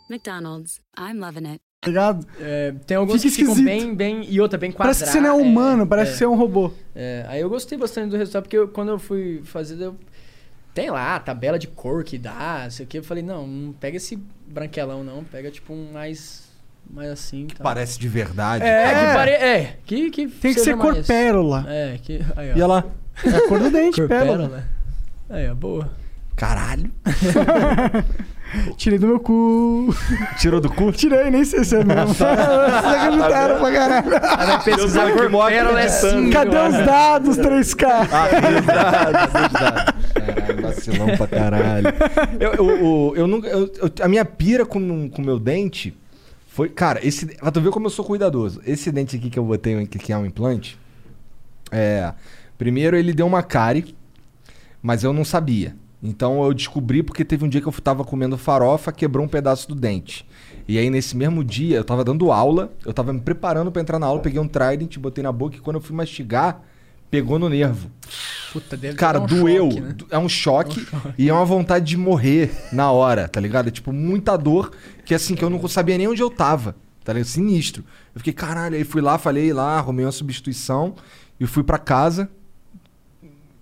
McDonald's, I'm loving it. Tá ligado? É, tem alguns Fica que ficam esquisito. bem, bem. E outra, bem quadrada. Parece que você não é humano, parece que você é um robô. É, aí eu gostei bastante do resultado, porque eu- quando eu fui fazer, eu. Tem lá a tabela de cor que dá, não sei o que. Eu falei, não, não pega esse branquelão, não. Pega tipo um mais. Mais assim. Que Parece de verdade. É, que pare... é, que, que Tem que seja ser cor mais- pérola. É, que. Aí, ó. E olha lá. É a cor do dente, Cor pérola. pérola. Aí, ó, boa. Caralho. Tirei do meu cu. [laughs] Tirou do cu? Tirei, nem sei se é [laughs] mesmo. [laughs] Vocês acreditaram pra caralho. Vai pesquisar cor é pérola é cinco, Cadê mano. os dados, 3K? Ah, [laughs] Vacilão pra caralho. Eu, eu- eu- eu nunca. eu- eu- a minha pira com o meu dente foi. Cara, esse. Pra tu ver como eu sou cuidadoso. Esse dente aqui que eu botei, que que é um implante. É. Primeiro ele deu uma cárie, mas eu não sabia. Então eu descobri porque teve um dia que eu tava comendo farofa, quebrou um pedaço do dente. E aí nesse mesmo dia eu tava dando aula, eu tava me preparando pra entrar na aula, peguei um trident, botei na boca e quando eu fui mastigar, pegou no nervo. Puta, deve Cara, dar um doeu. choque, né? Do- É um choque e é uma vontade de morrer na hora, tá ligado? É tipo muita dor que assim, que eu não sabia nem onde eu tava, tá ligado? Sinistro. Eu fiquei, caralho, aí fui lá, falei lá, arrumei uma substituição e fui pra casa.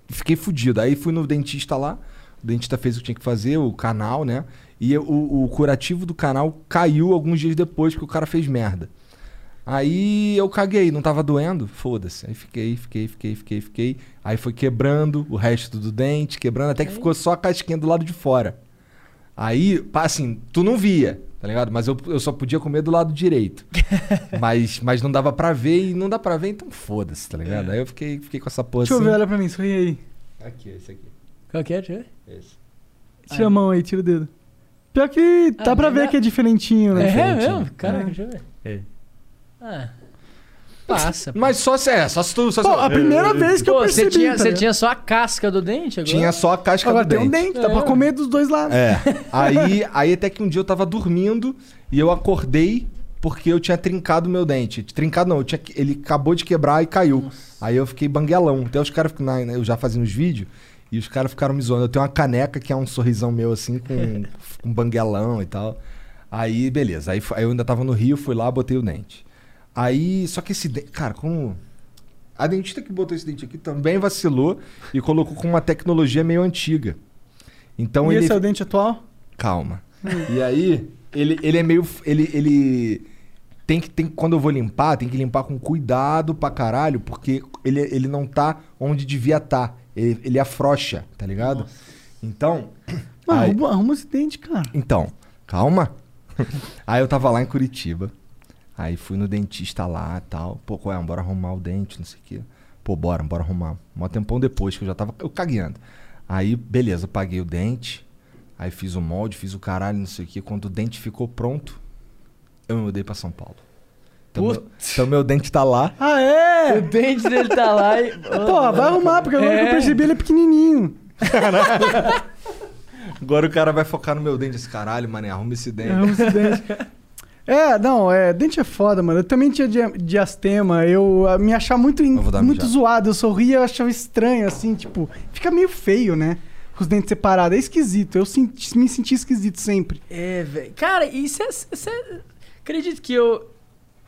Fiquei fudido. Aí fui no dentista lá, o dentista fez o que tinha que fazer, o canal, né? E eu- o, o curativo do canal caiu alguns dias depois que o cara fez merda. Aí eu caguei, não tava doendo? Foda-se. Aí fiquei, fiquei, fiquei, fiquei, fiquei. Aí foi quebrando o resto do dente, quebrando, até que ficou só a casquinha do lado de fora. Aí, pá, assim, tu não via, tá ligado? Mas eu, eu só podia comer do lado [laughs] direito. mas, mas não dava pra ver e não dá pra ver, então foda-se, tá ligado? Aí eu fiquei, fiquei com essa porra É. Deixa eu assim. ver, olha pra mim, sorri aí. Aqui, esse aqui. Qual que é, deixa eu ver? Esse. Tira a mão aí, tira o dedo. Pior que dá Ah, pra bem ver na- que é diferentinho, né? É, é mesmo? Caraca, É. deixa eu ver. Ah. Passa. Mas só se é, só se tu. Só se- Pô, a primeira vez que eu Pô, Você percebi, tinha, tá você ligado? tinha só a casca do dente agora? Tinha só a casca Agora do tem um dente. dente, dá pra comer dos dois lados. É. Aí, aí até que um dia eu tava dormindo e eu acordei porque eu tinha trincado meu dente. Trincado não, eu tinha, que- ele acabou de quebrar e caiu. Aí eu fiquei banguelão. Até os caras, ficam na- né, eu já fazia uns vídeos, e os caras ficaram me zoando. Eu tenho uma caneca que é um sorrisão meu assim, com um banguelão e tal. Aí, beleza. Aí, fu- aí eu ainda tava no Rio, fui lá, botei o dente. Aí, só que esse dente... Cara, como... A dentista que botou esse dente aqui também vacilou e colocou com uma tecnologia meio antiga. Então e ele. esse é o dente atual? Calma. E aí, ele, ele é meio. Ele. ele tem que, tem, quando eu vou limpar, tem que limpar com cuidado pra caralho, porque ele, ele não tá onde devia estar. Ele, ele afrocha, tá ligado? Então. Mano, aí- arruma, arruma esse dente, cara. então, calma. [laughs] aí eu tava lá em Curitiba. Aí fui no dentista lá e tal. Pô, qual é? Bora arrumar o dente, não sei o quê. Pô, bora, bora arrumar. Mó tempão depois, que eu já tava eu cagueando. Aí, beleza, paguei o dente. Aí fiz o molde, fiz o caralho, não sei o quê. Quando o dente ficou pronto, eu me mudei pra São Paulo. Então, meu, então meu dente tá lá. Ah, é? [laughs] O dente dele tá lá [laughs] e. Pô, vai arrumar, porque agora que eu É. percebi ele é pequenininho. Agora o cara vai focar no meu dente. Esse caralho, mané, arruma esse dente. Arruma esse dente. É, não, é, dente é foda, mano. Eu também tinha dia- diastema, eu ah, me achava muito, in- Eu vou dar uma muito mijada. zoado, eu sorria, eu achava estranho, assim, tipo, fica meio feio, né? Com Os dentes separados, é esquisito, eu senti- me senti esquisito sempre. É, velho. Cara, e você. Acredito que eu.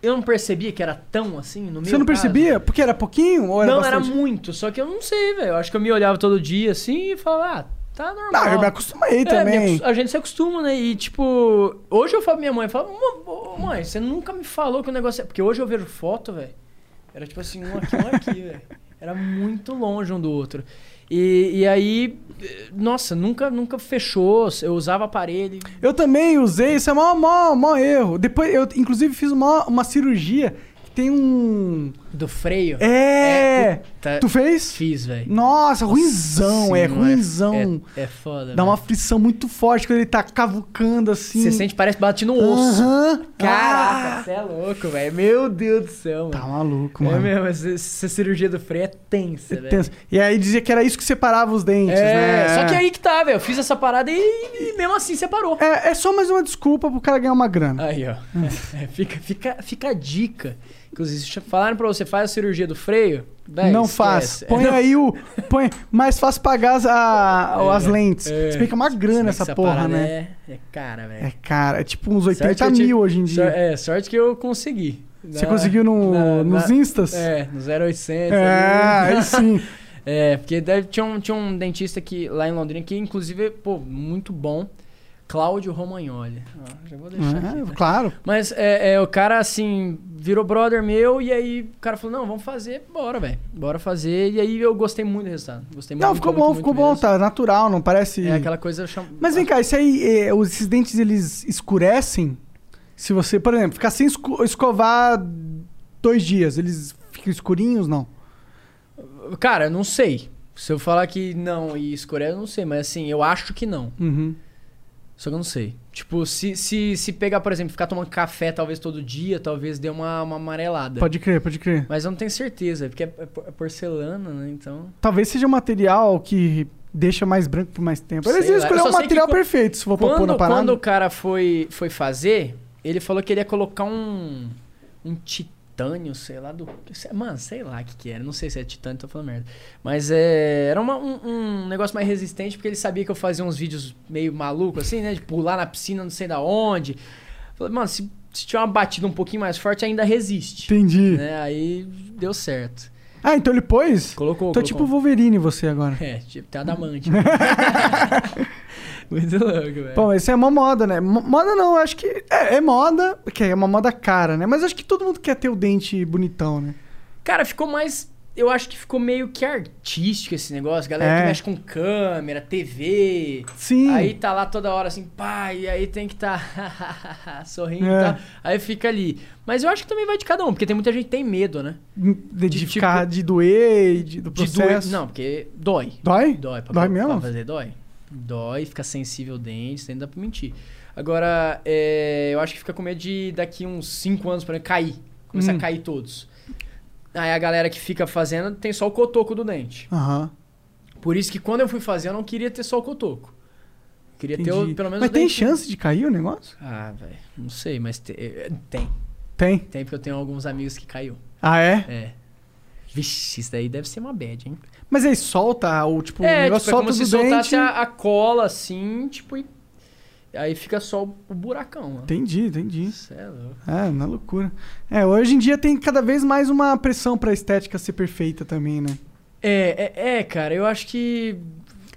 Eu não percebia que era tão assim no meu Você não caso. percebia? Porque era pouquinho ou era não, bastante? era muito, só que eu não sei, velho. Eu Acho que eu me olhava todo dia assim e falava, ah, tá normal. Ah, eu me acostumei É, também. me acos- a gente se acostuma, né? E tipo, hoje eu falo pra minha mãe, eu falo, "Mô, ô, mãe, você nunca me falou que o negócio é. Porque hoje eu vejo foto, velho. Era tipo assim, um aqui, um aqui, [laughs] velho. Era muito longe um do outro. E, e aí, eh, nossa, nunca, nunca fechou. Eu usava aparelho. Eu também usei, isso é mó, mó, mó erro. Depois, eu inclusive fiz uma, uma cirurgia que tem um. Do freio? É! puta, tu fez? tá Fiz, velho. Nossa, ruinzão, é Sim, não ruinzão. É, é foda. Dá velho. uma frição muito forte quando ele tá cavucando assim. Você sente, parece bater no osso. Aham. Caraca, você é louco, velho. Meu Deus do céu, mano. Tá maluco, É mano. mesmo, essa, essa cirurgia do freio é tensa, velho. Tenso. E aí dizia que era isso que separava os dentes, É, né? só que aí que tá, velho. Eu fiz essa parada e, e mesmo assim separou. É, Hum. é só mais uma desculpa pro cara ganhar uma grana. Aí, ó. É, fica, fica, fica a dica. Inclusive, se falaram pra você, faz a cirurgia do freio? velho, não esquece. faz. É, Põe [laughs] não. aí o. Põe, mas faz pagar as, a- É, as lentes. é. Você fica uma Se bem grana que essa porra, parada né? É, é cara, velho. É, cara, é tipo uns 80 Sorte que eu mil tive- hoje em sor- dia. É, sorte que eu consegui. Você Na- conseguiu no- nos instas? É, no 0800. É, ali. aí sim. [laughs] É, porque deve- tinha, um, tinha um dentista aqui, lá em Londrina que, inclusive, pô, muito bom. Cláudio Romagnoli. Ó, já vou deixar Ah, aqui. né? Claro. Mas é, é, o cara, assim, virou brother meu e aí o cara falou, não, vamos fazer, bora, velho. Bora fazer. E aí eu gostei muito do resultado. Gostei muito, Não, ficou muito, bom, muito ficou bom, tá natural, não parece. mesmo. É aquela coisa... Cham... Mas vem cá, isso aí, é, os- esses dentes eles escurecem? Se você, por exemplo, ficar sem esco- escovar dois dias, eles ficam escurinhos, não? Cara, eu não sei. Se eu falar que não e escurecer, eu não sei. Mas assim, eu acho que não. Uhum. Só que eu não sei. Tipo, se, se, se pegar, por exemplo, ficar tomando café talvez todo dia, talvez dê uma, uma amarelada. Pode crer, pode crer. Mas eu não tenho certeza, porque é é por- é porcelana, né? Então. Talvez seja um material que deixa mais branco por mais tempo. Eles sei iam lá. escolher Eu só um sei que material quan- perfeito, se for pra pôr na quando, parada. quando o cara foi, foi fazer, ele falou que ele ia colocar um. Um titânio, sei lá do. se- Mano, sei lá o que, que era. Não sei se é titânio, tô falando merda. Mas é, era uma- um, um negócio mais resistente, porque ele sabia que eu fazia uns vídeos meio maluco, assim, né? De pular na piscina, não sei da onde. Falei, mano, se, se tiver uma batida um pouquinho mais forte, ainda resiste. Entendi. Né? Aí deu certo. Ah, então ele pôs? Colocou, Tô colocou. tipo Wolverine você agora. [laughs] É, tipo, [laughs] tem adamante. Muito louco, velho. Pô, mas isso é uma moda, né? Mo- Moda não, eu acho que. É, é moda, que é uma moda cara, né? Mas eu acho que todo mundo quer ter o dente bonitão, né? Cara, ficou mais. Eu acho que ficou meio que artístico esse negócio. Galera É. que mexe com câmera, TV. Sim. Aí tá lá toda hora assim, pá, e aí tem que tá [laughs] sorrindo e É. tal. Aí fica ali. Mas eu acho que também vai de cada um, porque tem muita gente que tem medo, né? Hum, De, de ficar, de doer, e de, do De processo. doer. Não, porque dói. Dói? Dói. Pra, Dói pra mesmo? fazer dói. Dói, fica sensível o dente, isso aí não dá pra mentir. Agora, é, eu acho que fica com medo de daqui uns 5 anos, por exemplo, cair. Começar Hum. a cair todos. Aí a galera que fica fazendo tem só o cotoco do dente. Aham. Por isso que quando eu fui fazer, eu não queria ter só o cotoco. Eu Queria ter entendi. o- pelo menos Mas o tem dente- né? chance de cair o negócio? Ah, velho, não sei, mas te- eh, tem. Tem. Tem, porque eu tenho alguns amigos que caiu. Ah, é? É. Vixe, isso daí deve ser uma bad, hein? Mas aí solta o tipo, o é, negócio tipo, é solta como do se soltasse dente. a, a cola assim, tipo, e. Aí fica só o o buracão. Ó. Entendi, entendi. Cê é louco. É, na loucura. É, hoje em dia tem cada vez mais uma pressão pra estética ser perfeita também, né? É, é, é, cara, eu acho que.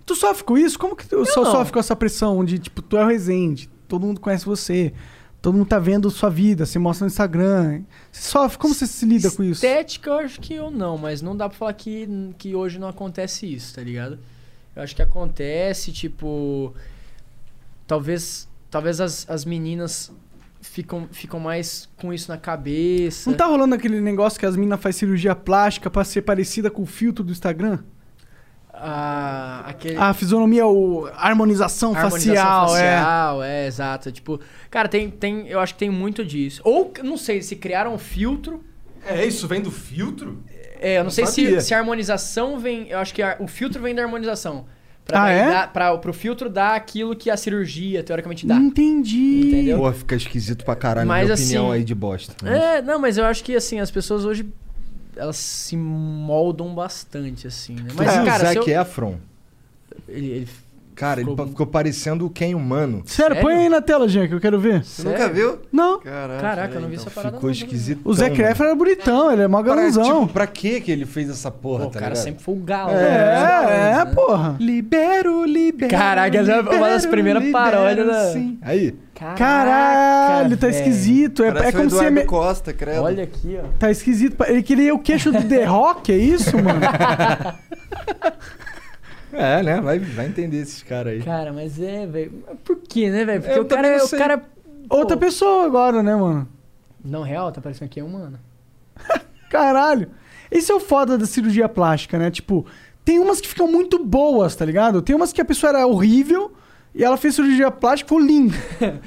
Tu sofre com isso? Como que tu só não. sofre com essa pressão de, tipo, tu é o Resende, todo mundo conhece você, todo mundo tá vendo sua vida, você mostra no Instagram. Você sofre, como você se lida com isso? Estética, eu acho que eu não, mas não dá pra falar que, que hoje não acontece isso, tá ligado? Eu acho que acontece, tipo. Talvez, talvez as, as meninas ficam, ficam mais com isso na cabeça. Não tá rolando aquele negócio que as minas fazem cirurgia plástica pra ser parecida com o filtro do Instagram? Ah, aquele... A fisionomia, o, harmonização, Um facial, Harmonização é. facial, é. exato. Tipo, cara, tem, tem, eu acho que tem muito disso. Ou, não sei, se criaram um filtro. É, isso vem do filtro? É, eu não, Não sei se, sabia. se a harmonização vem. Eu acho que a- o filtro vem da harmonização. Ah, é? dar, pra, pro filtro dar aquilo que a cirurgia, teoricamente, dá. tá. Entendi. Entendeu? Pô, fica esquisito pra caralho, Mas minha assim- opinião aí de bosta. É, não, mas eu acho que assim, as pessoas hoje elas se moldam bastante, assim, né? Mas, Mas tu viu cara, É, o se Zac eu- Efron? Ele, Cara, ele pa- ficou parecendo o Ken humano. Sério, põe aí na tela, Jean, que eu quero ver. Você nunca viu? Não. Caraca, Caraca, eu não né? vi essa É, parada. Ficou esquisito. O Zac Efron era bonitão, ele é mó pra, galãozão. tipo, pra que que ele fez essa porra, O tá cara ligado? sempre foi o galo. né? É, é, porra. Libero, libero. Caraca, essa é uma das primeiras paródias né? da- Aí. Caralho, tá velho. esquisito. É, é Parece o como se. Eduardo a me- Costa, credo. Olha aqui, ó. Tá esquisito. pa- Ele queria o queixo do The Rock, é isso, [laughs] mano? É, né? Vai, vai entender esses caras aí. Cara, mas é, velho. mas Por que, né, velho? Porque Eu o também cara, não o sei. cara. Outra pô, pessoa agora, né, mano? Não, real, tá parecendo que é humano. Caralho. Esse é o foda da cirurgia plástica, né? Tipo, tem umas que ficam muito boas, tá ligado? Tem umas que a pessoa era horrível e ela fez cirurgia plástica e ficou [laughs] linda.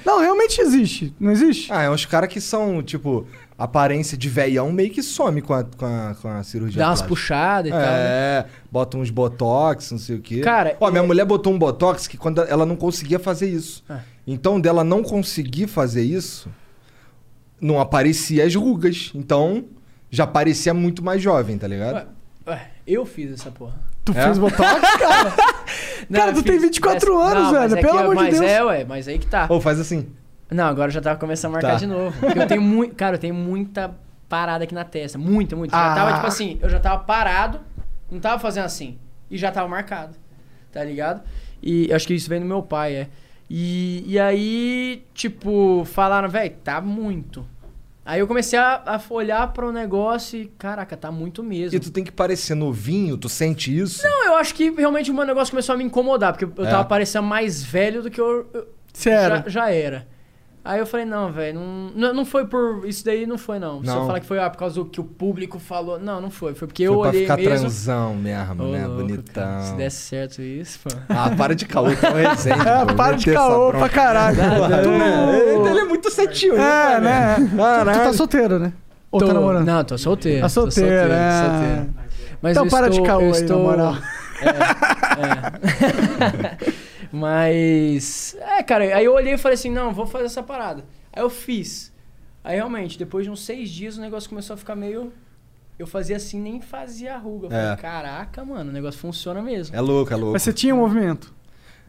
Não, realmente existe. Não existe? Ah, é uns caras que são, tipo, aparência de velhão meio que some com a, com a, com a cirurgia. Dá umas plástica. puxadas e é, tal, né? É, bota uns botox, não sei o quê. Cara, é- Ó, minha mulher botou um botox que quando ela não conseguia fazer isso. Então, dela não conseguir fazer isso, não aparecia as rugas. Então, já parecia muito mais jovem, tá ligado? Ué, ué, eu fiz essa porra. Tu É? fez botox, cara? Cara, tu tem 24 anos, mas velho, é que- pelo amor de mas Deus. é, ué, mas aí que tá. Ou faz assim. Não, agora já tava começando a marcar Tá. de novo. Porque eu tenho muito. Cara, eu tenho muita parada aqui na testa. Muita, muita. Já Ah. tava, tipo assim, eu já tava parado, não tava fazendo assim. E já tava marcado. Tá ligado? E eu acho que isso vem do meu pai, é. E, e aí, tipo, falaram, velho, tá muito. Aí eu comecei a, a olhar pro negócio e, caraca, tá muito mesmo. E tu tem que parecer novinho, tu sente isso? Não, eu acho que realmente o meu negócio começou a me incomodar, porque eu É. tava parecendo mais velho do que eu. eu Você já- era. Já, era. Aí eu falei, não, velho, não, não, não foi por. Isso daí não foi, não. Se eu Não. falar que foi ah, por causa do que o público falou. Não, não foi. Foi porque Foi eu pra olhei ficar mesmo. transão mesmo, Ô, né? louco, Bonitão. cara, se desse certo isso, pô. Ah, para de caô, que é um [laughs] resende, É, [laughs] pô. para de Meter essa caô bronca. pra caralho. Nada, Tu- né? Ele é muito setinho, É, né? Tu, tu tá Caralho. solteiro, né? Ou Tô- tá namorando? Não, tô solteiro. Tá tô solteiro, é. solteiro. Mas Então eu para de estou- caô eu aí, na estou- moral. É, [laughs] é. Mas. É, cara, aí eu olhei e falei assim: não, vou fazer essa parada. Aí eu fiz. Aí realmente, depois de uns seis dias, o negócio começou a ficar meio. Eu fazia assim, nem fazia ruga. Eu falei, É. caraca, mano, o negócio funciona mesmo. É louco, é louco. Mas você tinha um movimento?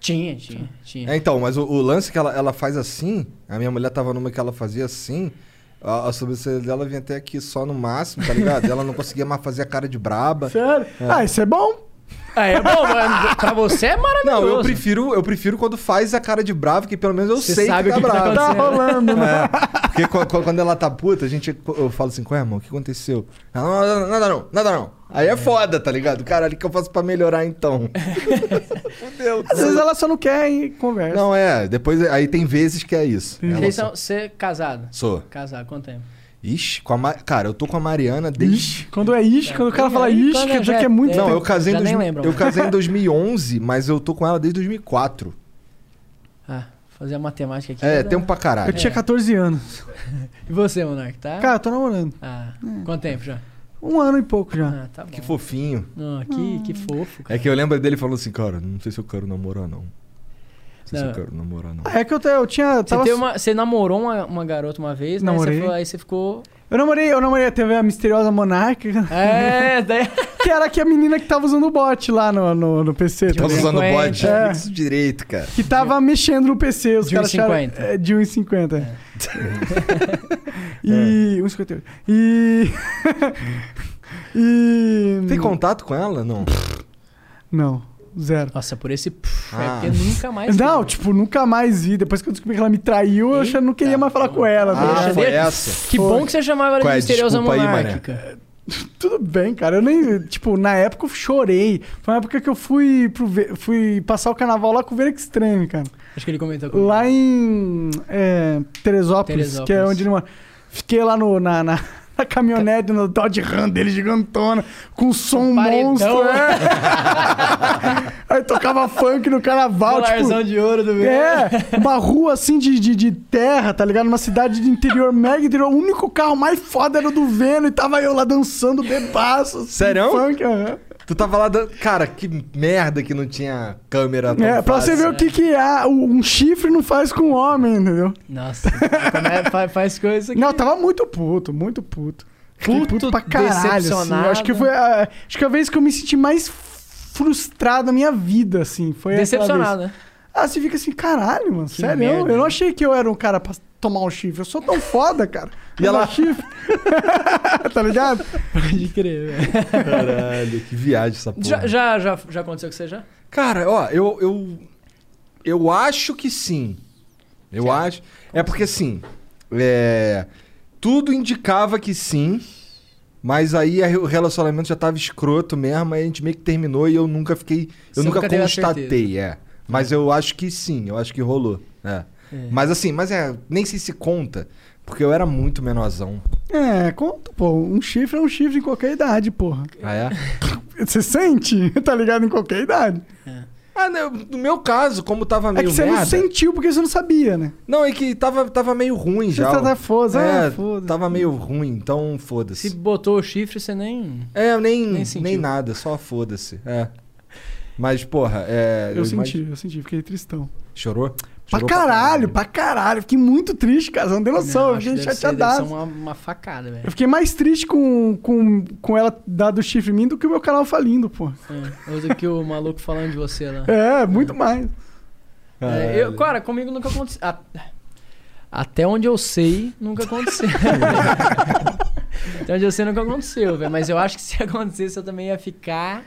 Tinha, tinha, tinha. É, então, mas o, o lance que ela, ela faz assim, a minha mulher tava numa que ela fazia assim, a, a sobrancelha dela vinha até aqui só no máximo, tá ligado? ela não conseguia mais fazer a cara de braba. Sério? É. Ah, isso é bom. Ah, é bom, mas pra você é maravilhoso. Não, eu prefiro, eu prefiro quando faz a cara de bravo, que pelo menos eu Você sei sabe que tá o que tá bravo. acontecendo. Tá rolando, né? É, porque co- co- quando ela tá puta, a gente, eu falo assim, qual é, irmão? O que aconteceu? Ela, não, não, nada não, nada não. Aí é foda, tá ligado? Caralho, o que eu faço pra melhorar então? Às vezes ela só não quer e conversa. É. Não, é, depois, aí tem vezes que é isso. Ela Vocês só- são- Você é casado? Sou. Casado, quanto tempo? Ixi, com a Ma- cara, eu tô com a Mariana desde... Ixi, Quando é ish, quando o cara fala ish, quer dizer que é muito Não, tempo. eu casei, em Já nem 2000 lembro eu mais. casei em 2011, mas eu tô com ela desde 2004. Ah, fazer a matemática aqui. É, né? tempo pra caralho. Eu tinha 14 anos. E você, Monark, tá? Cara, é. eu tô namorando. Ah, quanto tempo já? Um ano e pouco já. Ah, tá bom. Que fofinho. Não, que, Ah. que fofo, cara. É que eu lembro dele falando assim, cara, não sei se eu quero namorar não. Não sei se Não. eu quero namorar não. Ah, É que eu, te- eu tinha. eu Você, Tava... teve uma- você namorou uma, uma garota uma vez, né? Namorei. Você falou- aí [laughs] você ficou. Eu namorei, eu namorei teve a misteriosa monarca. [laughs] É, daí. que era que a menina que tava usando o bot lá no, no, no PC. tá Tava ligado? usando bot, É. isso direito, cara. Que tava mexendo no PC, os de caras acharam- 1,50. é, De 1,50. é. [laughs] E. 1,58. E. [laughs] e. Tem contato com ela? Não. Não. Zero. [laughs] Nossa, por esse. pff, Ah. É porque nunca mais. Não, tipo, nunca mais vi. Depois que eu descobri que ela me traiu, eu já não queria mais falar com ela. tá ligado? Deixa- Que bom que você chamava ela Qual de é? misteriosa Desculpa aí, mané. monárquica. Tudo bem, cara. Eu nem. Tipo, na época eu chorei. Foi uma época que eu fui, pro Ve- fui passar o carnaval lá com o Vera Extreme, cara. Acho que ele comentou comigo. Lá em. é, Teresópolis, Teresópolis. que é onde ele mora. Fiquei lá no, na, [laughs] na, na caminhonete, no Dodge Ram dele gigantona, com um som Um monstro. [laughs] é. Aí tocava funk no carnaval. Colarzão tipo, Um de ouro do meu. É, uma rua assim de, de, de terra, tá ligado? Uma cidade de interior mega interior. O único carro mais foda era o do Veno e tava eu lá dançando bebaço. Assim, Sério? Funk, aham. Tu tava lá dando. Cara, que merda que não tinha câmera. tão É, pra você fácil. ver o que que é. Um chifre não faz com um homem, entendeu? Nossa, como é- fa- faz coisa que. Não, eu tava muito puto, muito puto. Fiquei Puto, pra caralho, assim. decepcionado. Eu Acho que foi a, acho que a vez que eu me senti mais frustrado na minha vida, assim. Foi aquela Decepcionado, vez. né? [laughs] Ah, você fica assim, caralho, mano, sério? merda, eu não achei que eu era um cara pra tomar um chifre. Eu sou tão foda, cara. E ela... chifre. [laughs] tá ligado? Pode crer, velho. Caralho, que viagem essa porra. Já, já, já, já aconteceu com você já? Cara, ó, eu, eu. Eu acho que sim. Eu acho. É porque assim. É, tudo indicava que sim. Mas aí a- o relacionamento já tava escroto mesmo, aí a gente meio que terminou e eu nunca fiquei. Eu Você nunca, nunca teve a constatei, é. Mas eu acho que sim, eu acho que rolou. É. É. Mas assim, mas é, nem sei se conta, porque eu era muito menorzão. É, conta, pô. Um chifre é um chifre em qualquer idade, porra. Ah, é? Você sente, [laughs] tá ligado? Em qualquer idade. Ah, não, no meu caso, como tava É meio que você não merda- sentiu porque você não sabia, né? Não, é que tava, tava meio ruim Você já. tá da foda, é, ah, foda-se. Tava meio ruim, então foda-se. Se botou o chifre, você nem. É, eu nem, nem, sentiu. nada, só foda-se. É. Mas, porra, é. Eu, senti, imag- eu senti, fiquei tristão. Chorou? Pra Chorou caralho, pra caralho. Fiquei muito triste, cara. Você não tem noção. eu acho fiquei que deve ser- deve ser chateadaço. uma, uma facada, velho. Eu fiquei mais triste com, com, com ela dando o chifre em mim do que o meu canal falindo, pô. É, ou do que o maluco falando de você lá. É, muito mais. É, eu, cara, comigo nunca aconteceu. a- Até onde eu sei, [laughs] nunca aconteceu. Até onde eu sei, nunca aconteceu, velho. Mas eu acho que se acontecesse, eu também ia ficar.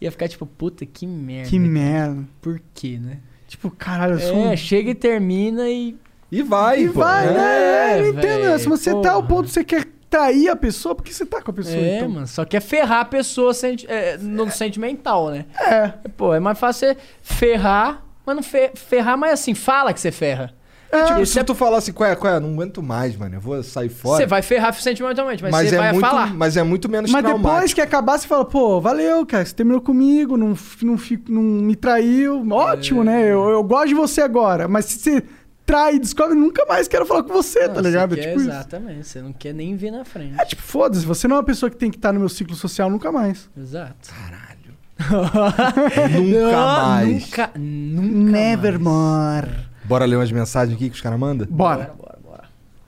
Ia ficar tipo, puta, que merda. Que merda. Por quê, né? Tipo, caralho, eu sou É, um- chega e termina e. E vai, E vai, né? É, eu entendo. velho, Se você tá ao ponto que você quer trair a pessoa, por que você tá com a pessoa, É, então? mano, só quer ferrar a pessoa senti- é, no sentimental, né? É. Pô, é mais fácil você ferrar, mas não fe- ferrar, mas assim, fala que você ferra. É, tipo, Porque se você- é- tu falar assim, qual é, qual é, não aguento mais, mano, eu vou sair fora. você vai ferrar sentimentalmente, mas, você é vai muito, falar. Mas é muito menos Mas traumático. depois que acabar, você fala, pô, valeu, cara, você terminou comigo, não, f- não, fi- não me traiu, ótimo, né? Eu, eu gosto de você agora, mas se você trai e descobre, nunca mais quero falar com você, Não, é, tá ligado? Você quer, tipo isso. exatamente, você não quer nem ver na frente. É tipo, foda-se, você não é uma pessoa que tem que estar no meu ciclo social nunca mais. Exato. Caralho. [laughs] Nunca mais. Nunca, nunca Né, Nevermore. Bora ler umas mensagens aqui que os caras mandam? Bora.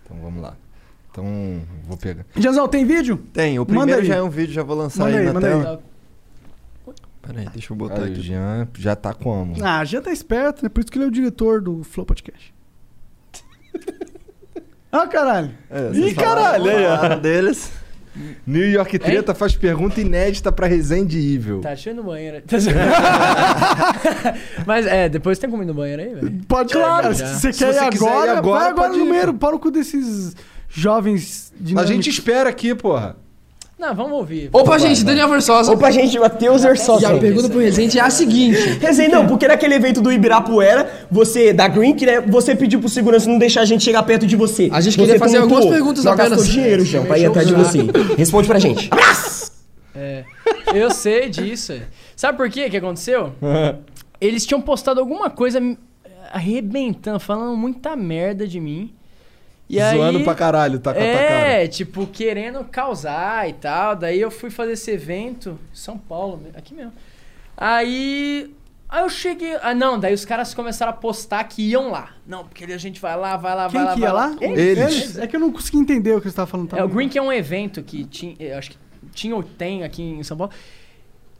Então vamos lá. Então, vou pegar. Janzão, tem vídeo? Tem, o Manda primeiro aí. já é um vídeo, já vou lançar Manda aí, aí, na manda aí. Tá tela. Peraí, deixa eu botar Aí, o aqui. Jean já tá como? Ah, já tá esperto, né? Por isso que ele é o diretor do Flow Podcast. [laughs] Ah, caralho. Ih, caralho, aí, ó. deles. New York Treta faz pergunta inédita pra Resende Evil. Tá cheio no banheiro. aí. [laughs] Tá cheio- Mas é, depois tem como ir no banheiro aí, velho? Pode Claro, claro, já. se você Se quer você ir quiser ir agora, agora, vai agora pode no ir. meio, para o cu desses jovens A dinâmicos. gente espera aqui, porra. Não, vamos ouvir. Opa, gente, Daniel Versosa. Opa, gente, Matheus Versosa. E a pergunta pro Rezende é a seguinte. Rezende, não, porque naquele evento do Ibirapuera, você, da Grink, né, você pediu pro segurança não deixar a gente chegar perto de você. A gente queria fazer algumas perguntas não apenas. gastou dinheiro, João, pra ir atrás de você. Responde pra gente. Tá É, eu sei disso. Sabe por quê que [laughs] aconteceu? Eles tinham postado alguma coisa me- arrebentando, falando muita merda de mim. E Zoando aí- pra caralho, tá com a tua cara. É, tipo, querendo causar e tal. Daí eu fui fazer esse evento em São Paulo, aqui mesmo. Aí. Aí eu cheguei. Ah, não, daí os caras começaram a postar que iam lá. Não, porque a gente vai lá, vai lá, Quem vai lá. que vai ia lá? Eles. É que eu não consegui entender o que você tava falando. tá? É, o Green que é um evento que tinha, eu acho que tinha ou tem aqui em São Paulo.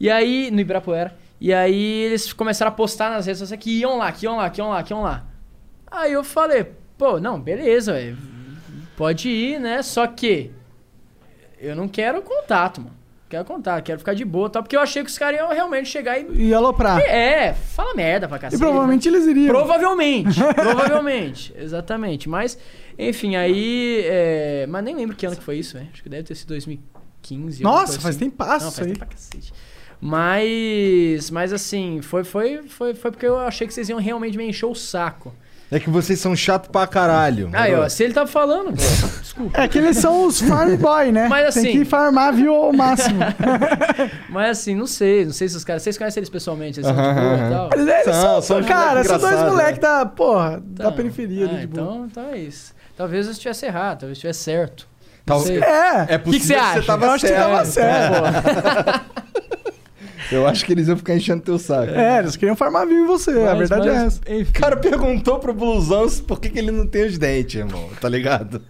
E aí, no Ibirapuera. E aí eles começaram a postar nas redes sociais que iam lá, que iam lá, que iam lá, que iam lá. Aí eu falei, pô, não, beleza, é, ué, pode ir, né? Só que eu não quero contato, mano. Quero contar, quero ficar de boa e tal, porque eu achei que os caras iam realmente chegar e. E aloprar. É, fala merda pra cacete. Ah. né? E provavelmente eles iriam. [laughs] Provavelmente, provavelmente, exatamente. Mas, enfim, aí. é, Mas nem lembro que ano que foi isso, né? Acho que deve ter sido 2015. alguma Nossa, coisa faz assim. tempasso Não, isso faz aí. tempo pra cacete. Mas. Mas assim, foi, foi, foi, foi porque eu achei que vocês iam realmente me encher o saco. É que vocês são chato pra caralho. Aí, ó, se ele tá falando, pô, [laughs] desculpa. É que eles são os farm boy, né? Mas Tem assim- que farmar, viu, ao [laughs] máximo. Mas assim, não sei, não sei se os caras. Vocês conhecem eles pessoalmente, eles são de tipo- Aham, boa aham. e tal. Eles são- cara, são dois moleques da, porra, da Então, periferia. ah, ali de boa. então, então é isso. Talvez eu estivesse errado, talvez eu estivesse certo. Tal- Não sei. É, é O que que você possível que você acha? tava Eu acho que você tava certo. certo. É, pô. Eu acho que eles iam ficar enchendo teu saco. É, eles queriam farmar vivo em você, a verdade é essa. O cara perguntou pro blusão por que, que ele não tem os dentes, irmão, tá ligado?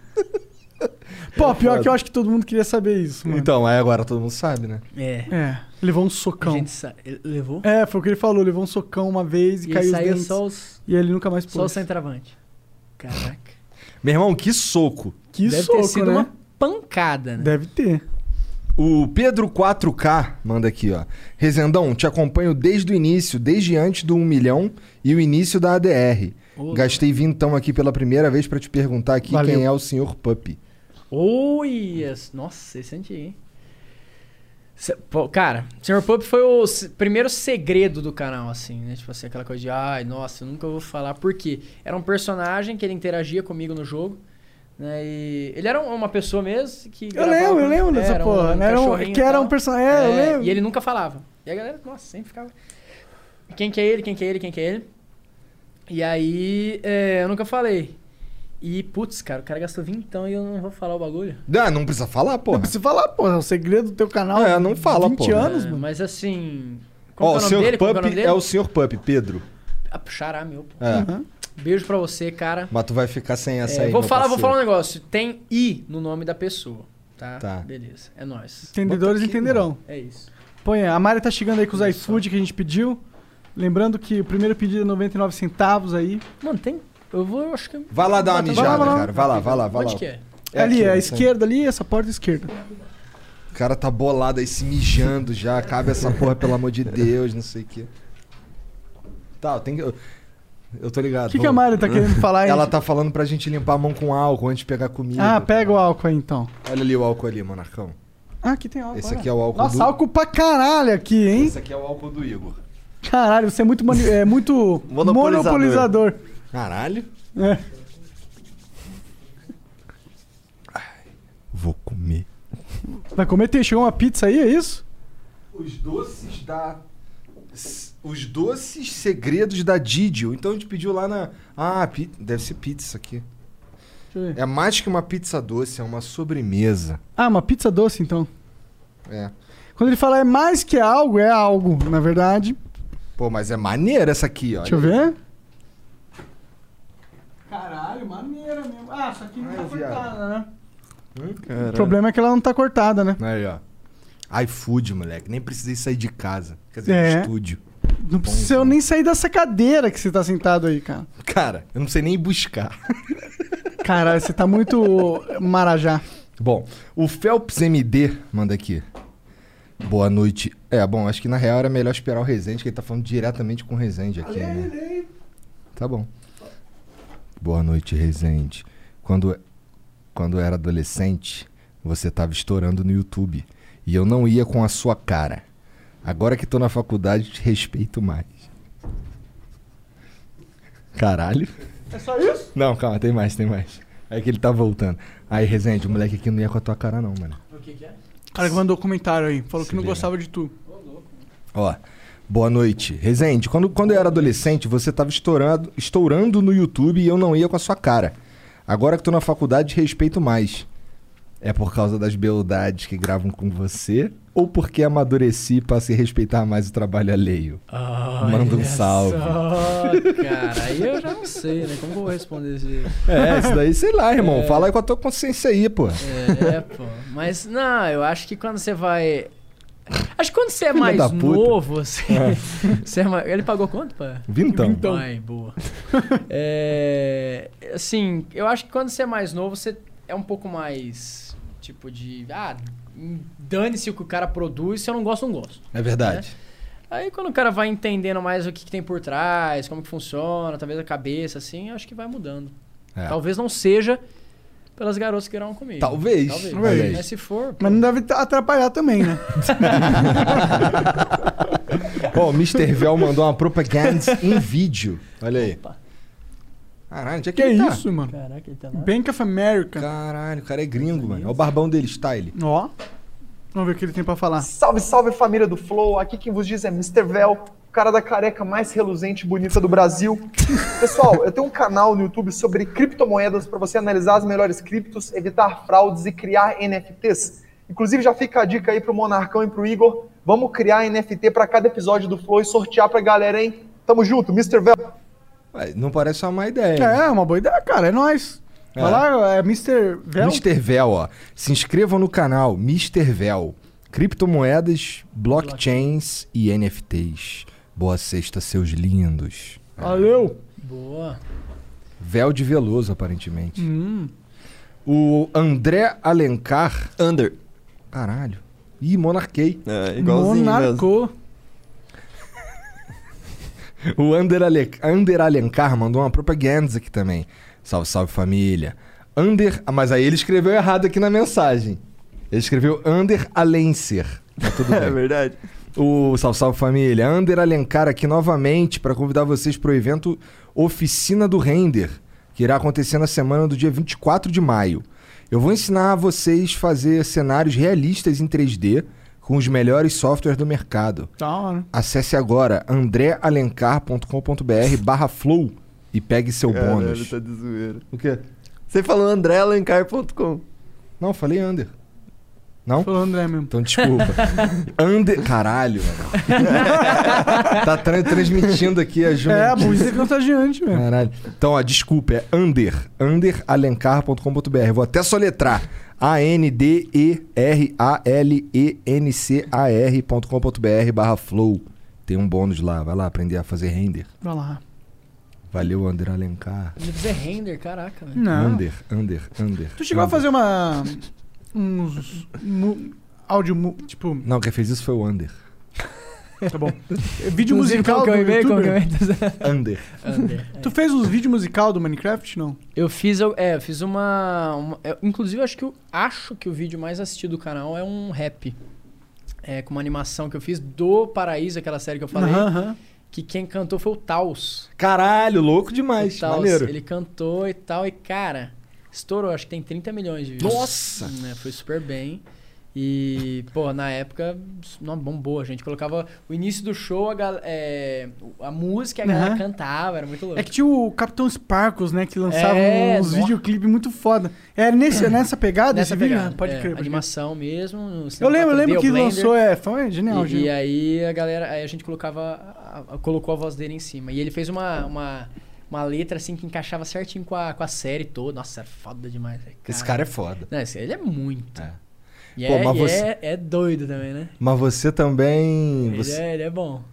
Pô, pior que eu acho que todo mundo queria saber isso, mano. Então, aí agora todo mundo sabe, né? É. É, levou um socão. A gente sa- ele levou? É, foi o que ele falou, levou um socão uma vez e, E caiu os saiu dentes. só os- E ele nunca mais pôs. Só o centroavante. Caraca. Meu irmão, que soco. Que Deve soco, ter sido né? uma pancada, né? Deve ter. O Pedro 4K manda aqui, ó. Rezendão, te acompanho desde o início, desde antes do 1 milhão e o início da ADR. Ô, Gastei vintão aqui pela primeira vez pra te perguntar aqui Valeu. quem é o senhor Puppy. Oi! as- Nossa, esse é antigo, hein? Se- pô, cara, Sr. Pup foi o se- primeiro segredo do canal, assim, né? Tipo assim, aquela coisa de, ai, nossa, eu nunca vou falar. Por quê? Era um personagem que ele interagia comigo no jogo. Né? E ele era um- uma pessoa mesmo que. Eu gravava lembro, eu com- lembro dessa era um porra. né? Era um- cachorrinho que e era tal. um personagem. É, eu É, lembro. E ele nunca falava. E a galera, nossa, sempre ficava. Quem que é ele, quem que é ele, quem que é ele? E aí, é, eu nunca falei. E, putz, cara, o cara gastou vintão e eu não vou falar o bagulho. Ah, não precisa falar, porra. Não precisa falar, porra. É o segredo do teu canal. É, não fala, 20 porra. anos, É, mano. Mas assim. Como Ó, o que é o nome senhor dele? Como que é o nome Puppy dele? é o senhor Puppy, Pedro. Ah, Xará, meu. pô. É. Beijo pra você, cara. Mas tu vai ficar sem essa É, aí, vou meu falar, vou parceiro. falar um negócio. Tem I no nome da pessoa, tá? Tá. Beleza, é nóis. Entendedores entenderão. É isso. Põe, a Mari tá chegando aí com os iFood que a gente pediu. Lembrando que o primeiro pedido é 99 centavos aí. Mano, tem. Eu vou, eu acho que. Vai lá dar uma Vai lá, mijada, vai lá. cara. Vai lá, vai lá, vai lá. Onde que é? ali, aqui, né? é essa a aí. esquerda ali, essa porta esquerda. O cara tá bolado aí, se mijando já. Cabe essa porra, pelo amor de Deus, não sei o quê. Tá, tem que... Eu eu tô ligado. O que que vamos. a Mari tá querendo falar [laughs] aí? Ela tá falando pra gente limpar a mão com álcool antes de pegar comida. Ah, pega o álcool aí então. Olha ali o álcool ali, monarcão. Ah, aqui tem álcool. Esse olha. aqui é o álcool Nossa, do- álcool pra caralho aqui, hein? aqui é o álcool do Igor. Caralho, você é muito, mani- é muito monopolizador. [laughs] Monopolizador. Caralho. É. Vou comer. Vai comer? Tem, chegou uma pizza aí, é isso? Os doces da... Os doces segredos da Didio. Então a gente pediu lá na... Ah, pi- deve ser pizza isso aqui. É mais que uma pizza doce, é uma sobremesa. Ah, uma pizza doce então. É. Quando ele fala é mais que algo, é algo, na verdade. Pô, mas é maneira essa aqui, ó. Deixa eu ver. Caralho, maneira mesmo. Ah, isso aqui não tá cortada, né? O problema é que ela não tá cortada, né? Aí, ó. iFood, moleque. Nem precisei sair de casa. Quer dizer, É. do estúdio. Não precisa eu nem sair dessa cadeira que você tá sentado aí, cara. Cara, eu não sei nem buscar. Caralho, você tá muito [laughs] marajá. Bom, o Phelps MD manda aqui. Boa noite. É, bom, acho que na real era melhor esperar o Rezende, que ele tá falando diretamente com o Rezende aqui, né? Tá bom. Boa noite, Rezende. Quando, quando eu era adolescente, você tava estourando no YouTube. E eu não ia com a sua cara. Agora que tô na faculdade, te respeito mais. Caralho. É só isso? Não, calma, tem mais, tem mais. É que ele tá voltando. Aí, Rezende, o moleque aqui não ia com a tua cara, não, mano. O que, que é? O cara que mandou comentário aí, falou que não liga. gostava de tu. Ó. Boa noite. Rezende, quando, quando eu era adolescente, você tava estourando, estourando no YouTube e eu não ia com a sua cara. Agora que tô na faculdade, respeito mais. É por causa das beldades que gravam com você? Ou porque amadureci pra se respeitar mais o trabalho alheio? Manda um salve. cara, aí eu já não sei, né? Como que eu vou responder isso? aí? É, isso daí, sei lá, irmão. É. Fala aí com a tua consciência aí, pô. É, pô. Mas não, eu acho que quando você vai. Acho que quando você é Filha mais da puta. novo, você. É. [laughs] você é mais... Ele pagou quanto, pá? Vintão. Então. Vintão. Ai, boa. [laughs] É, Assim, eu acho que quando você é mais novo, você é um pouco mais. Tipo de, ah, dane-se o que o cara produz, se eu não gosto, não gosto. É verdade. Aí quando o cara vai entendendo mais o que, que tem por trás, como que funciona, talvez a cabeça, assim, eu acho que vai mudando. É. Talvez não seja pelas garotas que irão comigo. Talvez. Talvez. Mas se for, Mas não deve t- atrapalhar também, né? Ó, o Mr. Vel mandou uma propaganda em vídeo. Olha aí. Caralho, onde é que, [laughs] Que ele tá? isso, mano? Caraca, ele tá Bank of America. Caralho, o cara é gringo, mano. É o barbão dele, style. Ó. Vamos ver o que ele tem pra falar. Salve, salve família do Flow. Aqui quem vos diz é Mr. Vel, o cara da careca mais reluzente e bonita do Brasil. Pessoal, eu tenho um canal no YouTube sobre criptomoedas para você analisar as melhores criptos, evitar fraudes e criar NFTs. Inclusive já fica a dica aí pro Monarcão e pro Igor, vamos criar NFT para cada episódio do Flow e sortear pra galera, hein? Tamo junto, Mr. Vel. Ué, Não parece uma má ideia. né? É, uma boa ideia, cara. É nóis. Vai É. lá, é Mr. Vel. Mr. Vel, ó. Se inscrevam no canal Mr. Vel. Criptomoedas, blockchains e NFTs. Boa sexta, seus lindos. Valeu. Boa. Véu de Veloso, aparentemente. Hum. O André Alencar. Under. Caralho. Ih, monarquei. É, né? Monarcou. O Under, Ale... Under Alencar mandou uma propaganda aqui também. Salve, salve família. Under. Ah, mas aí ele escreveu errado aqui na mensagem. Ele escreveu Under Alencer. Tá tudo [laughs] bem. É verdade. O Salve Salve Família, Under Alencar aqui novamente para convidar vocês para o evento Oficina do Render, que irá acontecer na semana do dia 24 de maio. Eu vou ensinar a vocês fazer cenários realistas em 3D com os melhores softwares do mercado. Da hora. Acesse agora andrealencar.com.br barra flow e pegue seu Caralho, bônus. tá de zoeira. O quê? Você falou andrealencar.com. Não, falei under. Não? Falou André mesmo. Então desculpa. [laughs] under... Caralho, mano. [laughs] tá tra- transmitindo aqui a É, Júnior. a música é contagiante, velho. Caralho. Então, ó, desculpa, é under, underalencar.com.br. Vou até soletrar. A-N-D-E-R-A-L-E-N-C-A-R.com.br barra flow. Tem um bônus lá, vai lá aprender a fazer render. Vai lá. Valeu, Under Alencar. Deve ser é render, caraca, velho. Não. Under, under, under. Tu chegou a under. fazer uma. uns. mu- áudio. mu- tipo. Não, quem fez isso foi o Under. [laughs] Tá bom. Vídeo Inclusive, musical como que do é o e-mail, como que é o youtuber? [laughs] Under. Under, Tu fez uns vídeos musical do Minecraft, não? Eu fiz, eu- é, eu fiz uma, uma- eu- inclusive, eu acho que eu acho que o vídeo mais assistido do canal é um rap. É, com uma animação que eu fiz do Paraíso, aquela série que eu falei. Aham, aham. Que quem cantou foi o Taos. Caralho, louco demais. O Taos, Maneiro. Ele cantou e tal, e cara, estourou, acho que tem 30 milhões de views. Nossa! Né, foi super bem. E, pô, na época, não, bombou, a gente colocava o início do show, a, gal- é, a música, a galera Aham. cantava, era muito louco. É que tinha o Capitão Sparkles, né? Que lançava uns É, nossa. Uhum. videoclipes muito foda. É nesse, nessa pegada Nessa esse vídeo? pegada, Ah, Pode é, crer. pode crer. Animação mesmo. no Eu cinema lembro, eu 4D, lembro o que Blender. lançou, é, foi genial, E, genial. e aí a galera, aí a gente colocava, a- a- colocou a voz dele em cima. E ele fez uma, uma, uma letra assim que encaixava certinho com a, com a série toda. Nossa, era foda demais. velho. Esse cara é foda. Não, esse- ele é muito. E, Pô, é, mas e você- é, é doido também, né? Mas você também. Ele, Você, é, ele é bom.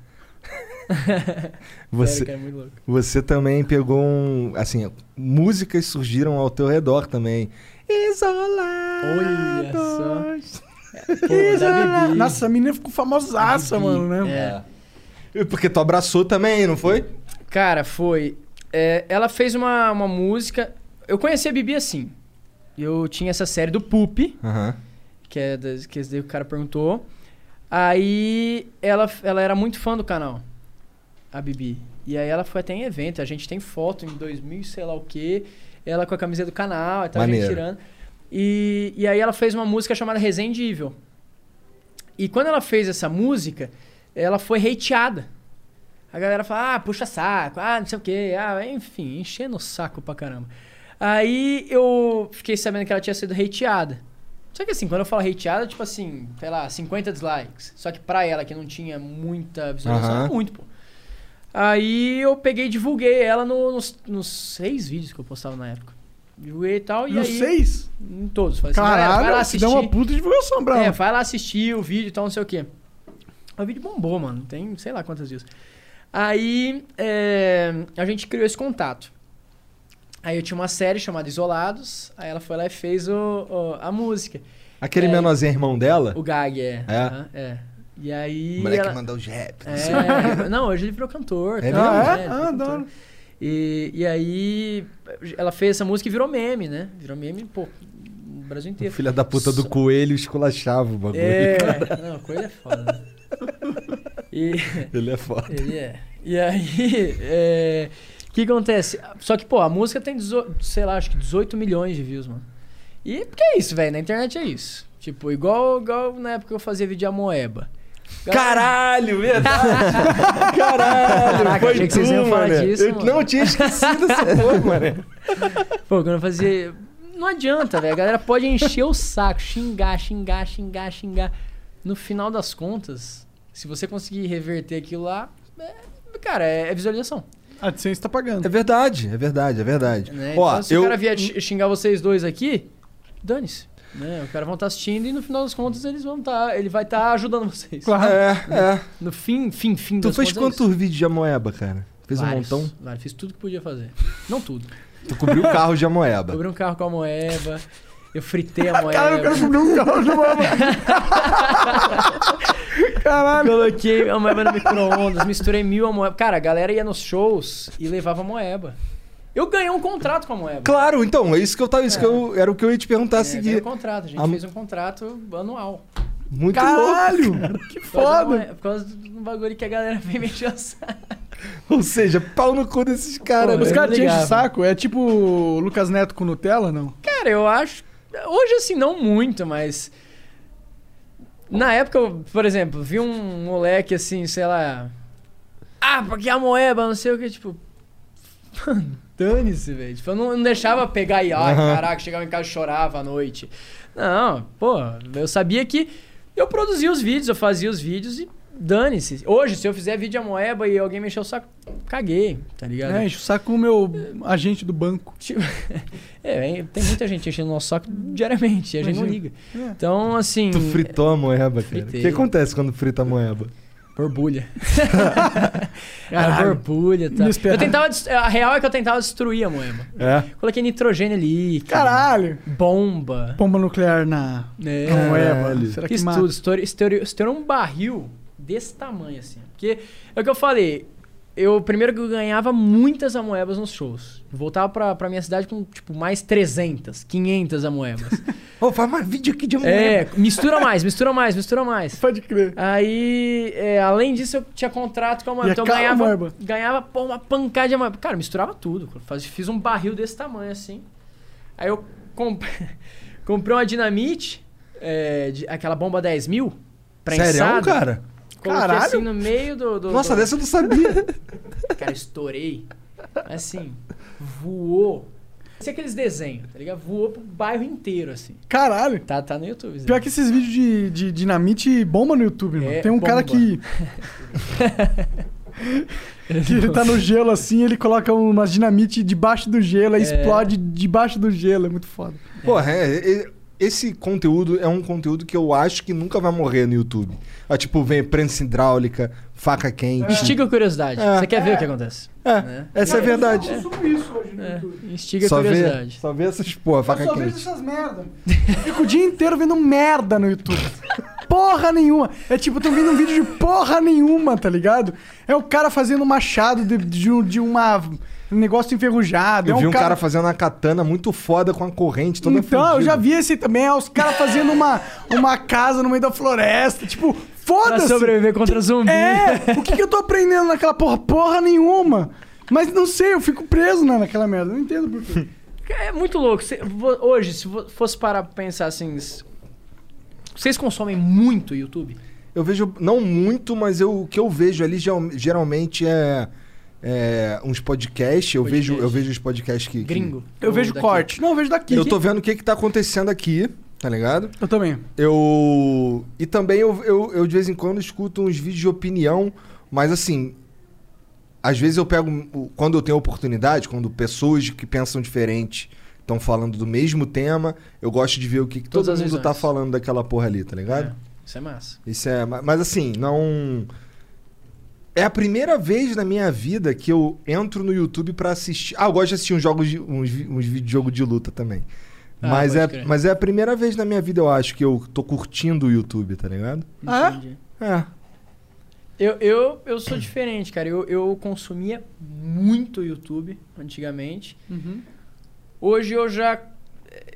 você, Sério, cara, é muito louco. você também pegou um. Assim, músicas surgiram ao teu redor também. [laughs] Olha só. É, Pô, da Isa- [laughs] Bibi. Nossa, a menina ficou famosaça, Bibi, mano, né? é. E Porque tu abraçou também, não foi? Cara, foi. é, ela fez uma, uma música. Eu conheci a Bibi assim. Eu tinha essa série do Poop, Aham. que é das, que esse daí o cara perguntou. Aí ela, ela era muito fã do canal, a Bibi. E aí ela foi até em evento, a gente tem foto em 2000, e sei lá o quê. Ela com a camisa do canal, e tal, a gente Maneiro. tirando. E, e aí ela fez uma música chamada Resendível. E quando ela fez essa música, ela foi hateada. A galera fala, ah, puxa saco, ah, não sei o quê, ah, enfim, enchendo o saco pra caramba. Aí eu fiquei sabendo que ela tinha sido hateada. Só que assim, quando eu falo hateada, tipo assim, sei lá, 50 dislikes. Só que pra ela, que não tinha muita visualização, Aham. era muito, pô. Aí eu peguei e divulguei ela no- nos, nos seis vídeos que eu postava na época. Divulguei e tal, e Nos aí... seis? Em todos. Falei assim, "Galera, vai lá Caralho, se assistir. dá uma puta divulgação, bravo. É, vai lá assistir o vídeo e tal, não sei o quê. O vídeo bombou, mano. Tem sei lá quantas views. Aí é, a gente criou esse contato. Aí eu tinha uma série chamada Isolados. Aí ela foi lá e fez o- o- a música. Aquele menorzinho irmão dela. É. O Gag, é. [laughs] É? Aham, é. E aí. O moleque mandou os rap, não sei o quê. É, [laughs] não, hoje ele virou cantor. É tal, mesmo? né? Ah, é? Ele Ah, virou cantor. adoro. E, e aí ela fez essa música e virou meme, né? Virou meme, pô, no Brasil [laughs] inteiro. Filha da puta do coelho esculachava o bagulho. [laughs] É, cara. não, coelho é foda. né? [laughs] E- Ele é foda. Ele é. E aí, é, o que acontece? Só que, pô, a música tem, 18, sei lá, acho que 18 milhões de views, mano. E porque é isso, velho, na internet é isso. Tipo, igual, igual na época que eu fazia vídeo de Amoeba. Caralho, [laughs] verdade! Caralho, foi Caraca, Tá, achei que vocês tu, iam falar mané. disso, Eu mano. não tinha [laughs] esquecido essa porra, mano. Pô, quando eu fazia. Não adianta, velho. A galera pode encher o saco, xingar, xingar, xingar, xingar. No final das contas, se você conseguir reverter aquilo lá, é- cara, é, é visualização. A AdSense tá pagando. É verdade, é verdade, é verdade. né? Ó, então, se eu... o cara vier x- xingar vocês dois aqui, dane-se. Né? O cara vão estar assistindo e no final das contas eles vão estar. Ele vai estar ajudando vocês. É, Né? é. No fim, fim, fim Tu das fez contas, é isso. quantos vídeos de Amoeba, cara? Fez Vários, um montão? vários. Fiz tudo que [laughs] podia fazer. Não tudo. Tu cobriu o carro de Amoeba. [laughs] Cobri um carro com a moeba. Eu fritei a moeba. [laughs] Cara, eu quero cobrir um carro de moeba. Caralho. Coloquei a moeba no micro-ondas, misturei mil a moeba. Cara, a galera ia nos shows e levava a moeba. Eu ganhei um contrato com a moeba. Claro, então, é isso que eu tava. Isso que eu, era o que eu ia te perguntar a É, ganhei seguir. um contrato, a gente A- fez um contrato anual. Muito Caralho! louco. cara. [laughs] Que Por causa da foda! moeba- Por causa do bagulho que a galera [laughs] vem mexer o saco. Ou seja, pau no cu desses caras. Os né? caras te enchem o saco. É tipo o Lucas Neto com Nutella, não? Cara, eu acho. Hoje, assim, não muito, mas. Na época, eu, por exemplo, vi um moleque assim, sei lá. Ah, porque a moeba, não sei o que, tipo. Mano, [laughs] dane-se, velho. Tipo, eu não, eu não deixava pegar e, ai, Aham. caraca, chegava em casa e chorava à noite. Não, pô, eu sabia que eu produzia os vídeos, eu fazia os vídeos e dane-se. Hoje, se eu fizer vídeo a moeba e alguém mexer o saco, caguei, tá ligado? É, enche o saco com o meu agente do banco. Tipo, [laughs] É, hein, tem muita gente enchendo o nosso saco diariamente, e a gente não Imagina. É. liga. Então, assim. Tu fritou a moeba, cara. Fritei. O que acontece quando frita a moeba? [laughs] Borbulha. Cara, borbulha, tá? Inesperado. Eu tentava. des- A real é que eu tentava destruir a moema. É. Coloquei nitrogênio ali. Caralho! Bomba. Pomba nuclear na É. na moeba. Será que Fiz mata? tudo. Estourei, estourei- estourei um barril desse tamanho, assim. Porque é o que eu falei. Eu, primeiro que eu ganhava muitas amoebas nos shows. Voltava pra, pra minha cidade com, tipo, mais 300, 500 amoebas. Ô, faz mais vídeo aqui de É, amoeba. mistura mais, mistura mais, mistura mais. Pode crer. Aí, é, além disso, eu tinha contrato com a Moeba. E é Então eu caro, ganhava, Moeba. ganhava pô, uma pancada de Moeba. Cara, misturava tudo. Faz- Fiz um barril desse tamanho assim. Aí eu comp- [laughs] comprei uma dinamite, é, de- aquela bomba 10 mil, prensada. Sério, é um cara? Coloquei Caralho. assim no meio do... do- Nossa, do- dessa eu não sabia. Cara, estourei. Assim, voou. Assim, aqueles desenhos, tá ligado? Voou pro bairro inteiro, assim. Caralho! Tá, tá no YouTube. Zé. Pior que esses vídeos de, de dinamite bomba no YouTube, mano. É, Tem um cara bomba. que. que ele tá no gelo assim, ele coloca uma dinamite debaixo do gelo, aí É. explode debaixo do gelo. É muito foda. Porra, é, é- esse conteúdo é um conteúdo que eu acho que nunca vai morrer no YouTube. É tipo, vem prensa hidráulica, faca quente. Instiga a curiosidade. É. Você quer ver É. o que acontece? É, Né? essa é a verdade. É. né? Instiga a Só vê, curiosidade. só vê essas porra, faca só quente. vejo essas merda. Eu fico o dia inteiro vendo merda no YouTube. Porra nenhuma. É tipo, eu tô vendo um vídeo de porra nenhuma, tá ligado? É o cara fazendo um machado de, de, um- de uma. Um negócio enferrujado. Eu é vi um cara... fazendo uma katana muito foda com a corrente toda Então, eu já vi esse também. É os caras fazendo uma, uma casa no meio da floresta. Tipo, foda-se. Pra sobreviver contra Que- zumbi. É, o que, que eu tô aprendendo naquela porra? Porra nenhuma. Mas não sei, eu fico preso né, naquela merda. Não entendo por quê. [laughs] É muito louco. Cê- vo- hoje, se vo- fosse parar pra pensar assim. s- Vocês consomem muito YouTube? Eu vejo, não muito, mas eu, o que eu vejo ali geral- geralmente é, é uns podcasts. Eu, Podcast. Vejo, eu vejo os podcasts que. que- Gringo. [laughs] Eu vejo corte. Não, eu vejo daqui. Eu tô vendo o que, que tá acontecendo aqui, tá ligado? Eu também. Eu. E também eu, eu, eu de vez em quando escuto uns vídeos de opinião, mas assim. Às vezes eu pego. o- Quando eu tenho oportunidade, quando pessoas que pensam diferente estão falando do mesmo tema, eu gosto de ver o que, que todo Todas as mundo tá visões. falando daquela porra ali, tá ligado? Isso é massa. Isso é, ma- mas assim, não é a primeira vez na minha vida que eu entro no YouTube pra assistir. Ah, eu gosto de assistir uns jogos de, uns, vi- uns vídeos de jogo de luta também. Ah, mas, pode é, crer. mas é a primeira vez na minha vida, eu acho, que eu tô curtindo o YouTube, tá ligado? Entendi. É. Eu, eu, eu sou diferente, cara. Eu, eu consumia muito YouTube antigamente. Uhum. Hoje eu já.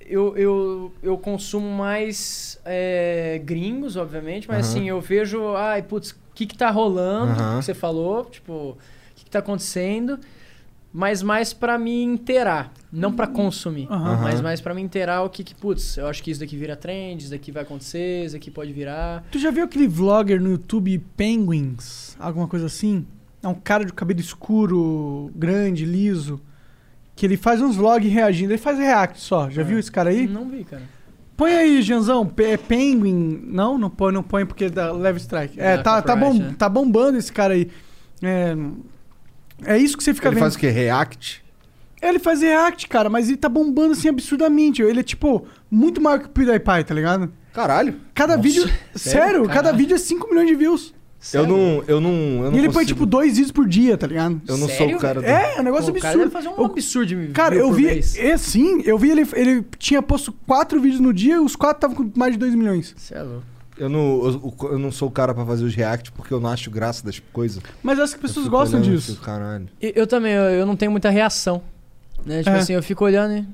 Eu, eu, eu consumo mais é, gringos, obviamente, mas Aham. assim, eu vejo. Ai, putz, o que, que tá rolando? Aham. Que você falou, tipo, o que, que tá acontecendo? Mas mais pra me inteirar, não pra consumir. Aham. Mas Aham. mais pra me inteirar o que, que, putz, eu acho que isso daqui vira trend, isso daqui vai acontecer, isso daqui pode virar. Tu já viu aquele vlogger no YouTube Penguins? Alguma coisa assim? É um cara de cabelo escuro, grande, liso. Que ele faz uns vlogs reagindo. Ele faz react só. É. Já viu esse cara Uhum. aí? Não vi, cara. Põe aí, Janzão. Pe- É Penguin. Não, não põe, não põe porque dá leve strike. É, Dá tá, tá, bom, copyright, né? tá bombando esse cara aí. É, é isso que você fica Ele vendo. faz o quê? React? Ele faz react, cara, mas ele tá bombando assim absurdamente. Ele é tipo muito maior que o PewDiePie, tá ligado? Caralho. Cada vídeo. [laughs] Sério, Sério, cada caralho. vídeo é 5 milhões de views. Eu não. Eu não. Eu não e ele põe consigo. tipo dois vídeos por dia, tá ligado? Eu não sou o cara do- É, é um negócio Pô, o cara absurdo. deve fazer um absurdo de Cara, view eu por vi. mês. É, sim, eu vi ele. Ele tinha posto quatro vídeos no dia e os quatro estavam com mais de 2 milhões. Você é louco. Eu não, eu, eu não sou o cara pra fazer os react porque eu não acho graça das coisas. Mas acho que as pessoas Eu fico gostam olhando assim, disso. e fico, Caralho. Eu, eu também, eu, eu não tenho muita reação. Né? Tipo É. assim, eu fico olhando e.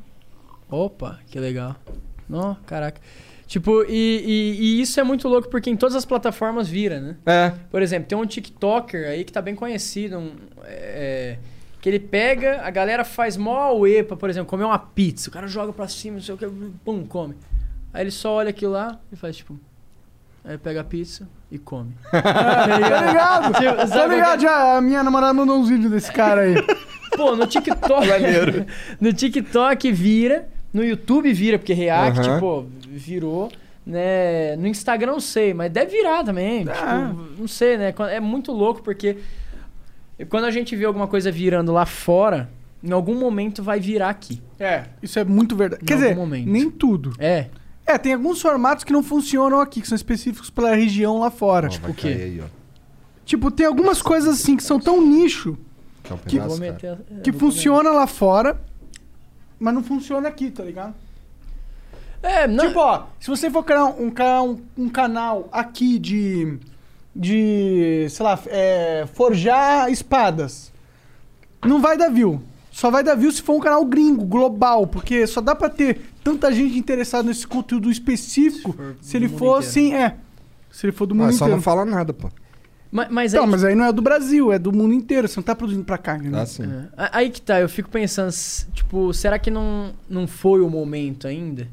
Opa, que legal. Não, caraca. Tipo, e, e- e isso é muito louco porque em todas as plataformas vira, né? É. Por exemplo, tem um TikToker aí que tá bem conhecido. um, é, é, que ele pega, a galera faz mó auê pra, por exemplo, comer uma pizza. O cara joga pra cima, não sei o que, pum, come. Aí ele só olha aquilo lá e faz tipo. Aí pega a pizza [laughs] e come. Tá ligado? Tipo, tá sabe ligado? Já, a minha namorada mandou uns vídeos desse cara aí. Pô, no TikTok. [laughs] no TikTok vira, no YouTube vira, porque React, Aham. pô, virou. Né? No Instagram não sei, mas deve virar também. Ah. tipo, não sei, né? Quan- É muito louco, porque quando a gente vê alguma coisa virando lá fora, em algum momento vai virar aqui. É, isso é muito verdade. Quer dizer, nem tudo. É. É, tem alguns formatos que não funcionam aqui, que são específicos pela região lá fora. tipo Vai cair aí, ó. Tipo, tem algumas coisas assim que são tão nicho Quer um que, pedaço, cara? É, que funciona lá fora, mas não funciona aqui, tá ligado? É, não... Tipo, ó, se você for criar um, ca- um, um canal aqui de. de. sei lá, é, forjar espadas, não vai dar view. Só vai dar view se for um canal gringo, global, porque só dá pra ter tanta gente interessada nesse conteúdo específico se, ele for assim, é. Se ele for do mundo Ah, inteiro. só não fala nada, pô. Mas, mas não, aí- mas aí não é do Brasil, é do mundo inteiro. Você não tá produzindo pra cá, né? Ah, sim. A- Aí que tá, eu fico pensando, s- tipo, será que não, não foi o momento ainda?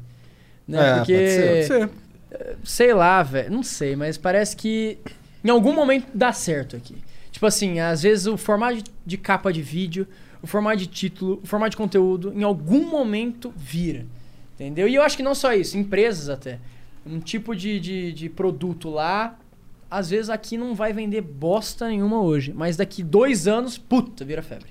Né? É, Porque. pode ser. Pode ser. eh, Sei lá, velho. Não sei, mas parece que em algum momento dá certo aqui. Tipo assim, às vezes o formato de- de capa de vídeo, o formato de título, o formato de conteúdo, em algum momento vira. Entendeu? E eu acho que não só isso, empresas até. Um tipo de, de, de produto lá, às vezes aqui não vai vender bosta nenhuma hoje, mas daqui dois anos, puta, vira febre.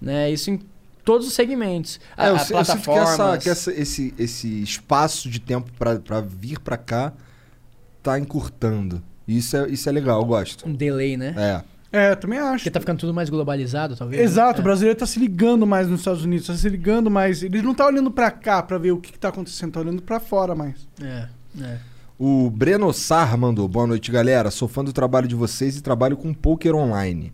Né? Isso em todos os segmentos. A, É, eu, a se- eu sinto que, essa, plataformas. que essa- esse, esse espaço de tempo pra, pra vir pra cá tá encurtando. Isso é, isso é legal, eu gosto. Um delay, né? É. É, eu também acho. Porque tá ficando tudo mais globalizado, talvez. né? Exato, É. o brasileiro tá se ligando mais nos Estados Unidos, tá se ligando mais. Ele não tá olhando pra cá pra ver o que, que tá acontecendo, tá olhando pra fora mais. É, é. O Breno Sar mandou: Boa noite, galera. Sou fã do trabalho de vocês e trabalho com poker online.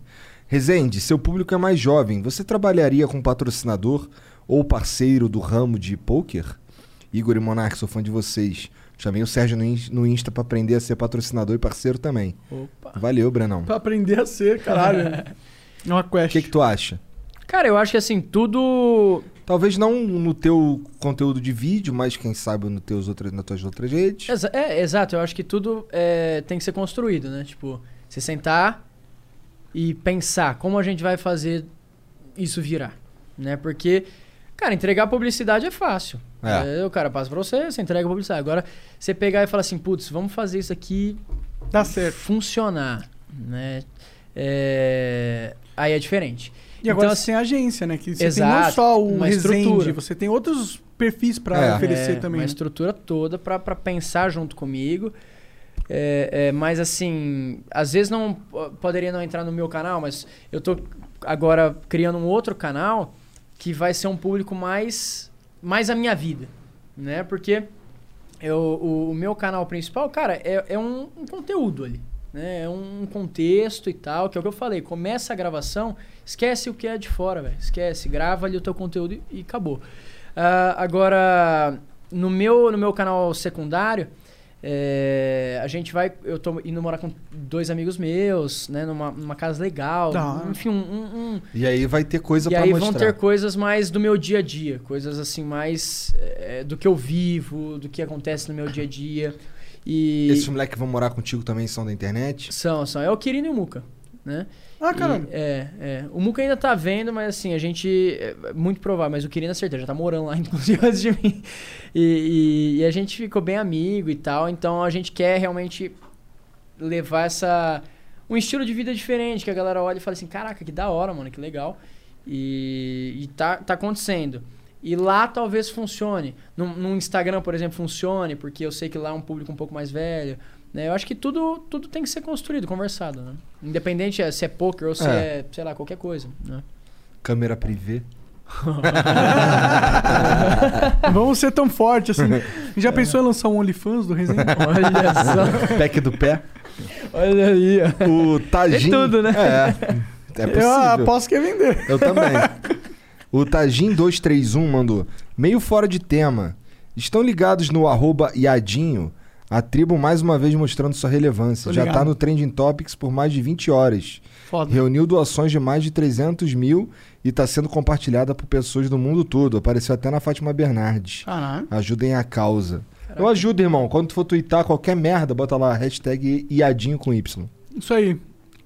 Rezende, seu público é mais jovem. Você trabalharia com patrocinador ou parceiro do ramo de poker? Igor e Monark, sou fã de vocês. Chamei o Sérgio no in- no Insta pra aprender a ser patrocinador e parceiro também. Valeu, Brenão. Pra aprender a ser, caralho. [laughs] É uma quest. O que, que tu acha? Cara, eu acho que assim, tudo. Talvez não no teu conteúdo de vídeo, mas quem sabe no teus outras, nas tuas outras redes. Exa- é, exato. Eu acho que tudo é, tem que ser construído, né? Tipo, você sentar e pensar como a gente vai fazer isso virar, né? Porque, cara, entregar publicidade é fácil. É. É, o cara passa pra você, você entrega a publicidade. Agora, você pegar e falar assim, putz, vamos fazer isso aqui Dá certo. funcionar, né? É, Aí é diferente. E agora Então, você tem a agência, né? Que você tem não Exato, só o uma Resende, estrutura. você tem outros perfis pra oferecer É, também. né? Uma estrutura toda pra pra pensar junto comigo. É, é, mas assim, às vezes não po- poderia não entrar no meu canal, mas eu tô agora criando um outro canal que vai ser um público mais mais a minha vida. né? Porque eu, o, o meu canal principal, cara, é, é um, um conteúdo ali. Né? É um contexto e tal, que é o que eu falei. Começa a gravação, esquece o que é de fora, velho. Esquece, grava ali o teu conteúdo e, e acabou. Ah, agora, no meu, no meu canal secundário, é, a gente vai. Eu tô indo morar com dois amigos meus, né? Numa, numa casa legal. Tá. Enfim, um- um- um, E aí vai ter coisa e pra aí mostrar. vão ter coisas mais do meu dia a dia, coisas assim mais eh, do que eu vivo, do que acontece no meu dia a dia. E Esses moleques que vão morar contigo também são da internet? são, são. É o Quirino e o Muca, né? Ah, caramba. É, é. O Muca ainda tá vendo, mas assim, a gente. É muito provável, mas o Quirino é certeza, já tá morando lá, [laughs] inclusive, antes de mim. E, e- e a gente ficou bem amigo e tal, então a gente quer realmente levar essa. um estilo de vida diferente, que a galera olha e fala assim: caraca, que da hora, mano, que legal. E, e tá, tá acontecendo. E lá talvez funcione. No, no Instagram, por exemplo, funcione, porque eu sei que lá é um público um pouco mais velho. Né? Eu acho que tudo, tudo tem que ser construído, conversado. Né? Independente é, se é poker ou se É. é, sei lá, qualquer coisa. Né? Câmera [laughs] privê. [laughs] Vamos ser tão forte assim. Já pensou em lançar um OnlyFans do Resenha? [laughs] Olha só. Pack do pé. Olha aí. O Tajin. Tem tudo, né? É. É possível. [laughs] Eu aposto que ia vender. Eu também. O Tajin231 mandou. Meio fora de tema. Estão ligados no arroba Iadinho? A tribo mais uma vez mostrando sua relevância. Tô Já ligado. tá no Trending Topics por mais de 20 horas. Foda. Reuniu doações de mais de 300 mil e tá sendo compartilhada por pessoas do mundo todo. Apareceu até na Fátima Bernardes. Caralho. Ajudem a causa. Eu ajudo, irmão. Quando tu for twittar qualquer merda, bota lá hashtag Iadinho com Y. Isso aí.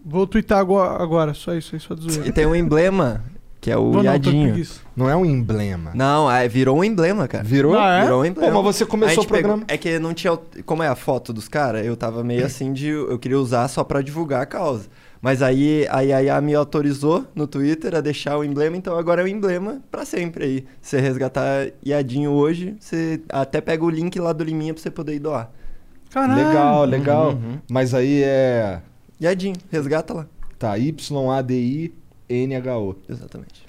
Vou twittar agora, agora. só isso aí, só de zoeira. E tem um emblema, que é o Vou não, tô com Iadinho. preguiça. Não é um emblema. Não, é, virou um emblema, cara. Virou? Ah, é? Virou um emblema. Pô, mas você começou A gente o programa- pegou- é que não tinha. o- Como é a foto dos caras, eu tava meio assim de. Eu queria usar só pra divulgar a causa. Mas aí a Yaya me autorizou no Twitter a deixar o emblema, então agora é o emblema pra sempre aí. Se você resgatar Iadinho hoje, você até pega o link lá do Liminha pra você poder ir doar. Caralho. Legal, legal. Uhum. Mas aí é. Iadinho, resgata lá. Tá, Y-A-D-I-N-H-O. Exatamente.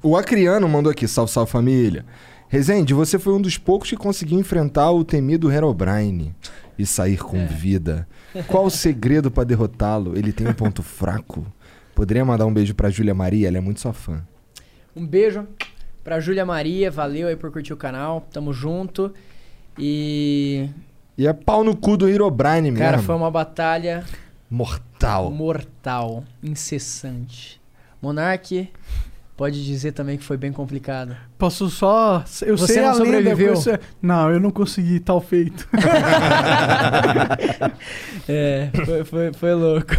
O Acriano mandou aqui, salve, salve família. Rezende, você foi um dos poucos que conseguiu enfrentar o temido Herobrine e sair com É. vida. Qual o segredo pra derrotá-lo? Ele tem um [laughs] ponto fraco? Poderia mandar um beijo pra Júlia Maria? Ela é muito sua fã. Um beijo pra Júlia Maria, valeu aí por curtir o canal, tamo junto. E. E é pau no cu do Herobrine mesmo. Cara, foi uma batalha Mortal. mortal, incessante. Monark pode dizer também que foi bem complicado. Posso só. Eu Você sei não a lenda, sobreviveu? eu conheço- Não, eu não consegui tal feito. É, foi, foi, foi louco.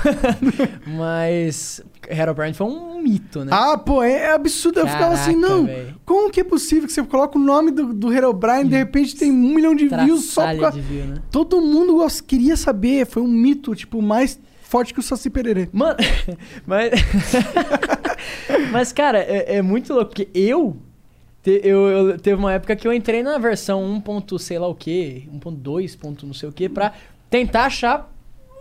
[laughs] Mas Herobrine foi um mito, né? [laughs] Ah, pô, é é absurdo. eu ficava assim, Caraca, não. véi. Como que é possível que você coloca o nome do, do Herobrine e de repente tem um milhão de views só por Traçalha causa... de view, né? Todo mundo gos- queria saber. Foi um mito, tipo, mais forte que o Saci Pererê. Mano, [laughs] mas. mas, cara, é, é muito louco, porque eu, te- eu, eu- Teve uma época que eu entrei na versão 1. ponto sei lá o que, 1.2. ponto não sei o que, pra tentar achar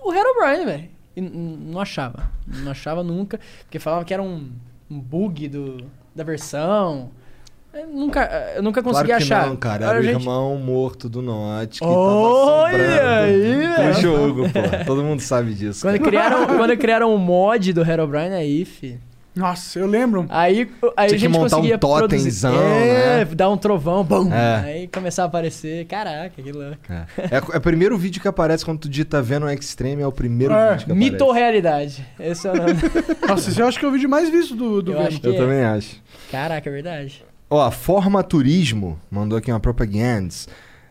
o Herobrine, velho. E n- n- não achava. Não achava nunca, porque falava que era um, um bug do, da versão. Eu nunca, eu nunca consegui claro que achar. não, cara. Olha, Era o gente, irmão morto do Norte que Olha tava aí, assombrando o velho. jogo, pô. Todo mundo sabe disso. Quando é cara. criaram, quando criaram o mod do é Herobrine aí, fi. Nossa, eu lembro. Aí, aí Tinha a que gente montar um conseguia totemzão, produzir. né? É, dar um trovão, bum. É. Aí começar a aparecer. Caraca, que louco. É, é o primeiro vídeo que aparece quando tu digita Venom Extreme, é o primeiro Ah, É, vídeo que aparece. Mito ou realidade? Esse [laughs] é o nome. Nossa, esse eu acho que é o vídeo mais visto do, do Eu Venom. acho que Eu é. também acho. Caraca, é verdade. Ó, Forma Turismo mandou aqui uma propaganda.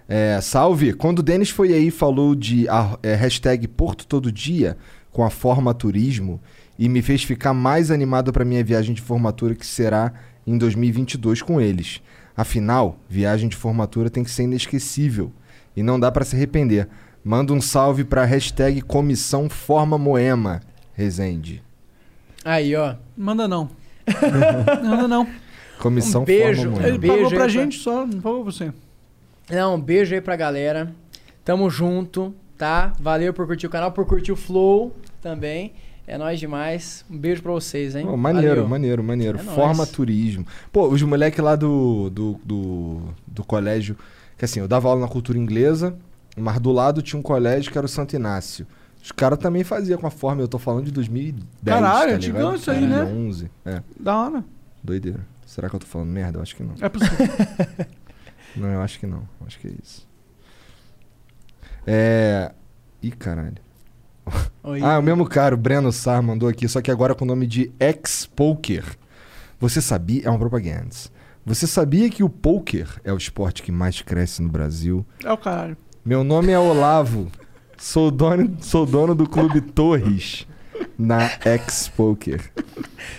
É, salve! Quando o Denis foi aí e falou de a, é, hashtag Porto Todo Dia com a Forma Turismo e me fez ficar mais animado para minha viagem de formatura que será em 2022 com eles. Afinal, viagem de formatura tem que ser inesquecível e não dá para se arrepender. Manda um salve para hashtag Comissão Forma Moema, Rezende. Aí, ó. Um Manda [laughs] não. Manda não. Comissão Um beijo, Forma Ele Moema. Beijo pagou aí pra pra- gente só, não pagou você. Não, um beijo aí pra galera. Tamo junto, tá? Valeu por curtir o canal, por curtir o Flow também. É nóis demais. Um beijo pra vocês, hein? Pô, maneiro, Valeu. maneiro, maneiro. É nóis. Forma turismo. Pô, os moleques lá do, do, do, do colégio. Que assim, eu dava aula na cultura inglesa, mas do lado tinha um colégio que era o Santo Inácio. Os caras também faziam com a forma, eu tô falando de 2010. Caralho, tá antigão ligado? isso aí, né? 2011, é. Da hora. Doideira. Será que eu tô falando merda? Eu acho que não. É possível. não, eu acho que não. Eu acho que é isso. É. Ih, caralho. Oi. Ah, o mesmo cara, o Breno Sar, mandou aqui, só que agora com o nome de ex-poker. Você sabia. É uma propaganda. Você sabia que o poker é o esporte que mais cresce no Brasil? É o caralho. Meu nome é Olavo. Sou dono, sou dono do Clube Torres na X-Poker.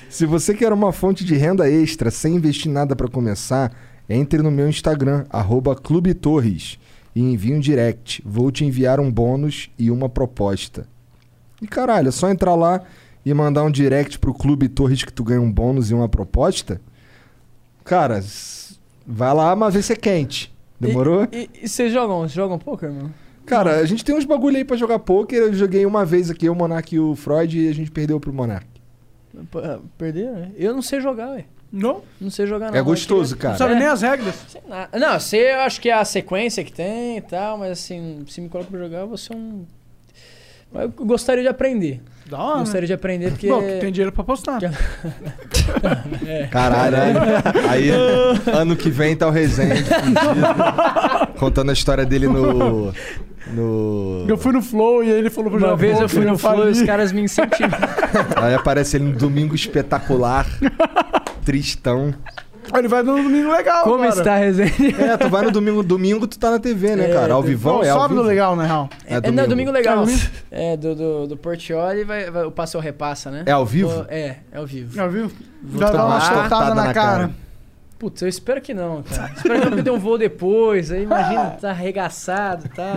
Se você quer uma fonte de renda extra sem investir nada para começar, entre no meu Instagram, arroba Clube Torres, e envie um direct. Vou te enviar um bônus e uma proposta. E caralho, é só entrar lá e mandar um direct pro Clube Torres que tu ganha um bônus e uma proposta? Cara, s- vai lá, mas vê se é quente. Demorou? E, e vocês jogam? Vocês jogam poker, mano? Cara, a gente tem uns bagulho aí pra jogar poker. Eu joguei uma vez aqui, o Monark e o Freud, e a gente perdeu pro Monark. P- ah, Perderam, né? Eu não sei jogar, ué. Não? Não sei jogar, não. né? É gostoso, cara. Não sabe nem as regras? Sei nada. Não, eu sei, eu acho que é a sequência que tem e tal, mas assim, se me coloca pra jogar, eu vou ser um. Mas eu gostaria de aprender. Da hora, Gostaria né? de aprender porque. Bom, que tem dinheiro pra apostar. [laughs] É. Caralho, [laughs] aí, aí ano que vem tá o Resende fudido, contando a história dele no. No. Eu fui no Flow e ele falou pra Uma jogar vez eu poker, fui no flow e os fali. caras [laughs] me incentivaram. Aí aparece ele no Domingo Espetacular, tristão. Ele vai no domingo legal, Como cara. está a resenha? É, tu vai no domingo, domingo tu tá na TV, né, É, cara? Ao tem- vivão Não, é ao sábado vivo. legal, né, Raul? É, não, domingo legal. É, domingo? É, do, do, do Portioli, vai, vai, o passe ou repassa, né? É ao vivo? Pô, é, é ao vivo. Já viu? Vou Já dá tomar uma soltada na, cara. Putz, eu espero que não, cara. Espero que eu não dê um voo depois, aí imagina, tá arregaçado e tal.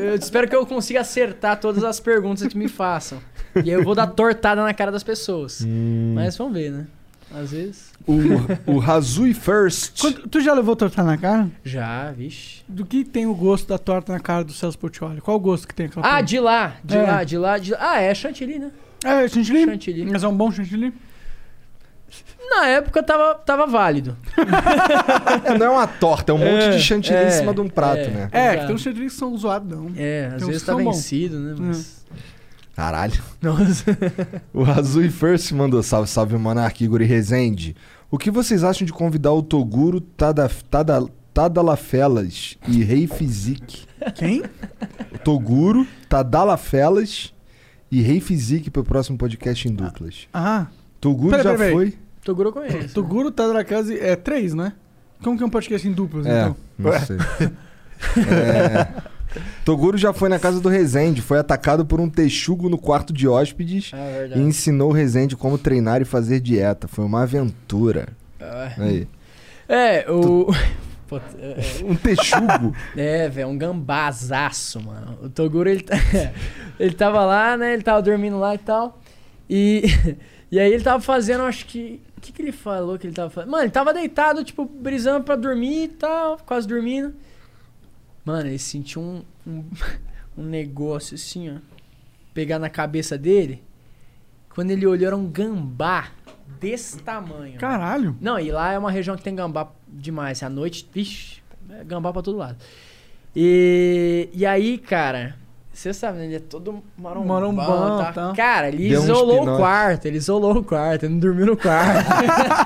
Eu espero que eu consiga acertar todas as perguntas que me façam. E aí eu vou dar tortada na cara das pessoas. Hum. Mas vamos ver, né? Às vezes. O, o Razui First. Quando- tu já levou torta na cara? Já, vixe. Do que tem o gosto da torta na cara do Celso Portioli? Qual o gosto que tem aquela Ah, porra? de lá, de É. lá, de lá, de lá. Ah, é chantilly, né? É, chantilly? Chantilly. Mas é um bom chantilly? Na época tava, tava válido. É, não é uma torta, é um monte de chantilly em cima de um prato, né? É, que exato. tem uns chantilly que são zoadão. É, às Tem uns vezes que tá são bons. É. vencido, né? Mas... Caralho. Nossa. O Azul First mandou salve, salve, Monark, Igor e Rezende. O que vocês acham de convidar o Toguro Tada, Tada, Tadalafelas e Rei Fizik? Quem? O Toguro Tadalafelas e Rei Fizik pro próximo podcast em duplas. Ah. Toguro Peraí, já peraí, peraí. foi? Toguro eu conheço. Toguro Tadrakase é três, né? Como que é um podcast em duplas, É, então? não sei. É, Toguro já foi na casa do Rezende, foi atacado por um texugo no quarto de Ah, hóspedes é e ensinou o Rezende como treinar e fazer dieta. Foi uma aventura. Ah. Aí. É, o. [laughs] Pô, é- Um [laughs] texugo. É, velho, um gambazaço, mano. O Toguro, ele, tá- [laughs] ele tava lá, né? Ele tava dormindo lá e tal. E, [laughs] e aí ele tava fazendo, acho que. O que, que ele falou que ele tava fazendo? Mano, ele tava deitado, tipo, brisando pra dormir e tal, quase dormindo. Mano, ele sentiu um, um, [laughs] um negócio assim, ó. Pegar na cabeça dele. Quando ele olhou, era um gambá desse tamanho. Caralho. Não, e lá é uma região que tem gambá demais. À noite, vixi, é gambá pra todo lado. E, e aí, cara, você sabe, né? Ele é todo marombão. Marombão, tá? tá. Cara, ele Deu um isolou o spin-off. quarto, ele isolou o quarto, ele não dormiu no quarto.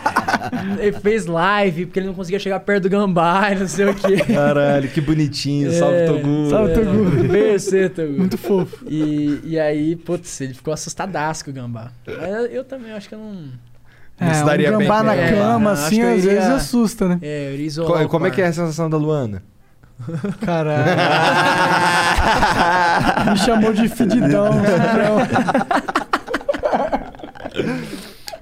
[laughs] ele fez live porque ele não conseguia chegar perto do gambá [laughs] e não sei o quê. Caralho, que bonitinho. Ah, Salve, É, Toguro. né? Salve, [laughs] Toguro. Bem você, Toguro. Muito fofo. E, e aí, putz, ele ficou assustadaço com o gambá. Mas eu, eu também acho que eu não... Não se É, daria um bem gambá com na ela. cama, Não, Ah, acho assim, que eu às iria- vezes assusta, né? É, eu Co- iria isolar o como é que é a quarto. sensação da Luana? Caralho. Me chamou de fedidão. [laughs] né,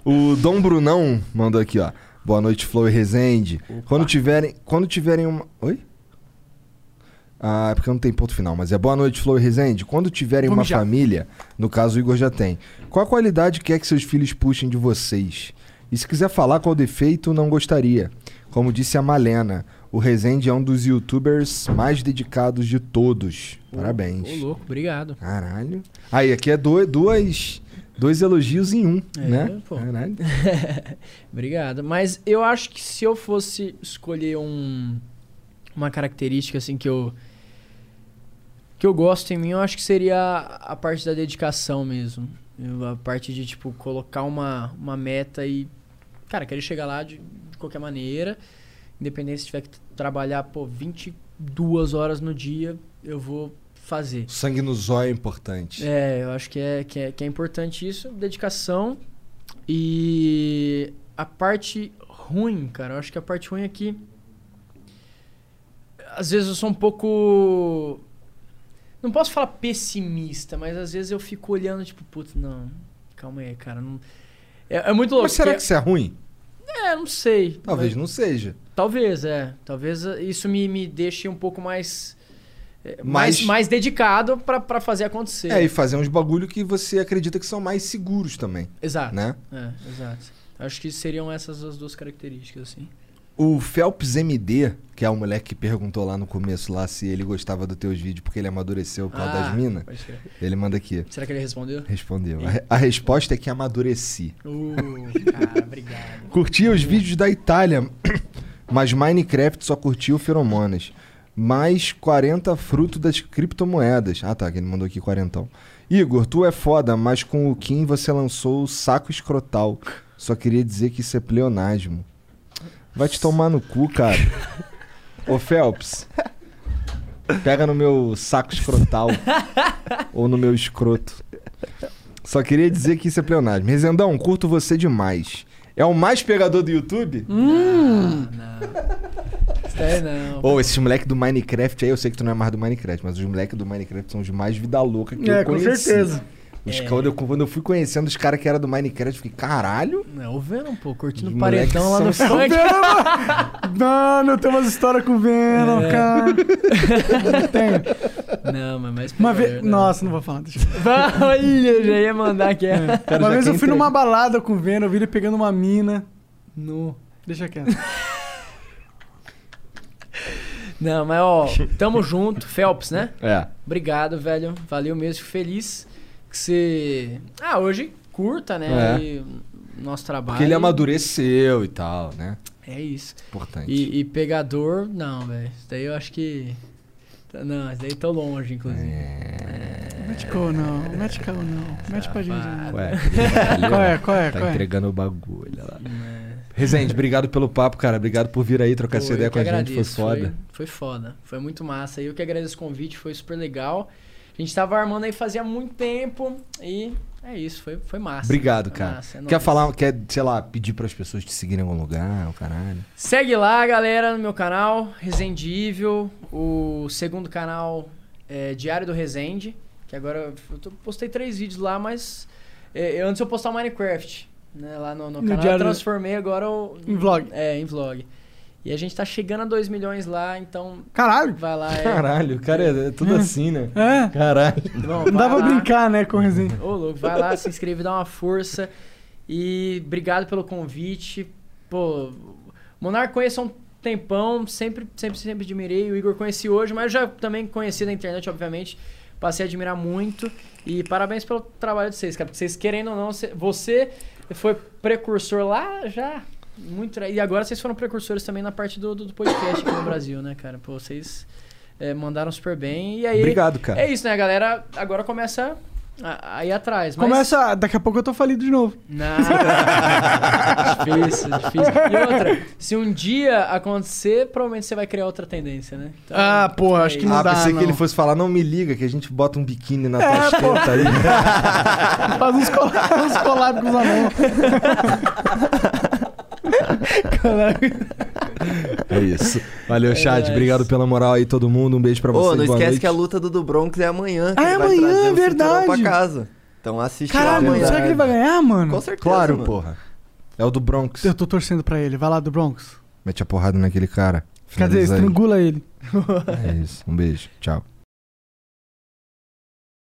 O Dom Brunão mandou aqui, ó. Boa noite, Flow e Rezende. Quando tiverem, quando tiverem uma. Oi? Ah, é porque não tem ponto final, mas é boa noite, Flow e Rezende. Quando tiverem Vou uma mijar. família, no caso o Igor já tem, qual a qualidade quer que seus filhos puxem de vocês? E se quiser falar qual defeito, não gostaria. Como disse a Malena, O Rezende é um dos youtubers mais dedicados de todos. Parabéns. Ô, louco, obrigado. Caralho. Aí, aqui é do- duas, dois elogios em um, É, né? pô. Caralho. [laughs] Obrigado. Mas eu acho que se eu fosse escolher um, uma característica assim que eu que eu gosto em mim, eu acho que seria a parte da dedicação mesmo. Eu- a parte de tipo colocar uma, uma meta e cara, querer chegar lá de, de qualquer maneira, independente se tiver que t- trabalhar pô 22 horas no dia, eu vou fazer. Sangue no zóio é importante. É, eu acho que é, que é, que é importante isso, dedicação. E a parte ruim, cara, eu acho que a parte ruim é que. Às vezes eu sou um pouco. Não posso falar pessimista, mas às vezes eu fico olhando, tipo, putz, não, calma aí, cara. Não... É, é muito louco. Mas será porque- que isso é ruim? É, não sei. Talvez mas- não seja. Talvez, é. Talvez eh, isso me, me deixe um pouco mais. eh, Mais- Mais, mais dedicado pra pra fazer acontecer. É, e fazer uns bagulho que você acredita que são mais seguros também. Exato. Né? É, exato. Acho que seriam essas as duas características, assim. O Phelps MD, que é o moleque que perguntou lá no começo lá se ele gostava dos teus vídeos porque ele amadureceu por causa Ah, das minas. pode crer. Ele manda aqui. Será que ele respondeu? Respondeu. Ih. A, a resposta é que amadureci. Uh, [laughs] cara, obrigado. Curtia os vídeos da Itália, [coughs] mas Minecraft só curtiu feromonas. Mais 40 fruto das criptomoedas. Ah tá, que ele mandou aqui 40. Igor, tu é foda, mas com o Kim você lançou o saco escrotal. Só queria dizer que isso é pleonasmo. Vai te tomar no cu, cara. Ô Phelps, pega no meu saco escrotal. ou no meu escroto. Só queria dizer que isso é pleonasmo. Rezendão, curto você demais. É o mais pegador do YouTube? Hum. Isso aí não. Ou esses moleque do Minecraft aí, eu sei que tu não é mais do Minecraft, mas os moleque do Minecraft são os mais vida louca que É, eu com conheci. certeza. Os É. Quando, eu, quando eu fui conhecendo os caras que eram do Minecraft, eu fiquei, caralho. Não, o Venom, pô, curtindo Os o paredão lá no moleques são- funk. Mano, tem umas histórias com o Venom, É. cara. Não, mas... mas É Uma vez. Nossa, não vou falar. Deixa eu... [laughs] Olha, já ia mandar aqui. é. É, Uma vez eu fui numa balada com o Venom, eu vi ele pegando uma mina. No. Deixa quieto. É. Não, mas ó, tamo junto, Phelps, né? É. Obrigado, velho. Valeu mesmo, fico feliz que você. Ah, hoje curta, né? É. E o nosso trabalho. Porque ele é amadureceu e tal, né? É isso. Importante. E, e pegador, não, velho. Isso daí eu acho que. tá- Não, isso daí tô longe, inclusive. É. Mete call não, mete call não. Mete pra gente. [laughs] não. Ué, ali, ó, qual é, qual é, Tá qual é? entregando o bagulho olha lá. Rezende, obrigado pelo papo, cara. Obrigado por vir aí trocar Pô, essa eu ideia que com a gente. Foi agradeço, foda. Foi, foda. Foi muito massa. Eu que agradeço o convite, foi super legal. A gente tava armando aí fazia muito tempo e é isso, foi, foi massa. Obrigado, Foi cara. massa, é quer nóis. falar, quer, sei lá, pedir pras pessoas te seguirem em algum lugar, o caralho? Segue lá, galera, no meu canal, Resendível. O segundo canal é Diário do Resende. Que agora eu tô- postei três vídeos lá, mas é, eu- antes eu postar o Minecraft. Né, lá no, No no canal eu Diário- transformei agora o. Em vlog. É, em vlog. E a gente tá chegando a 2 milhões lá, então. Caralho! Vai lá. é- Caralho, o cara é, é tudo assim, né? É. Caralho. Não Bom, dá vai pra lá. brincar, né, com o Rezende. [laughs] Ô, louco, vai lá, se inscreve, dá uma força. E obrigado pelo convite. Pô, Monarca conheço há um tempão, sempre, sempre, sempre admirei. O Igor conheci hoje, mas já também conheci da internet, obviamente. Passei a admirar muito. E parabéns pelo trabalho de vocês, cara. Porque vocês, querendo ou não, cê- você foi precursor lá já. Muito, e agora vocês foram precursores também na parte do, do do podcast aqui no Brasil, né, cara? Pô, vocês eh, mandaram super bem. E aí, Obrigado, cara. É isso, né, galera? Agora começa a, a ir atrás. Mas... Começa. Daqui a pouco eu tô falido de novo. Não. [laughs] difícil, difícil. E outra, se um dia acontecer, provavelmente você vai criar outra tendência, né? Então, Ah, porra, acho que não ah, dá. pensei não. que ele fosse falar, não me liga, que a gente bota um biquíni na tua tá teta aí. É, [laughs] Faz uns, col... uns collab com os [laughs] anões. É isso. Valeu, É chat. nóis. Obrigado pela moral aí, todo mundo. Um beijo pra Ô, vocês. não boa esquece noite. que a luta do do Bronx é amanhã. que Ah, ele é vai amanhã, trazer o cinturão verdade. Pra casa. Então assiste lá. Caralho, amanhã. será que ele vai ganhar, mano? Com certeza, Claro, mano. porra. É o do Bronx. Eu tô torcendo pra ele. Vai lá, do Bronx. Mete a porrada naquele cara. Quer dizer, Finaliza aí. estrangula ele. É isso. Um beijo. Tchau.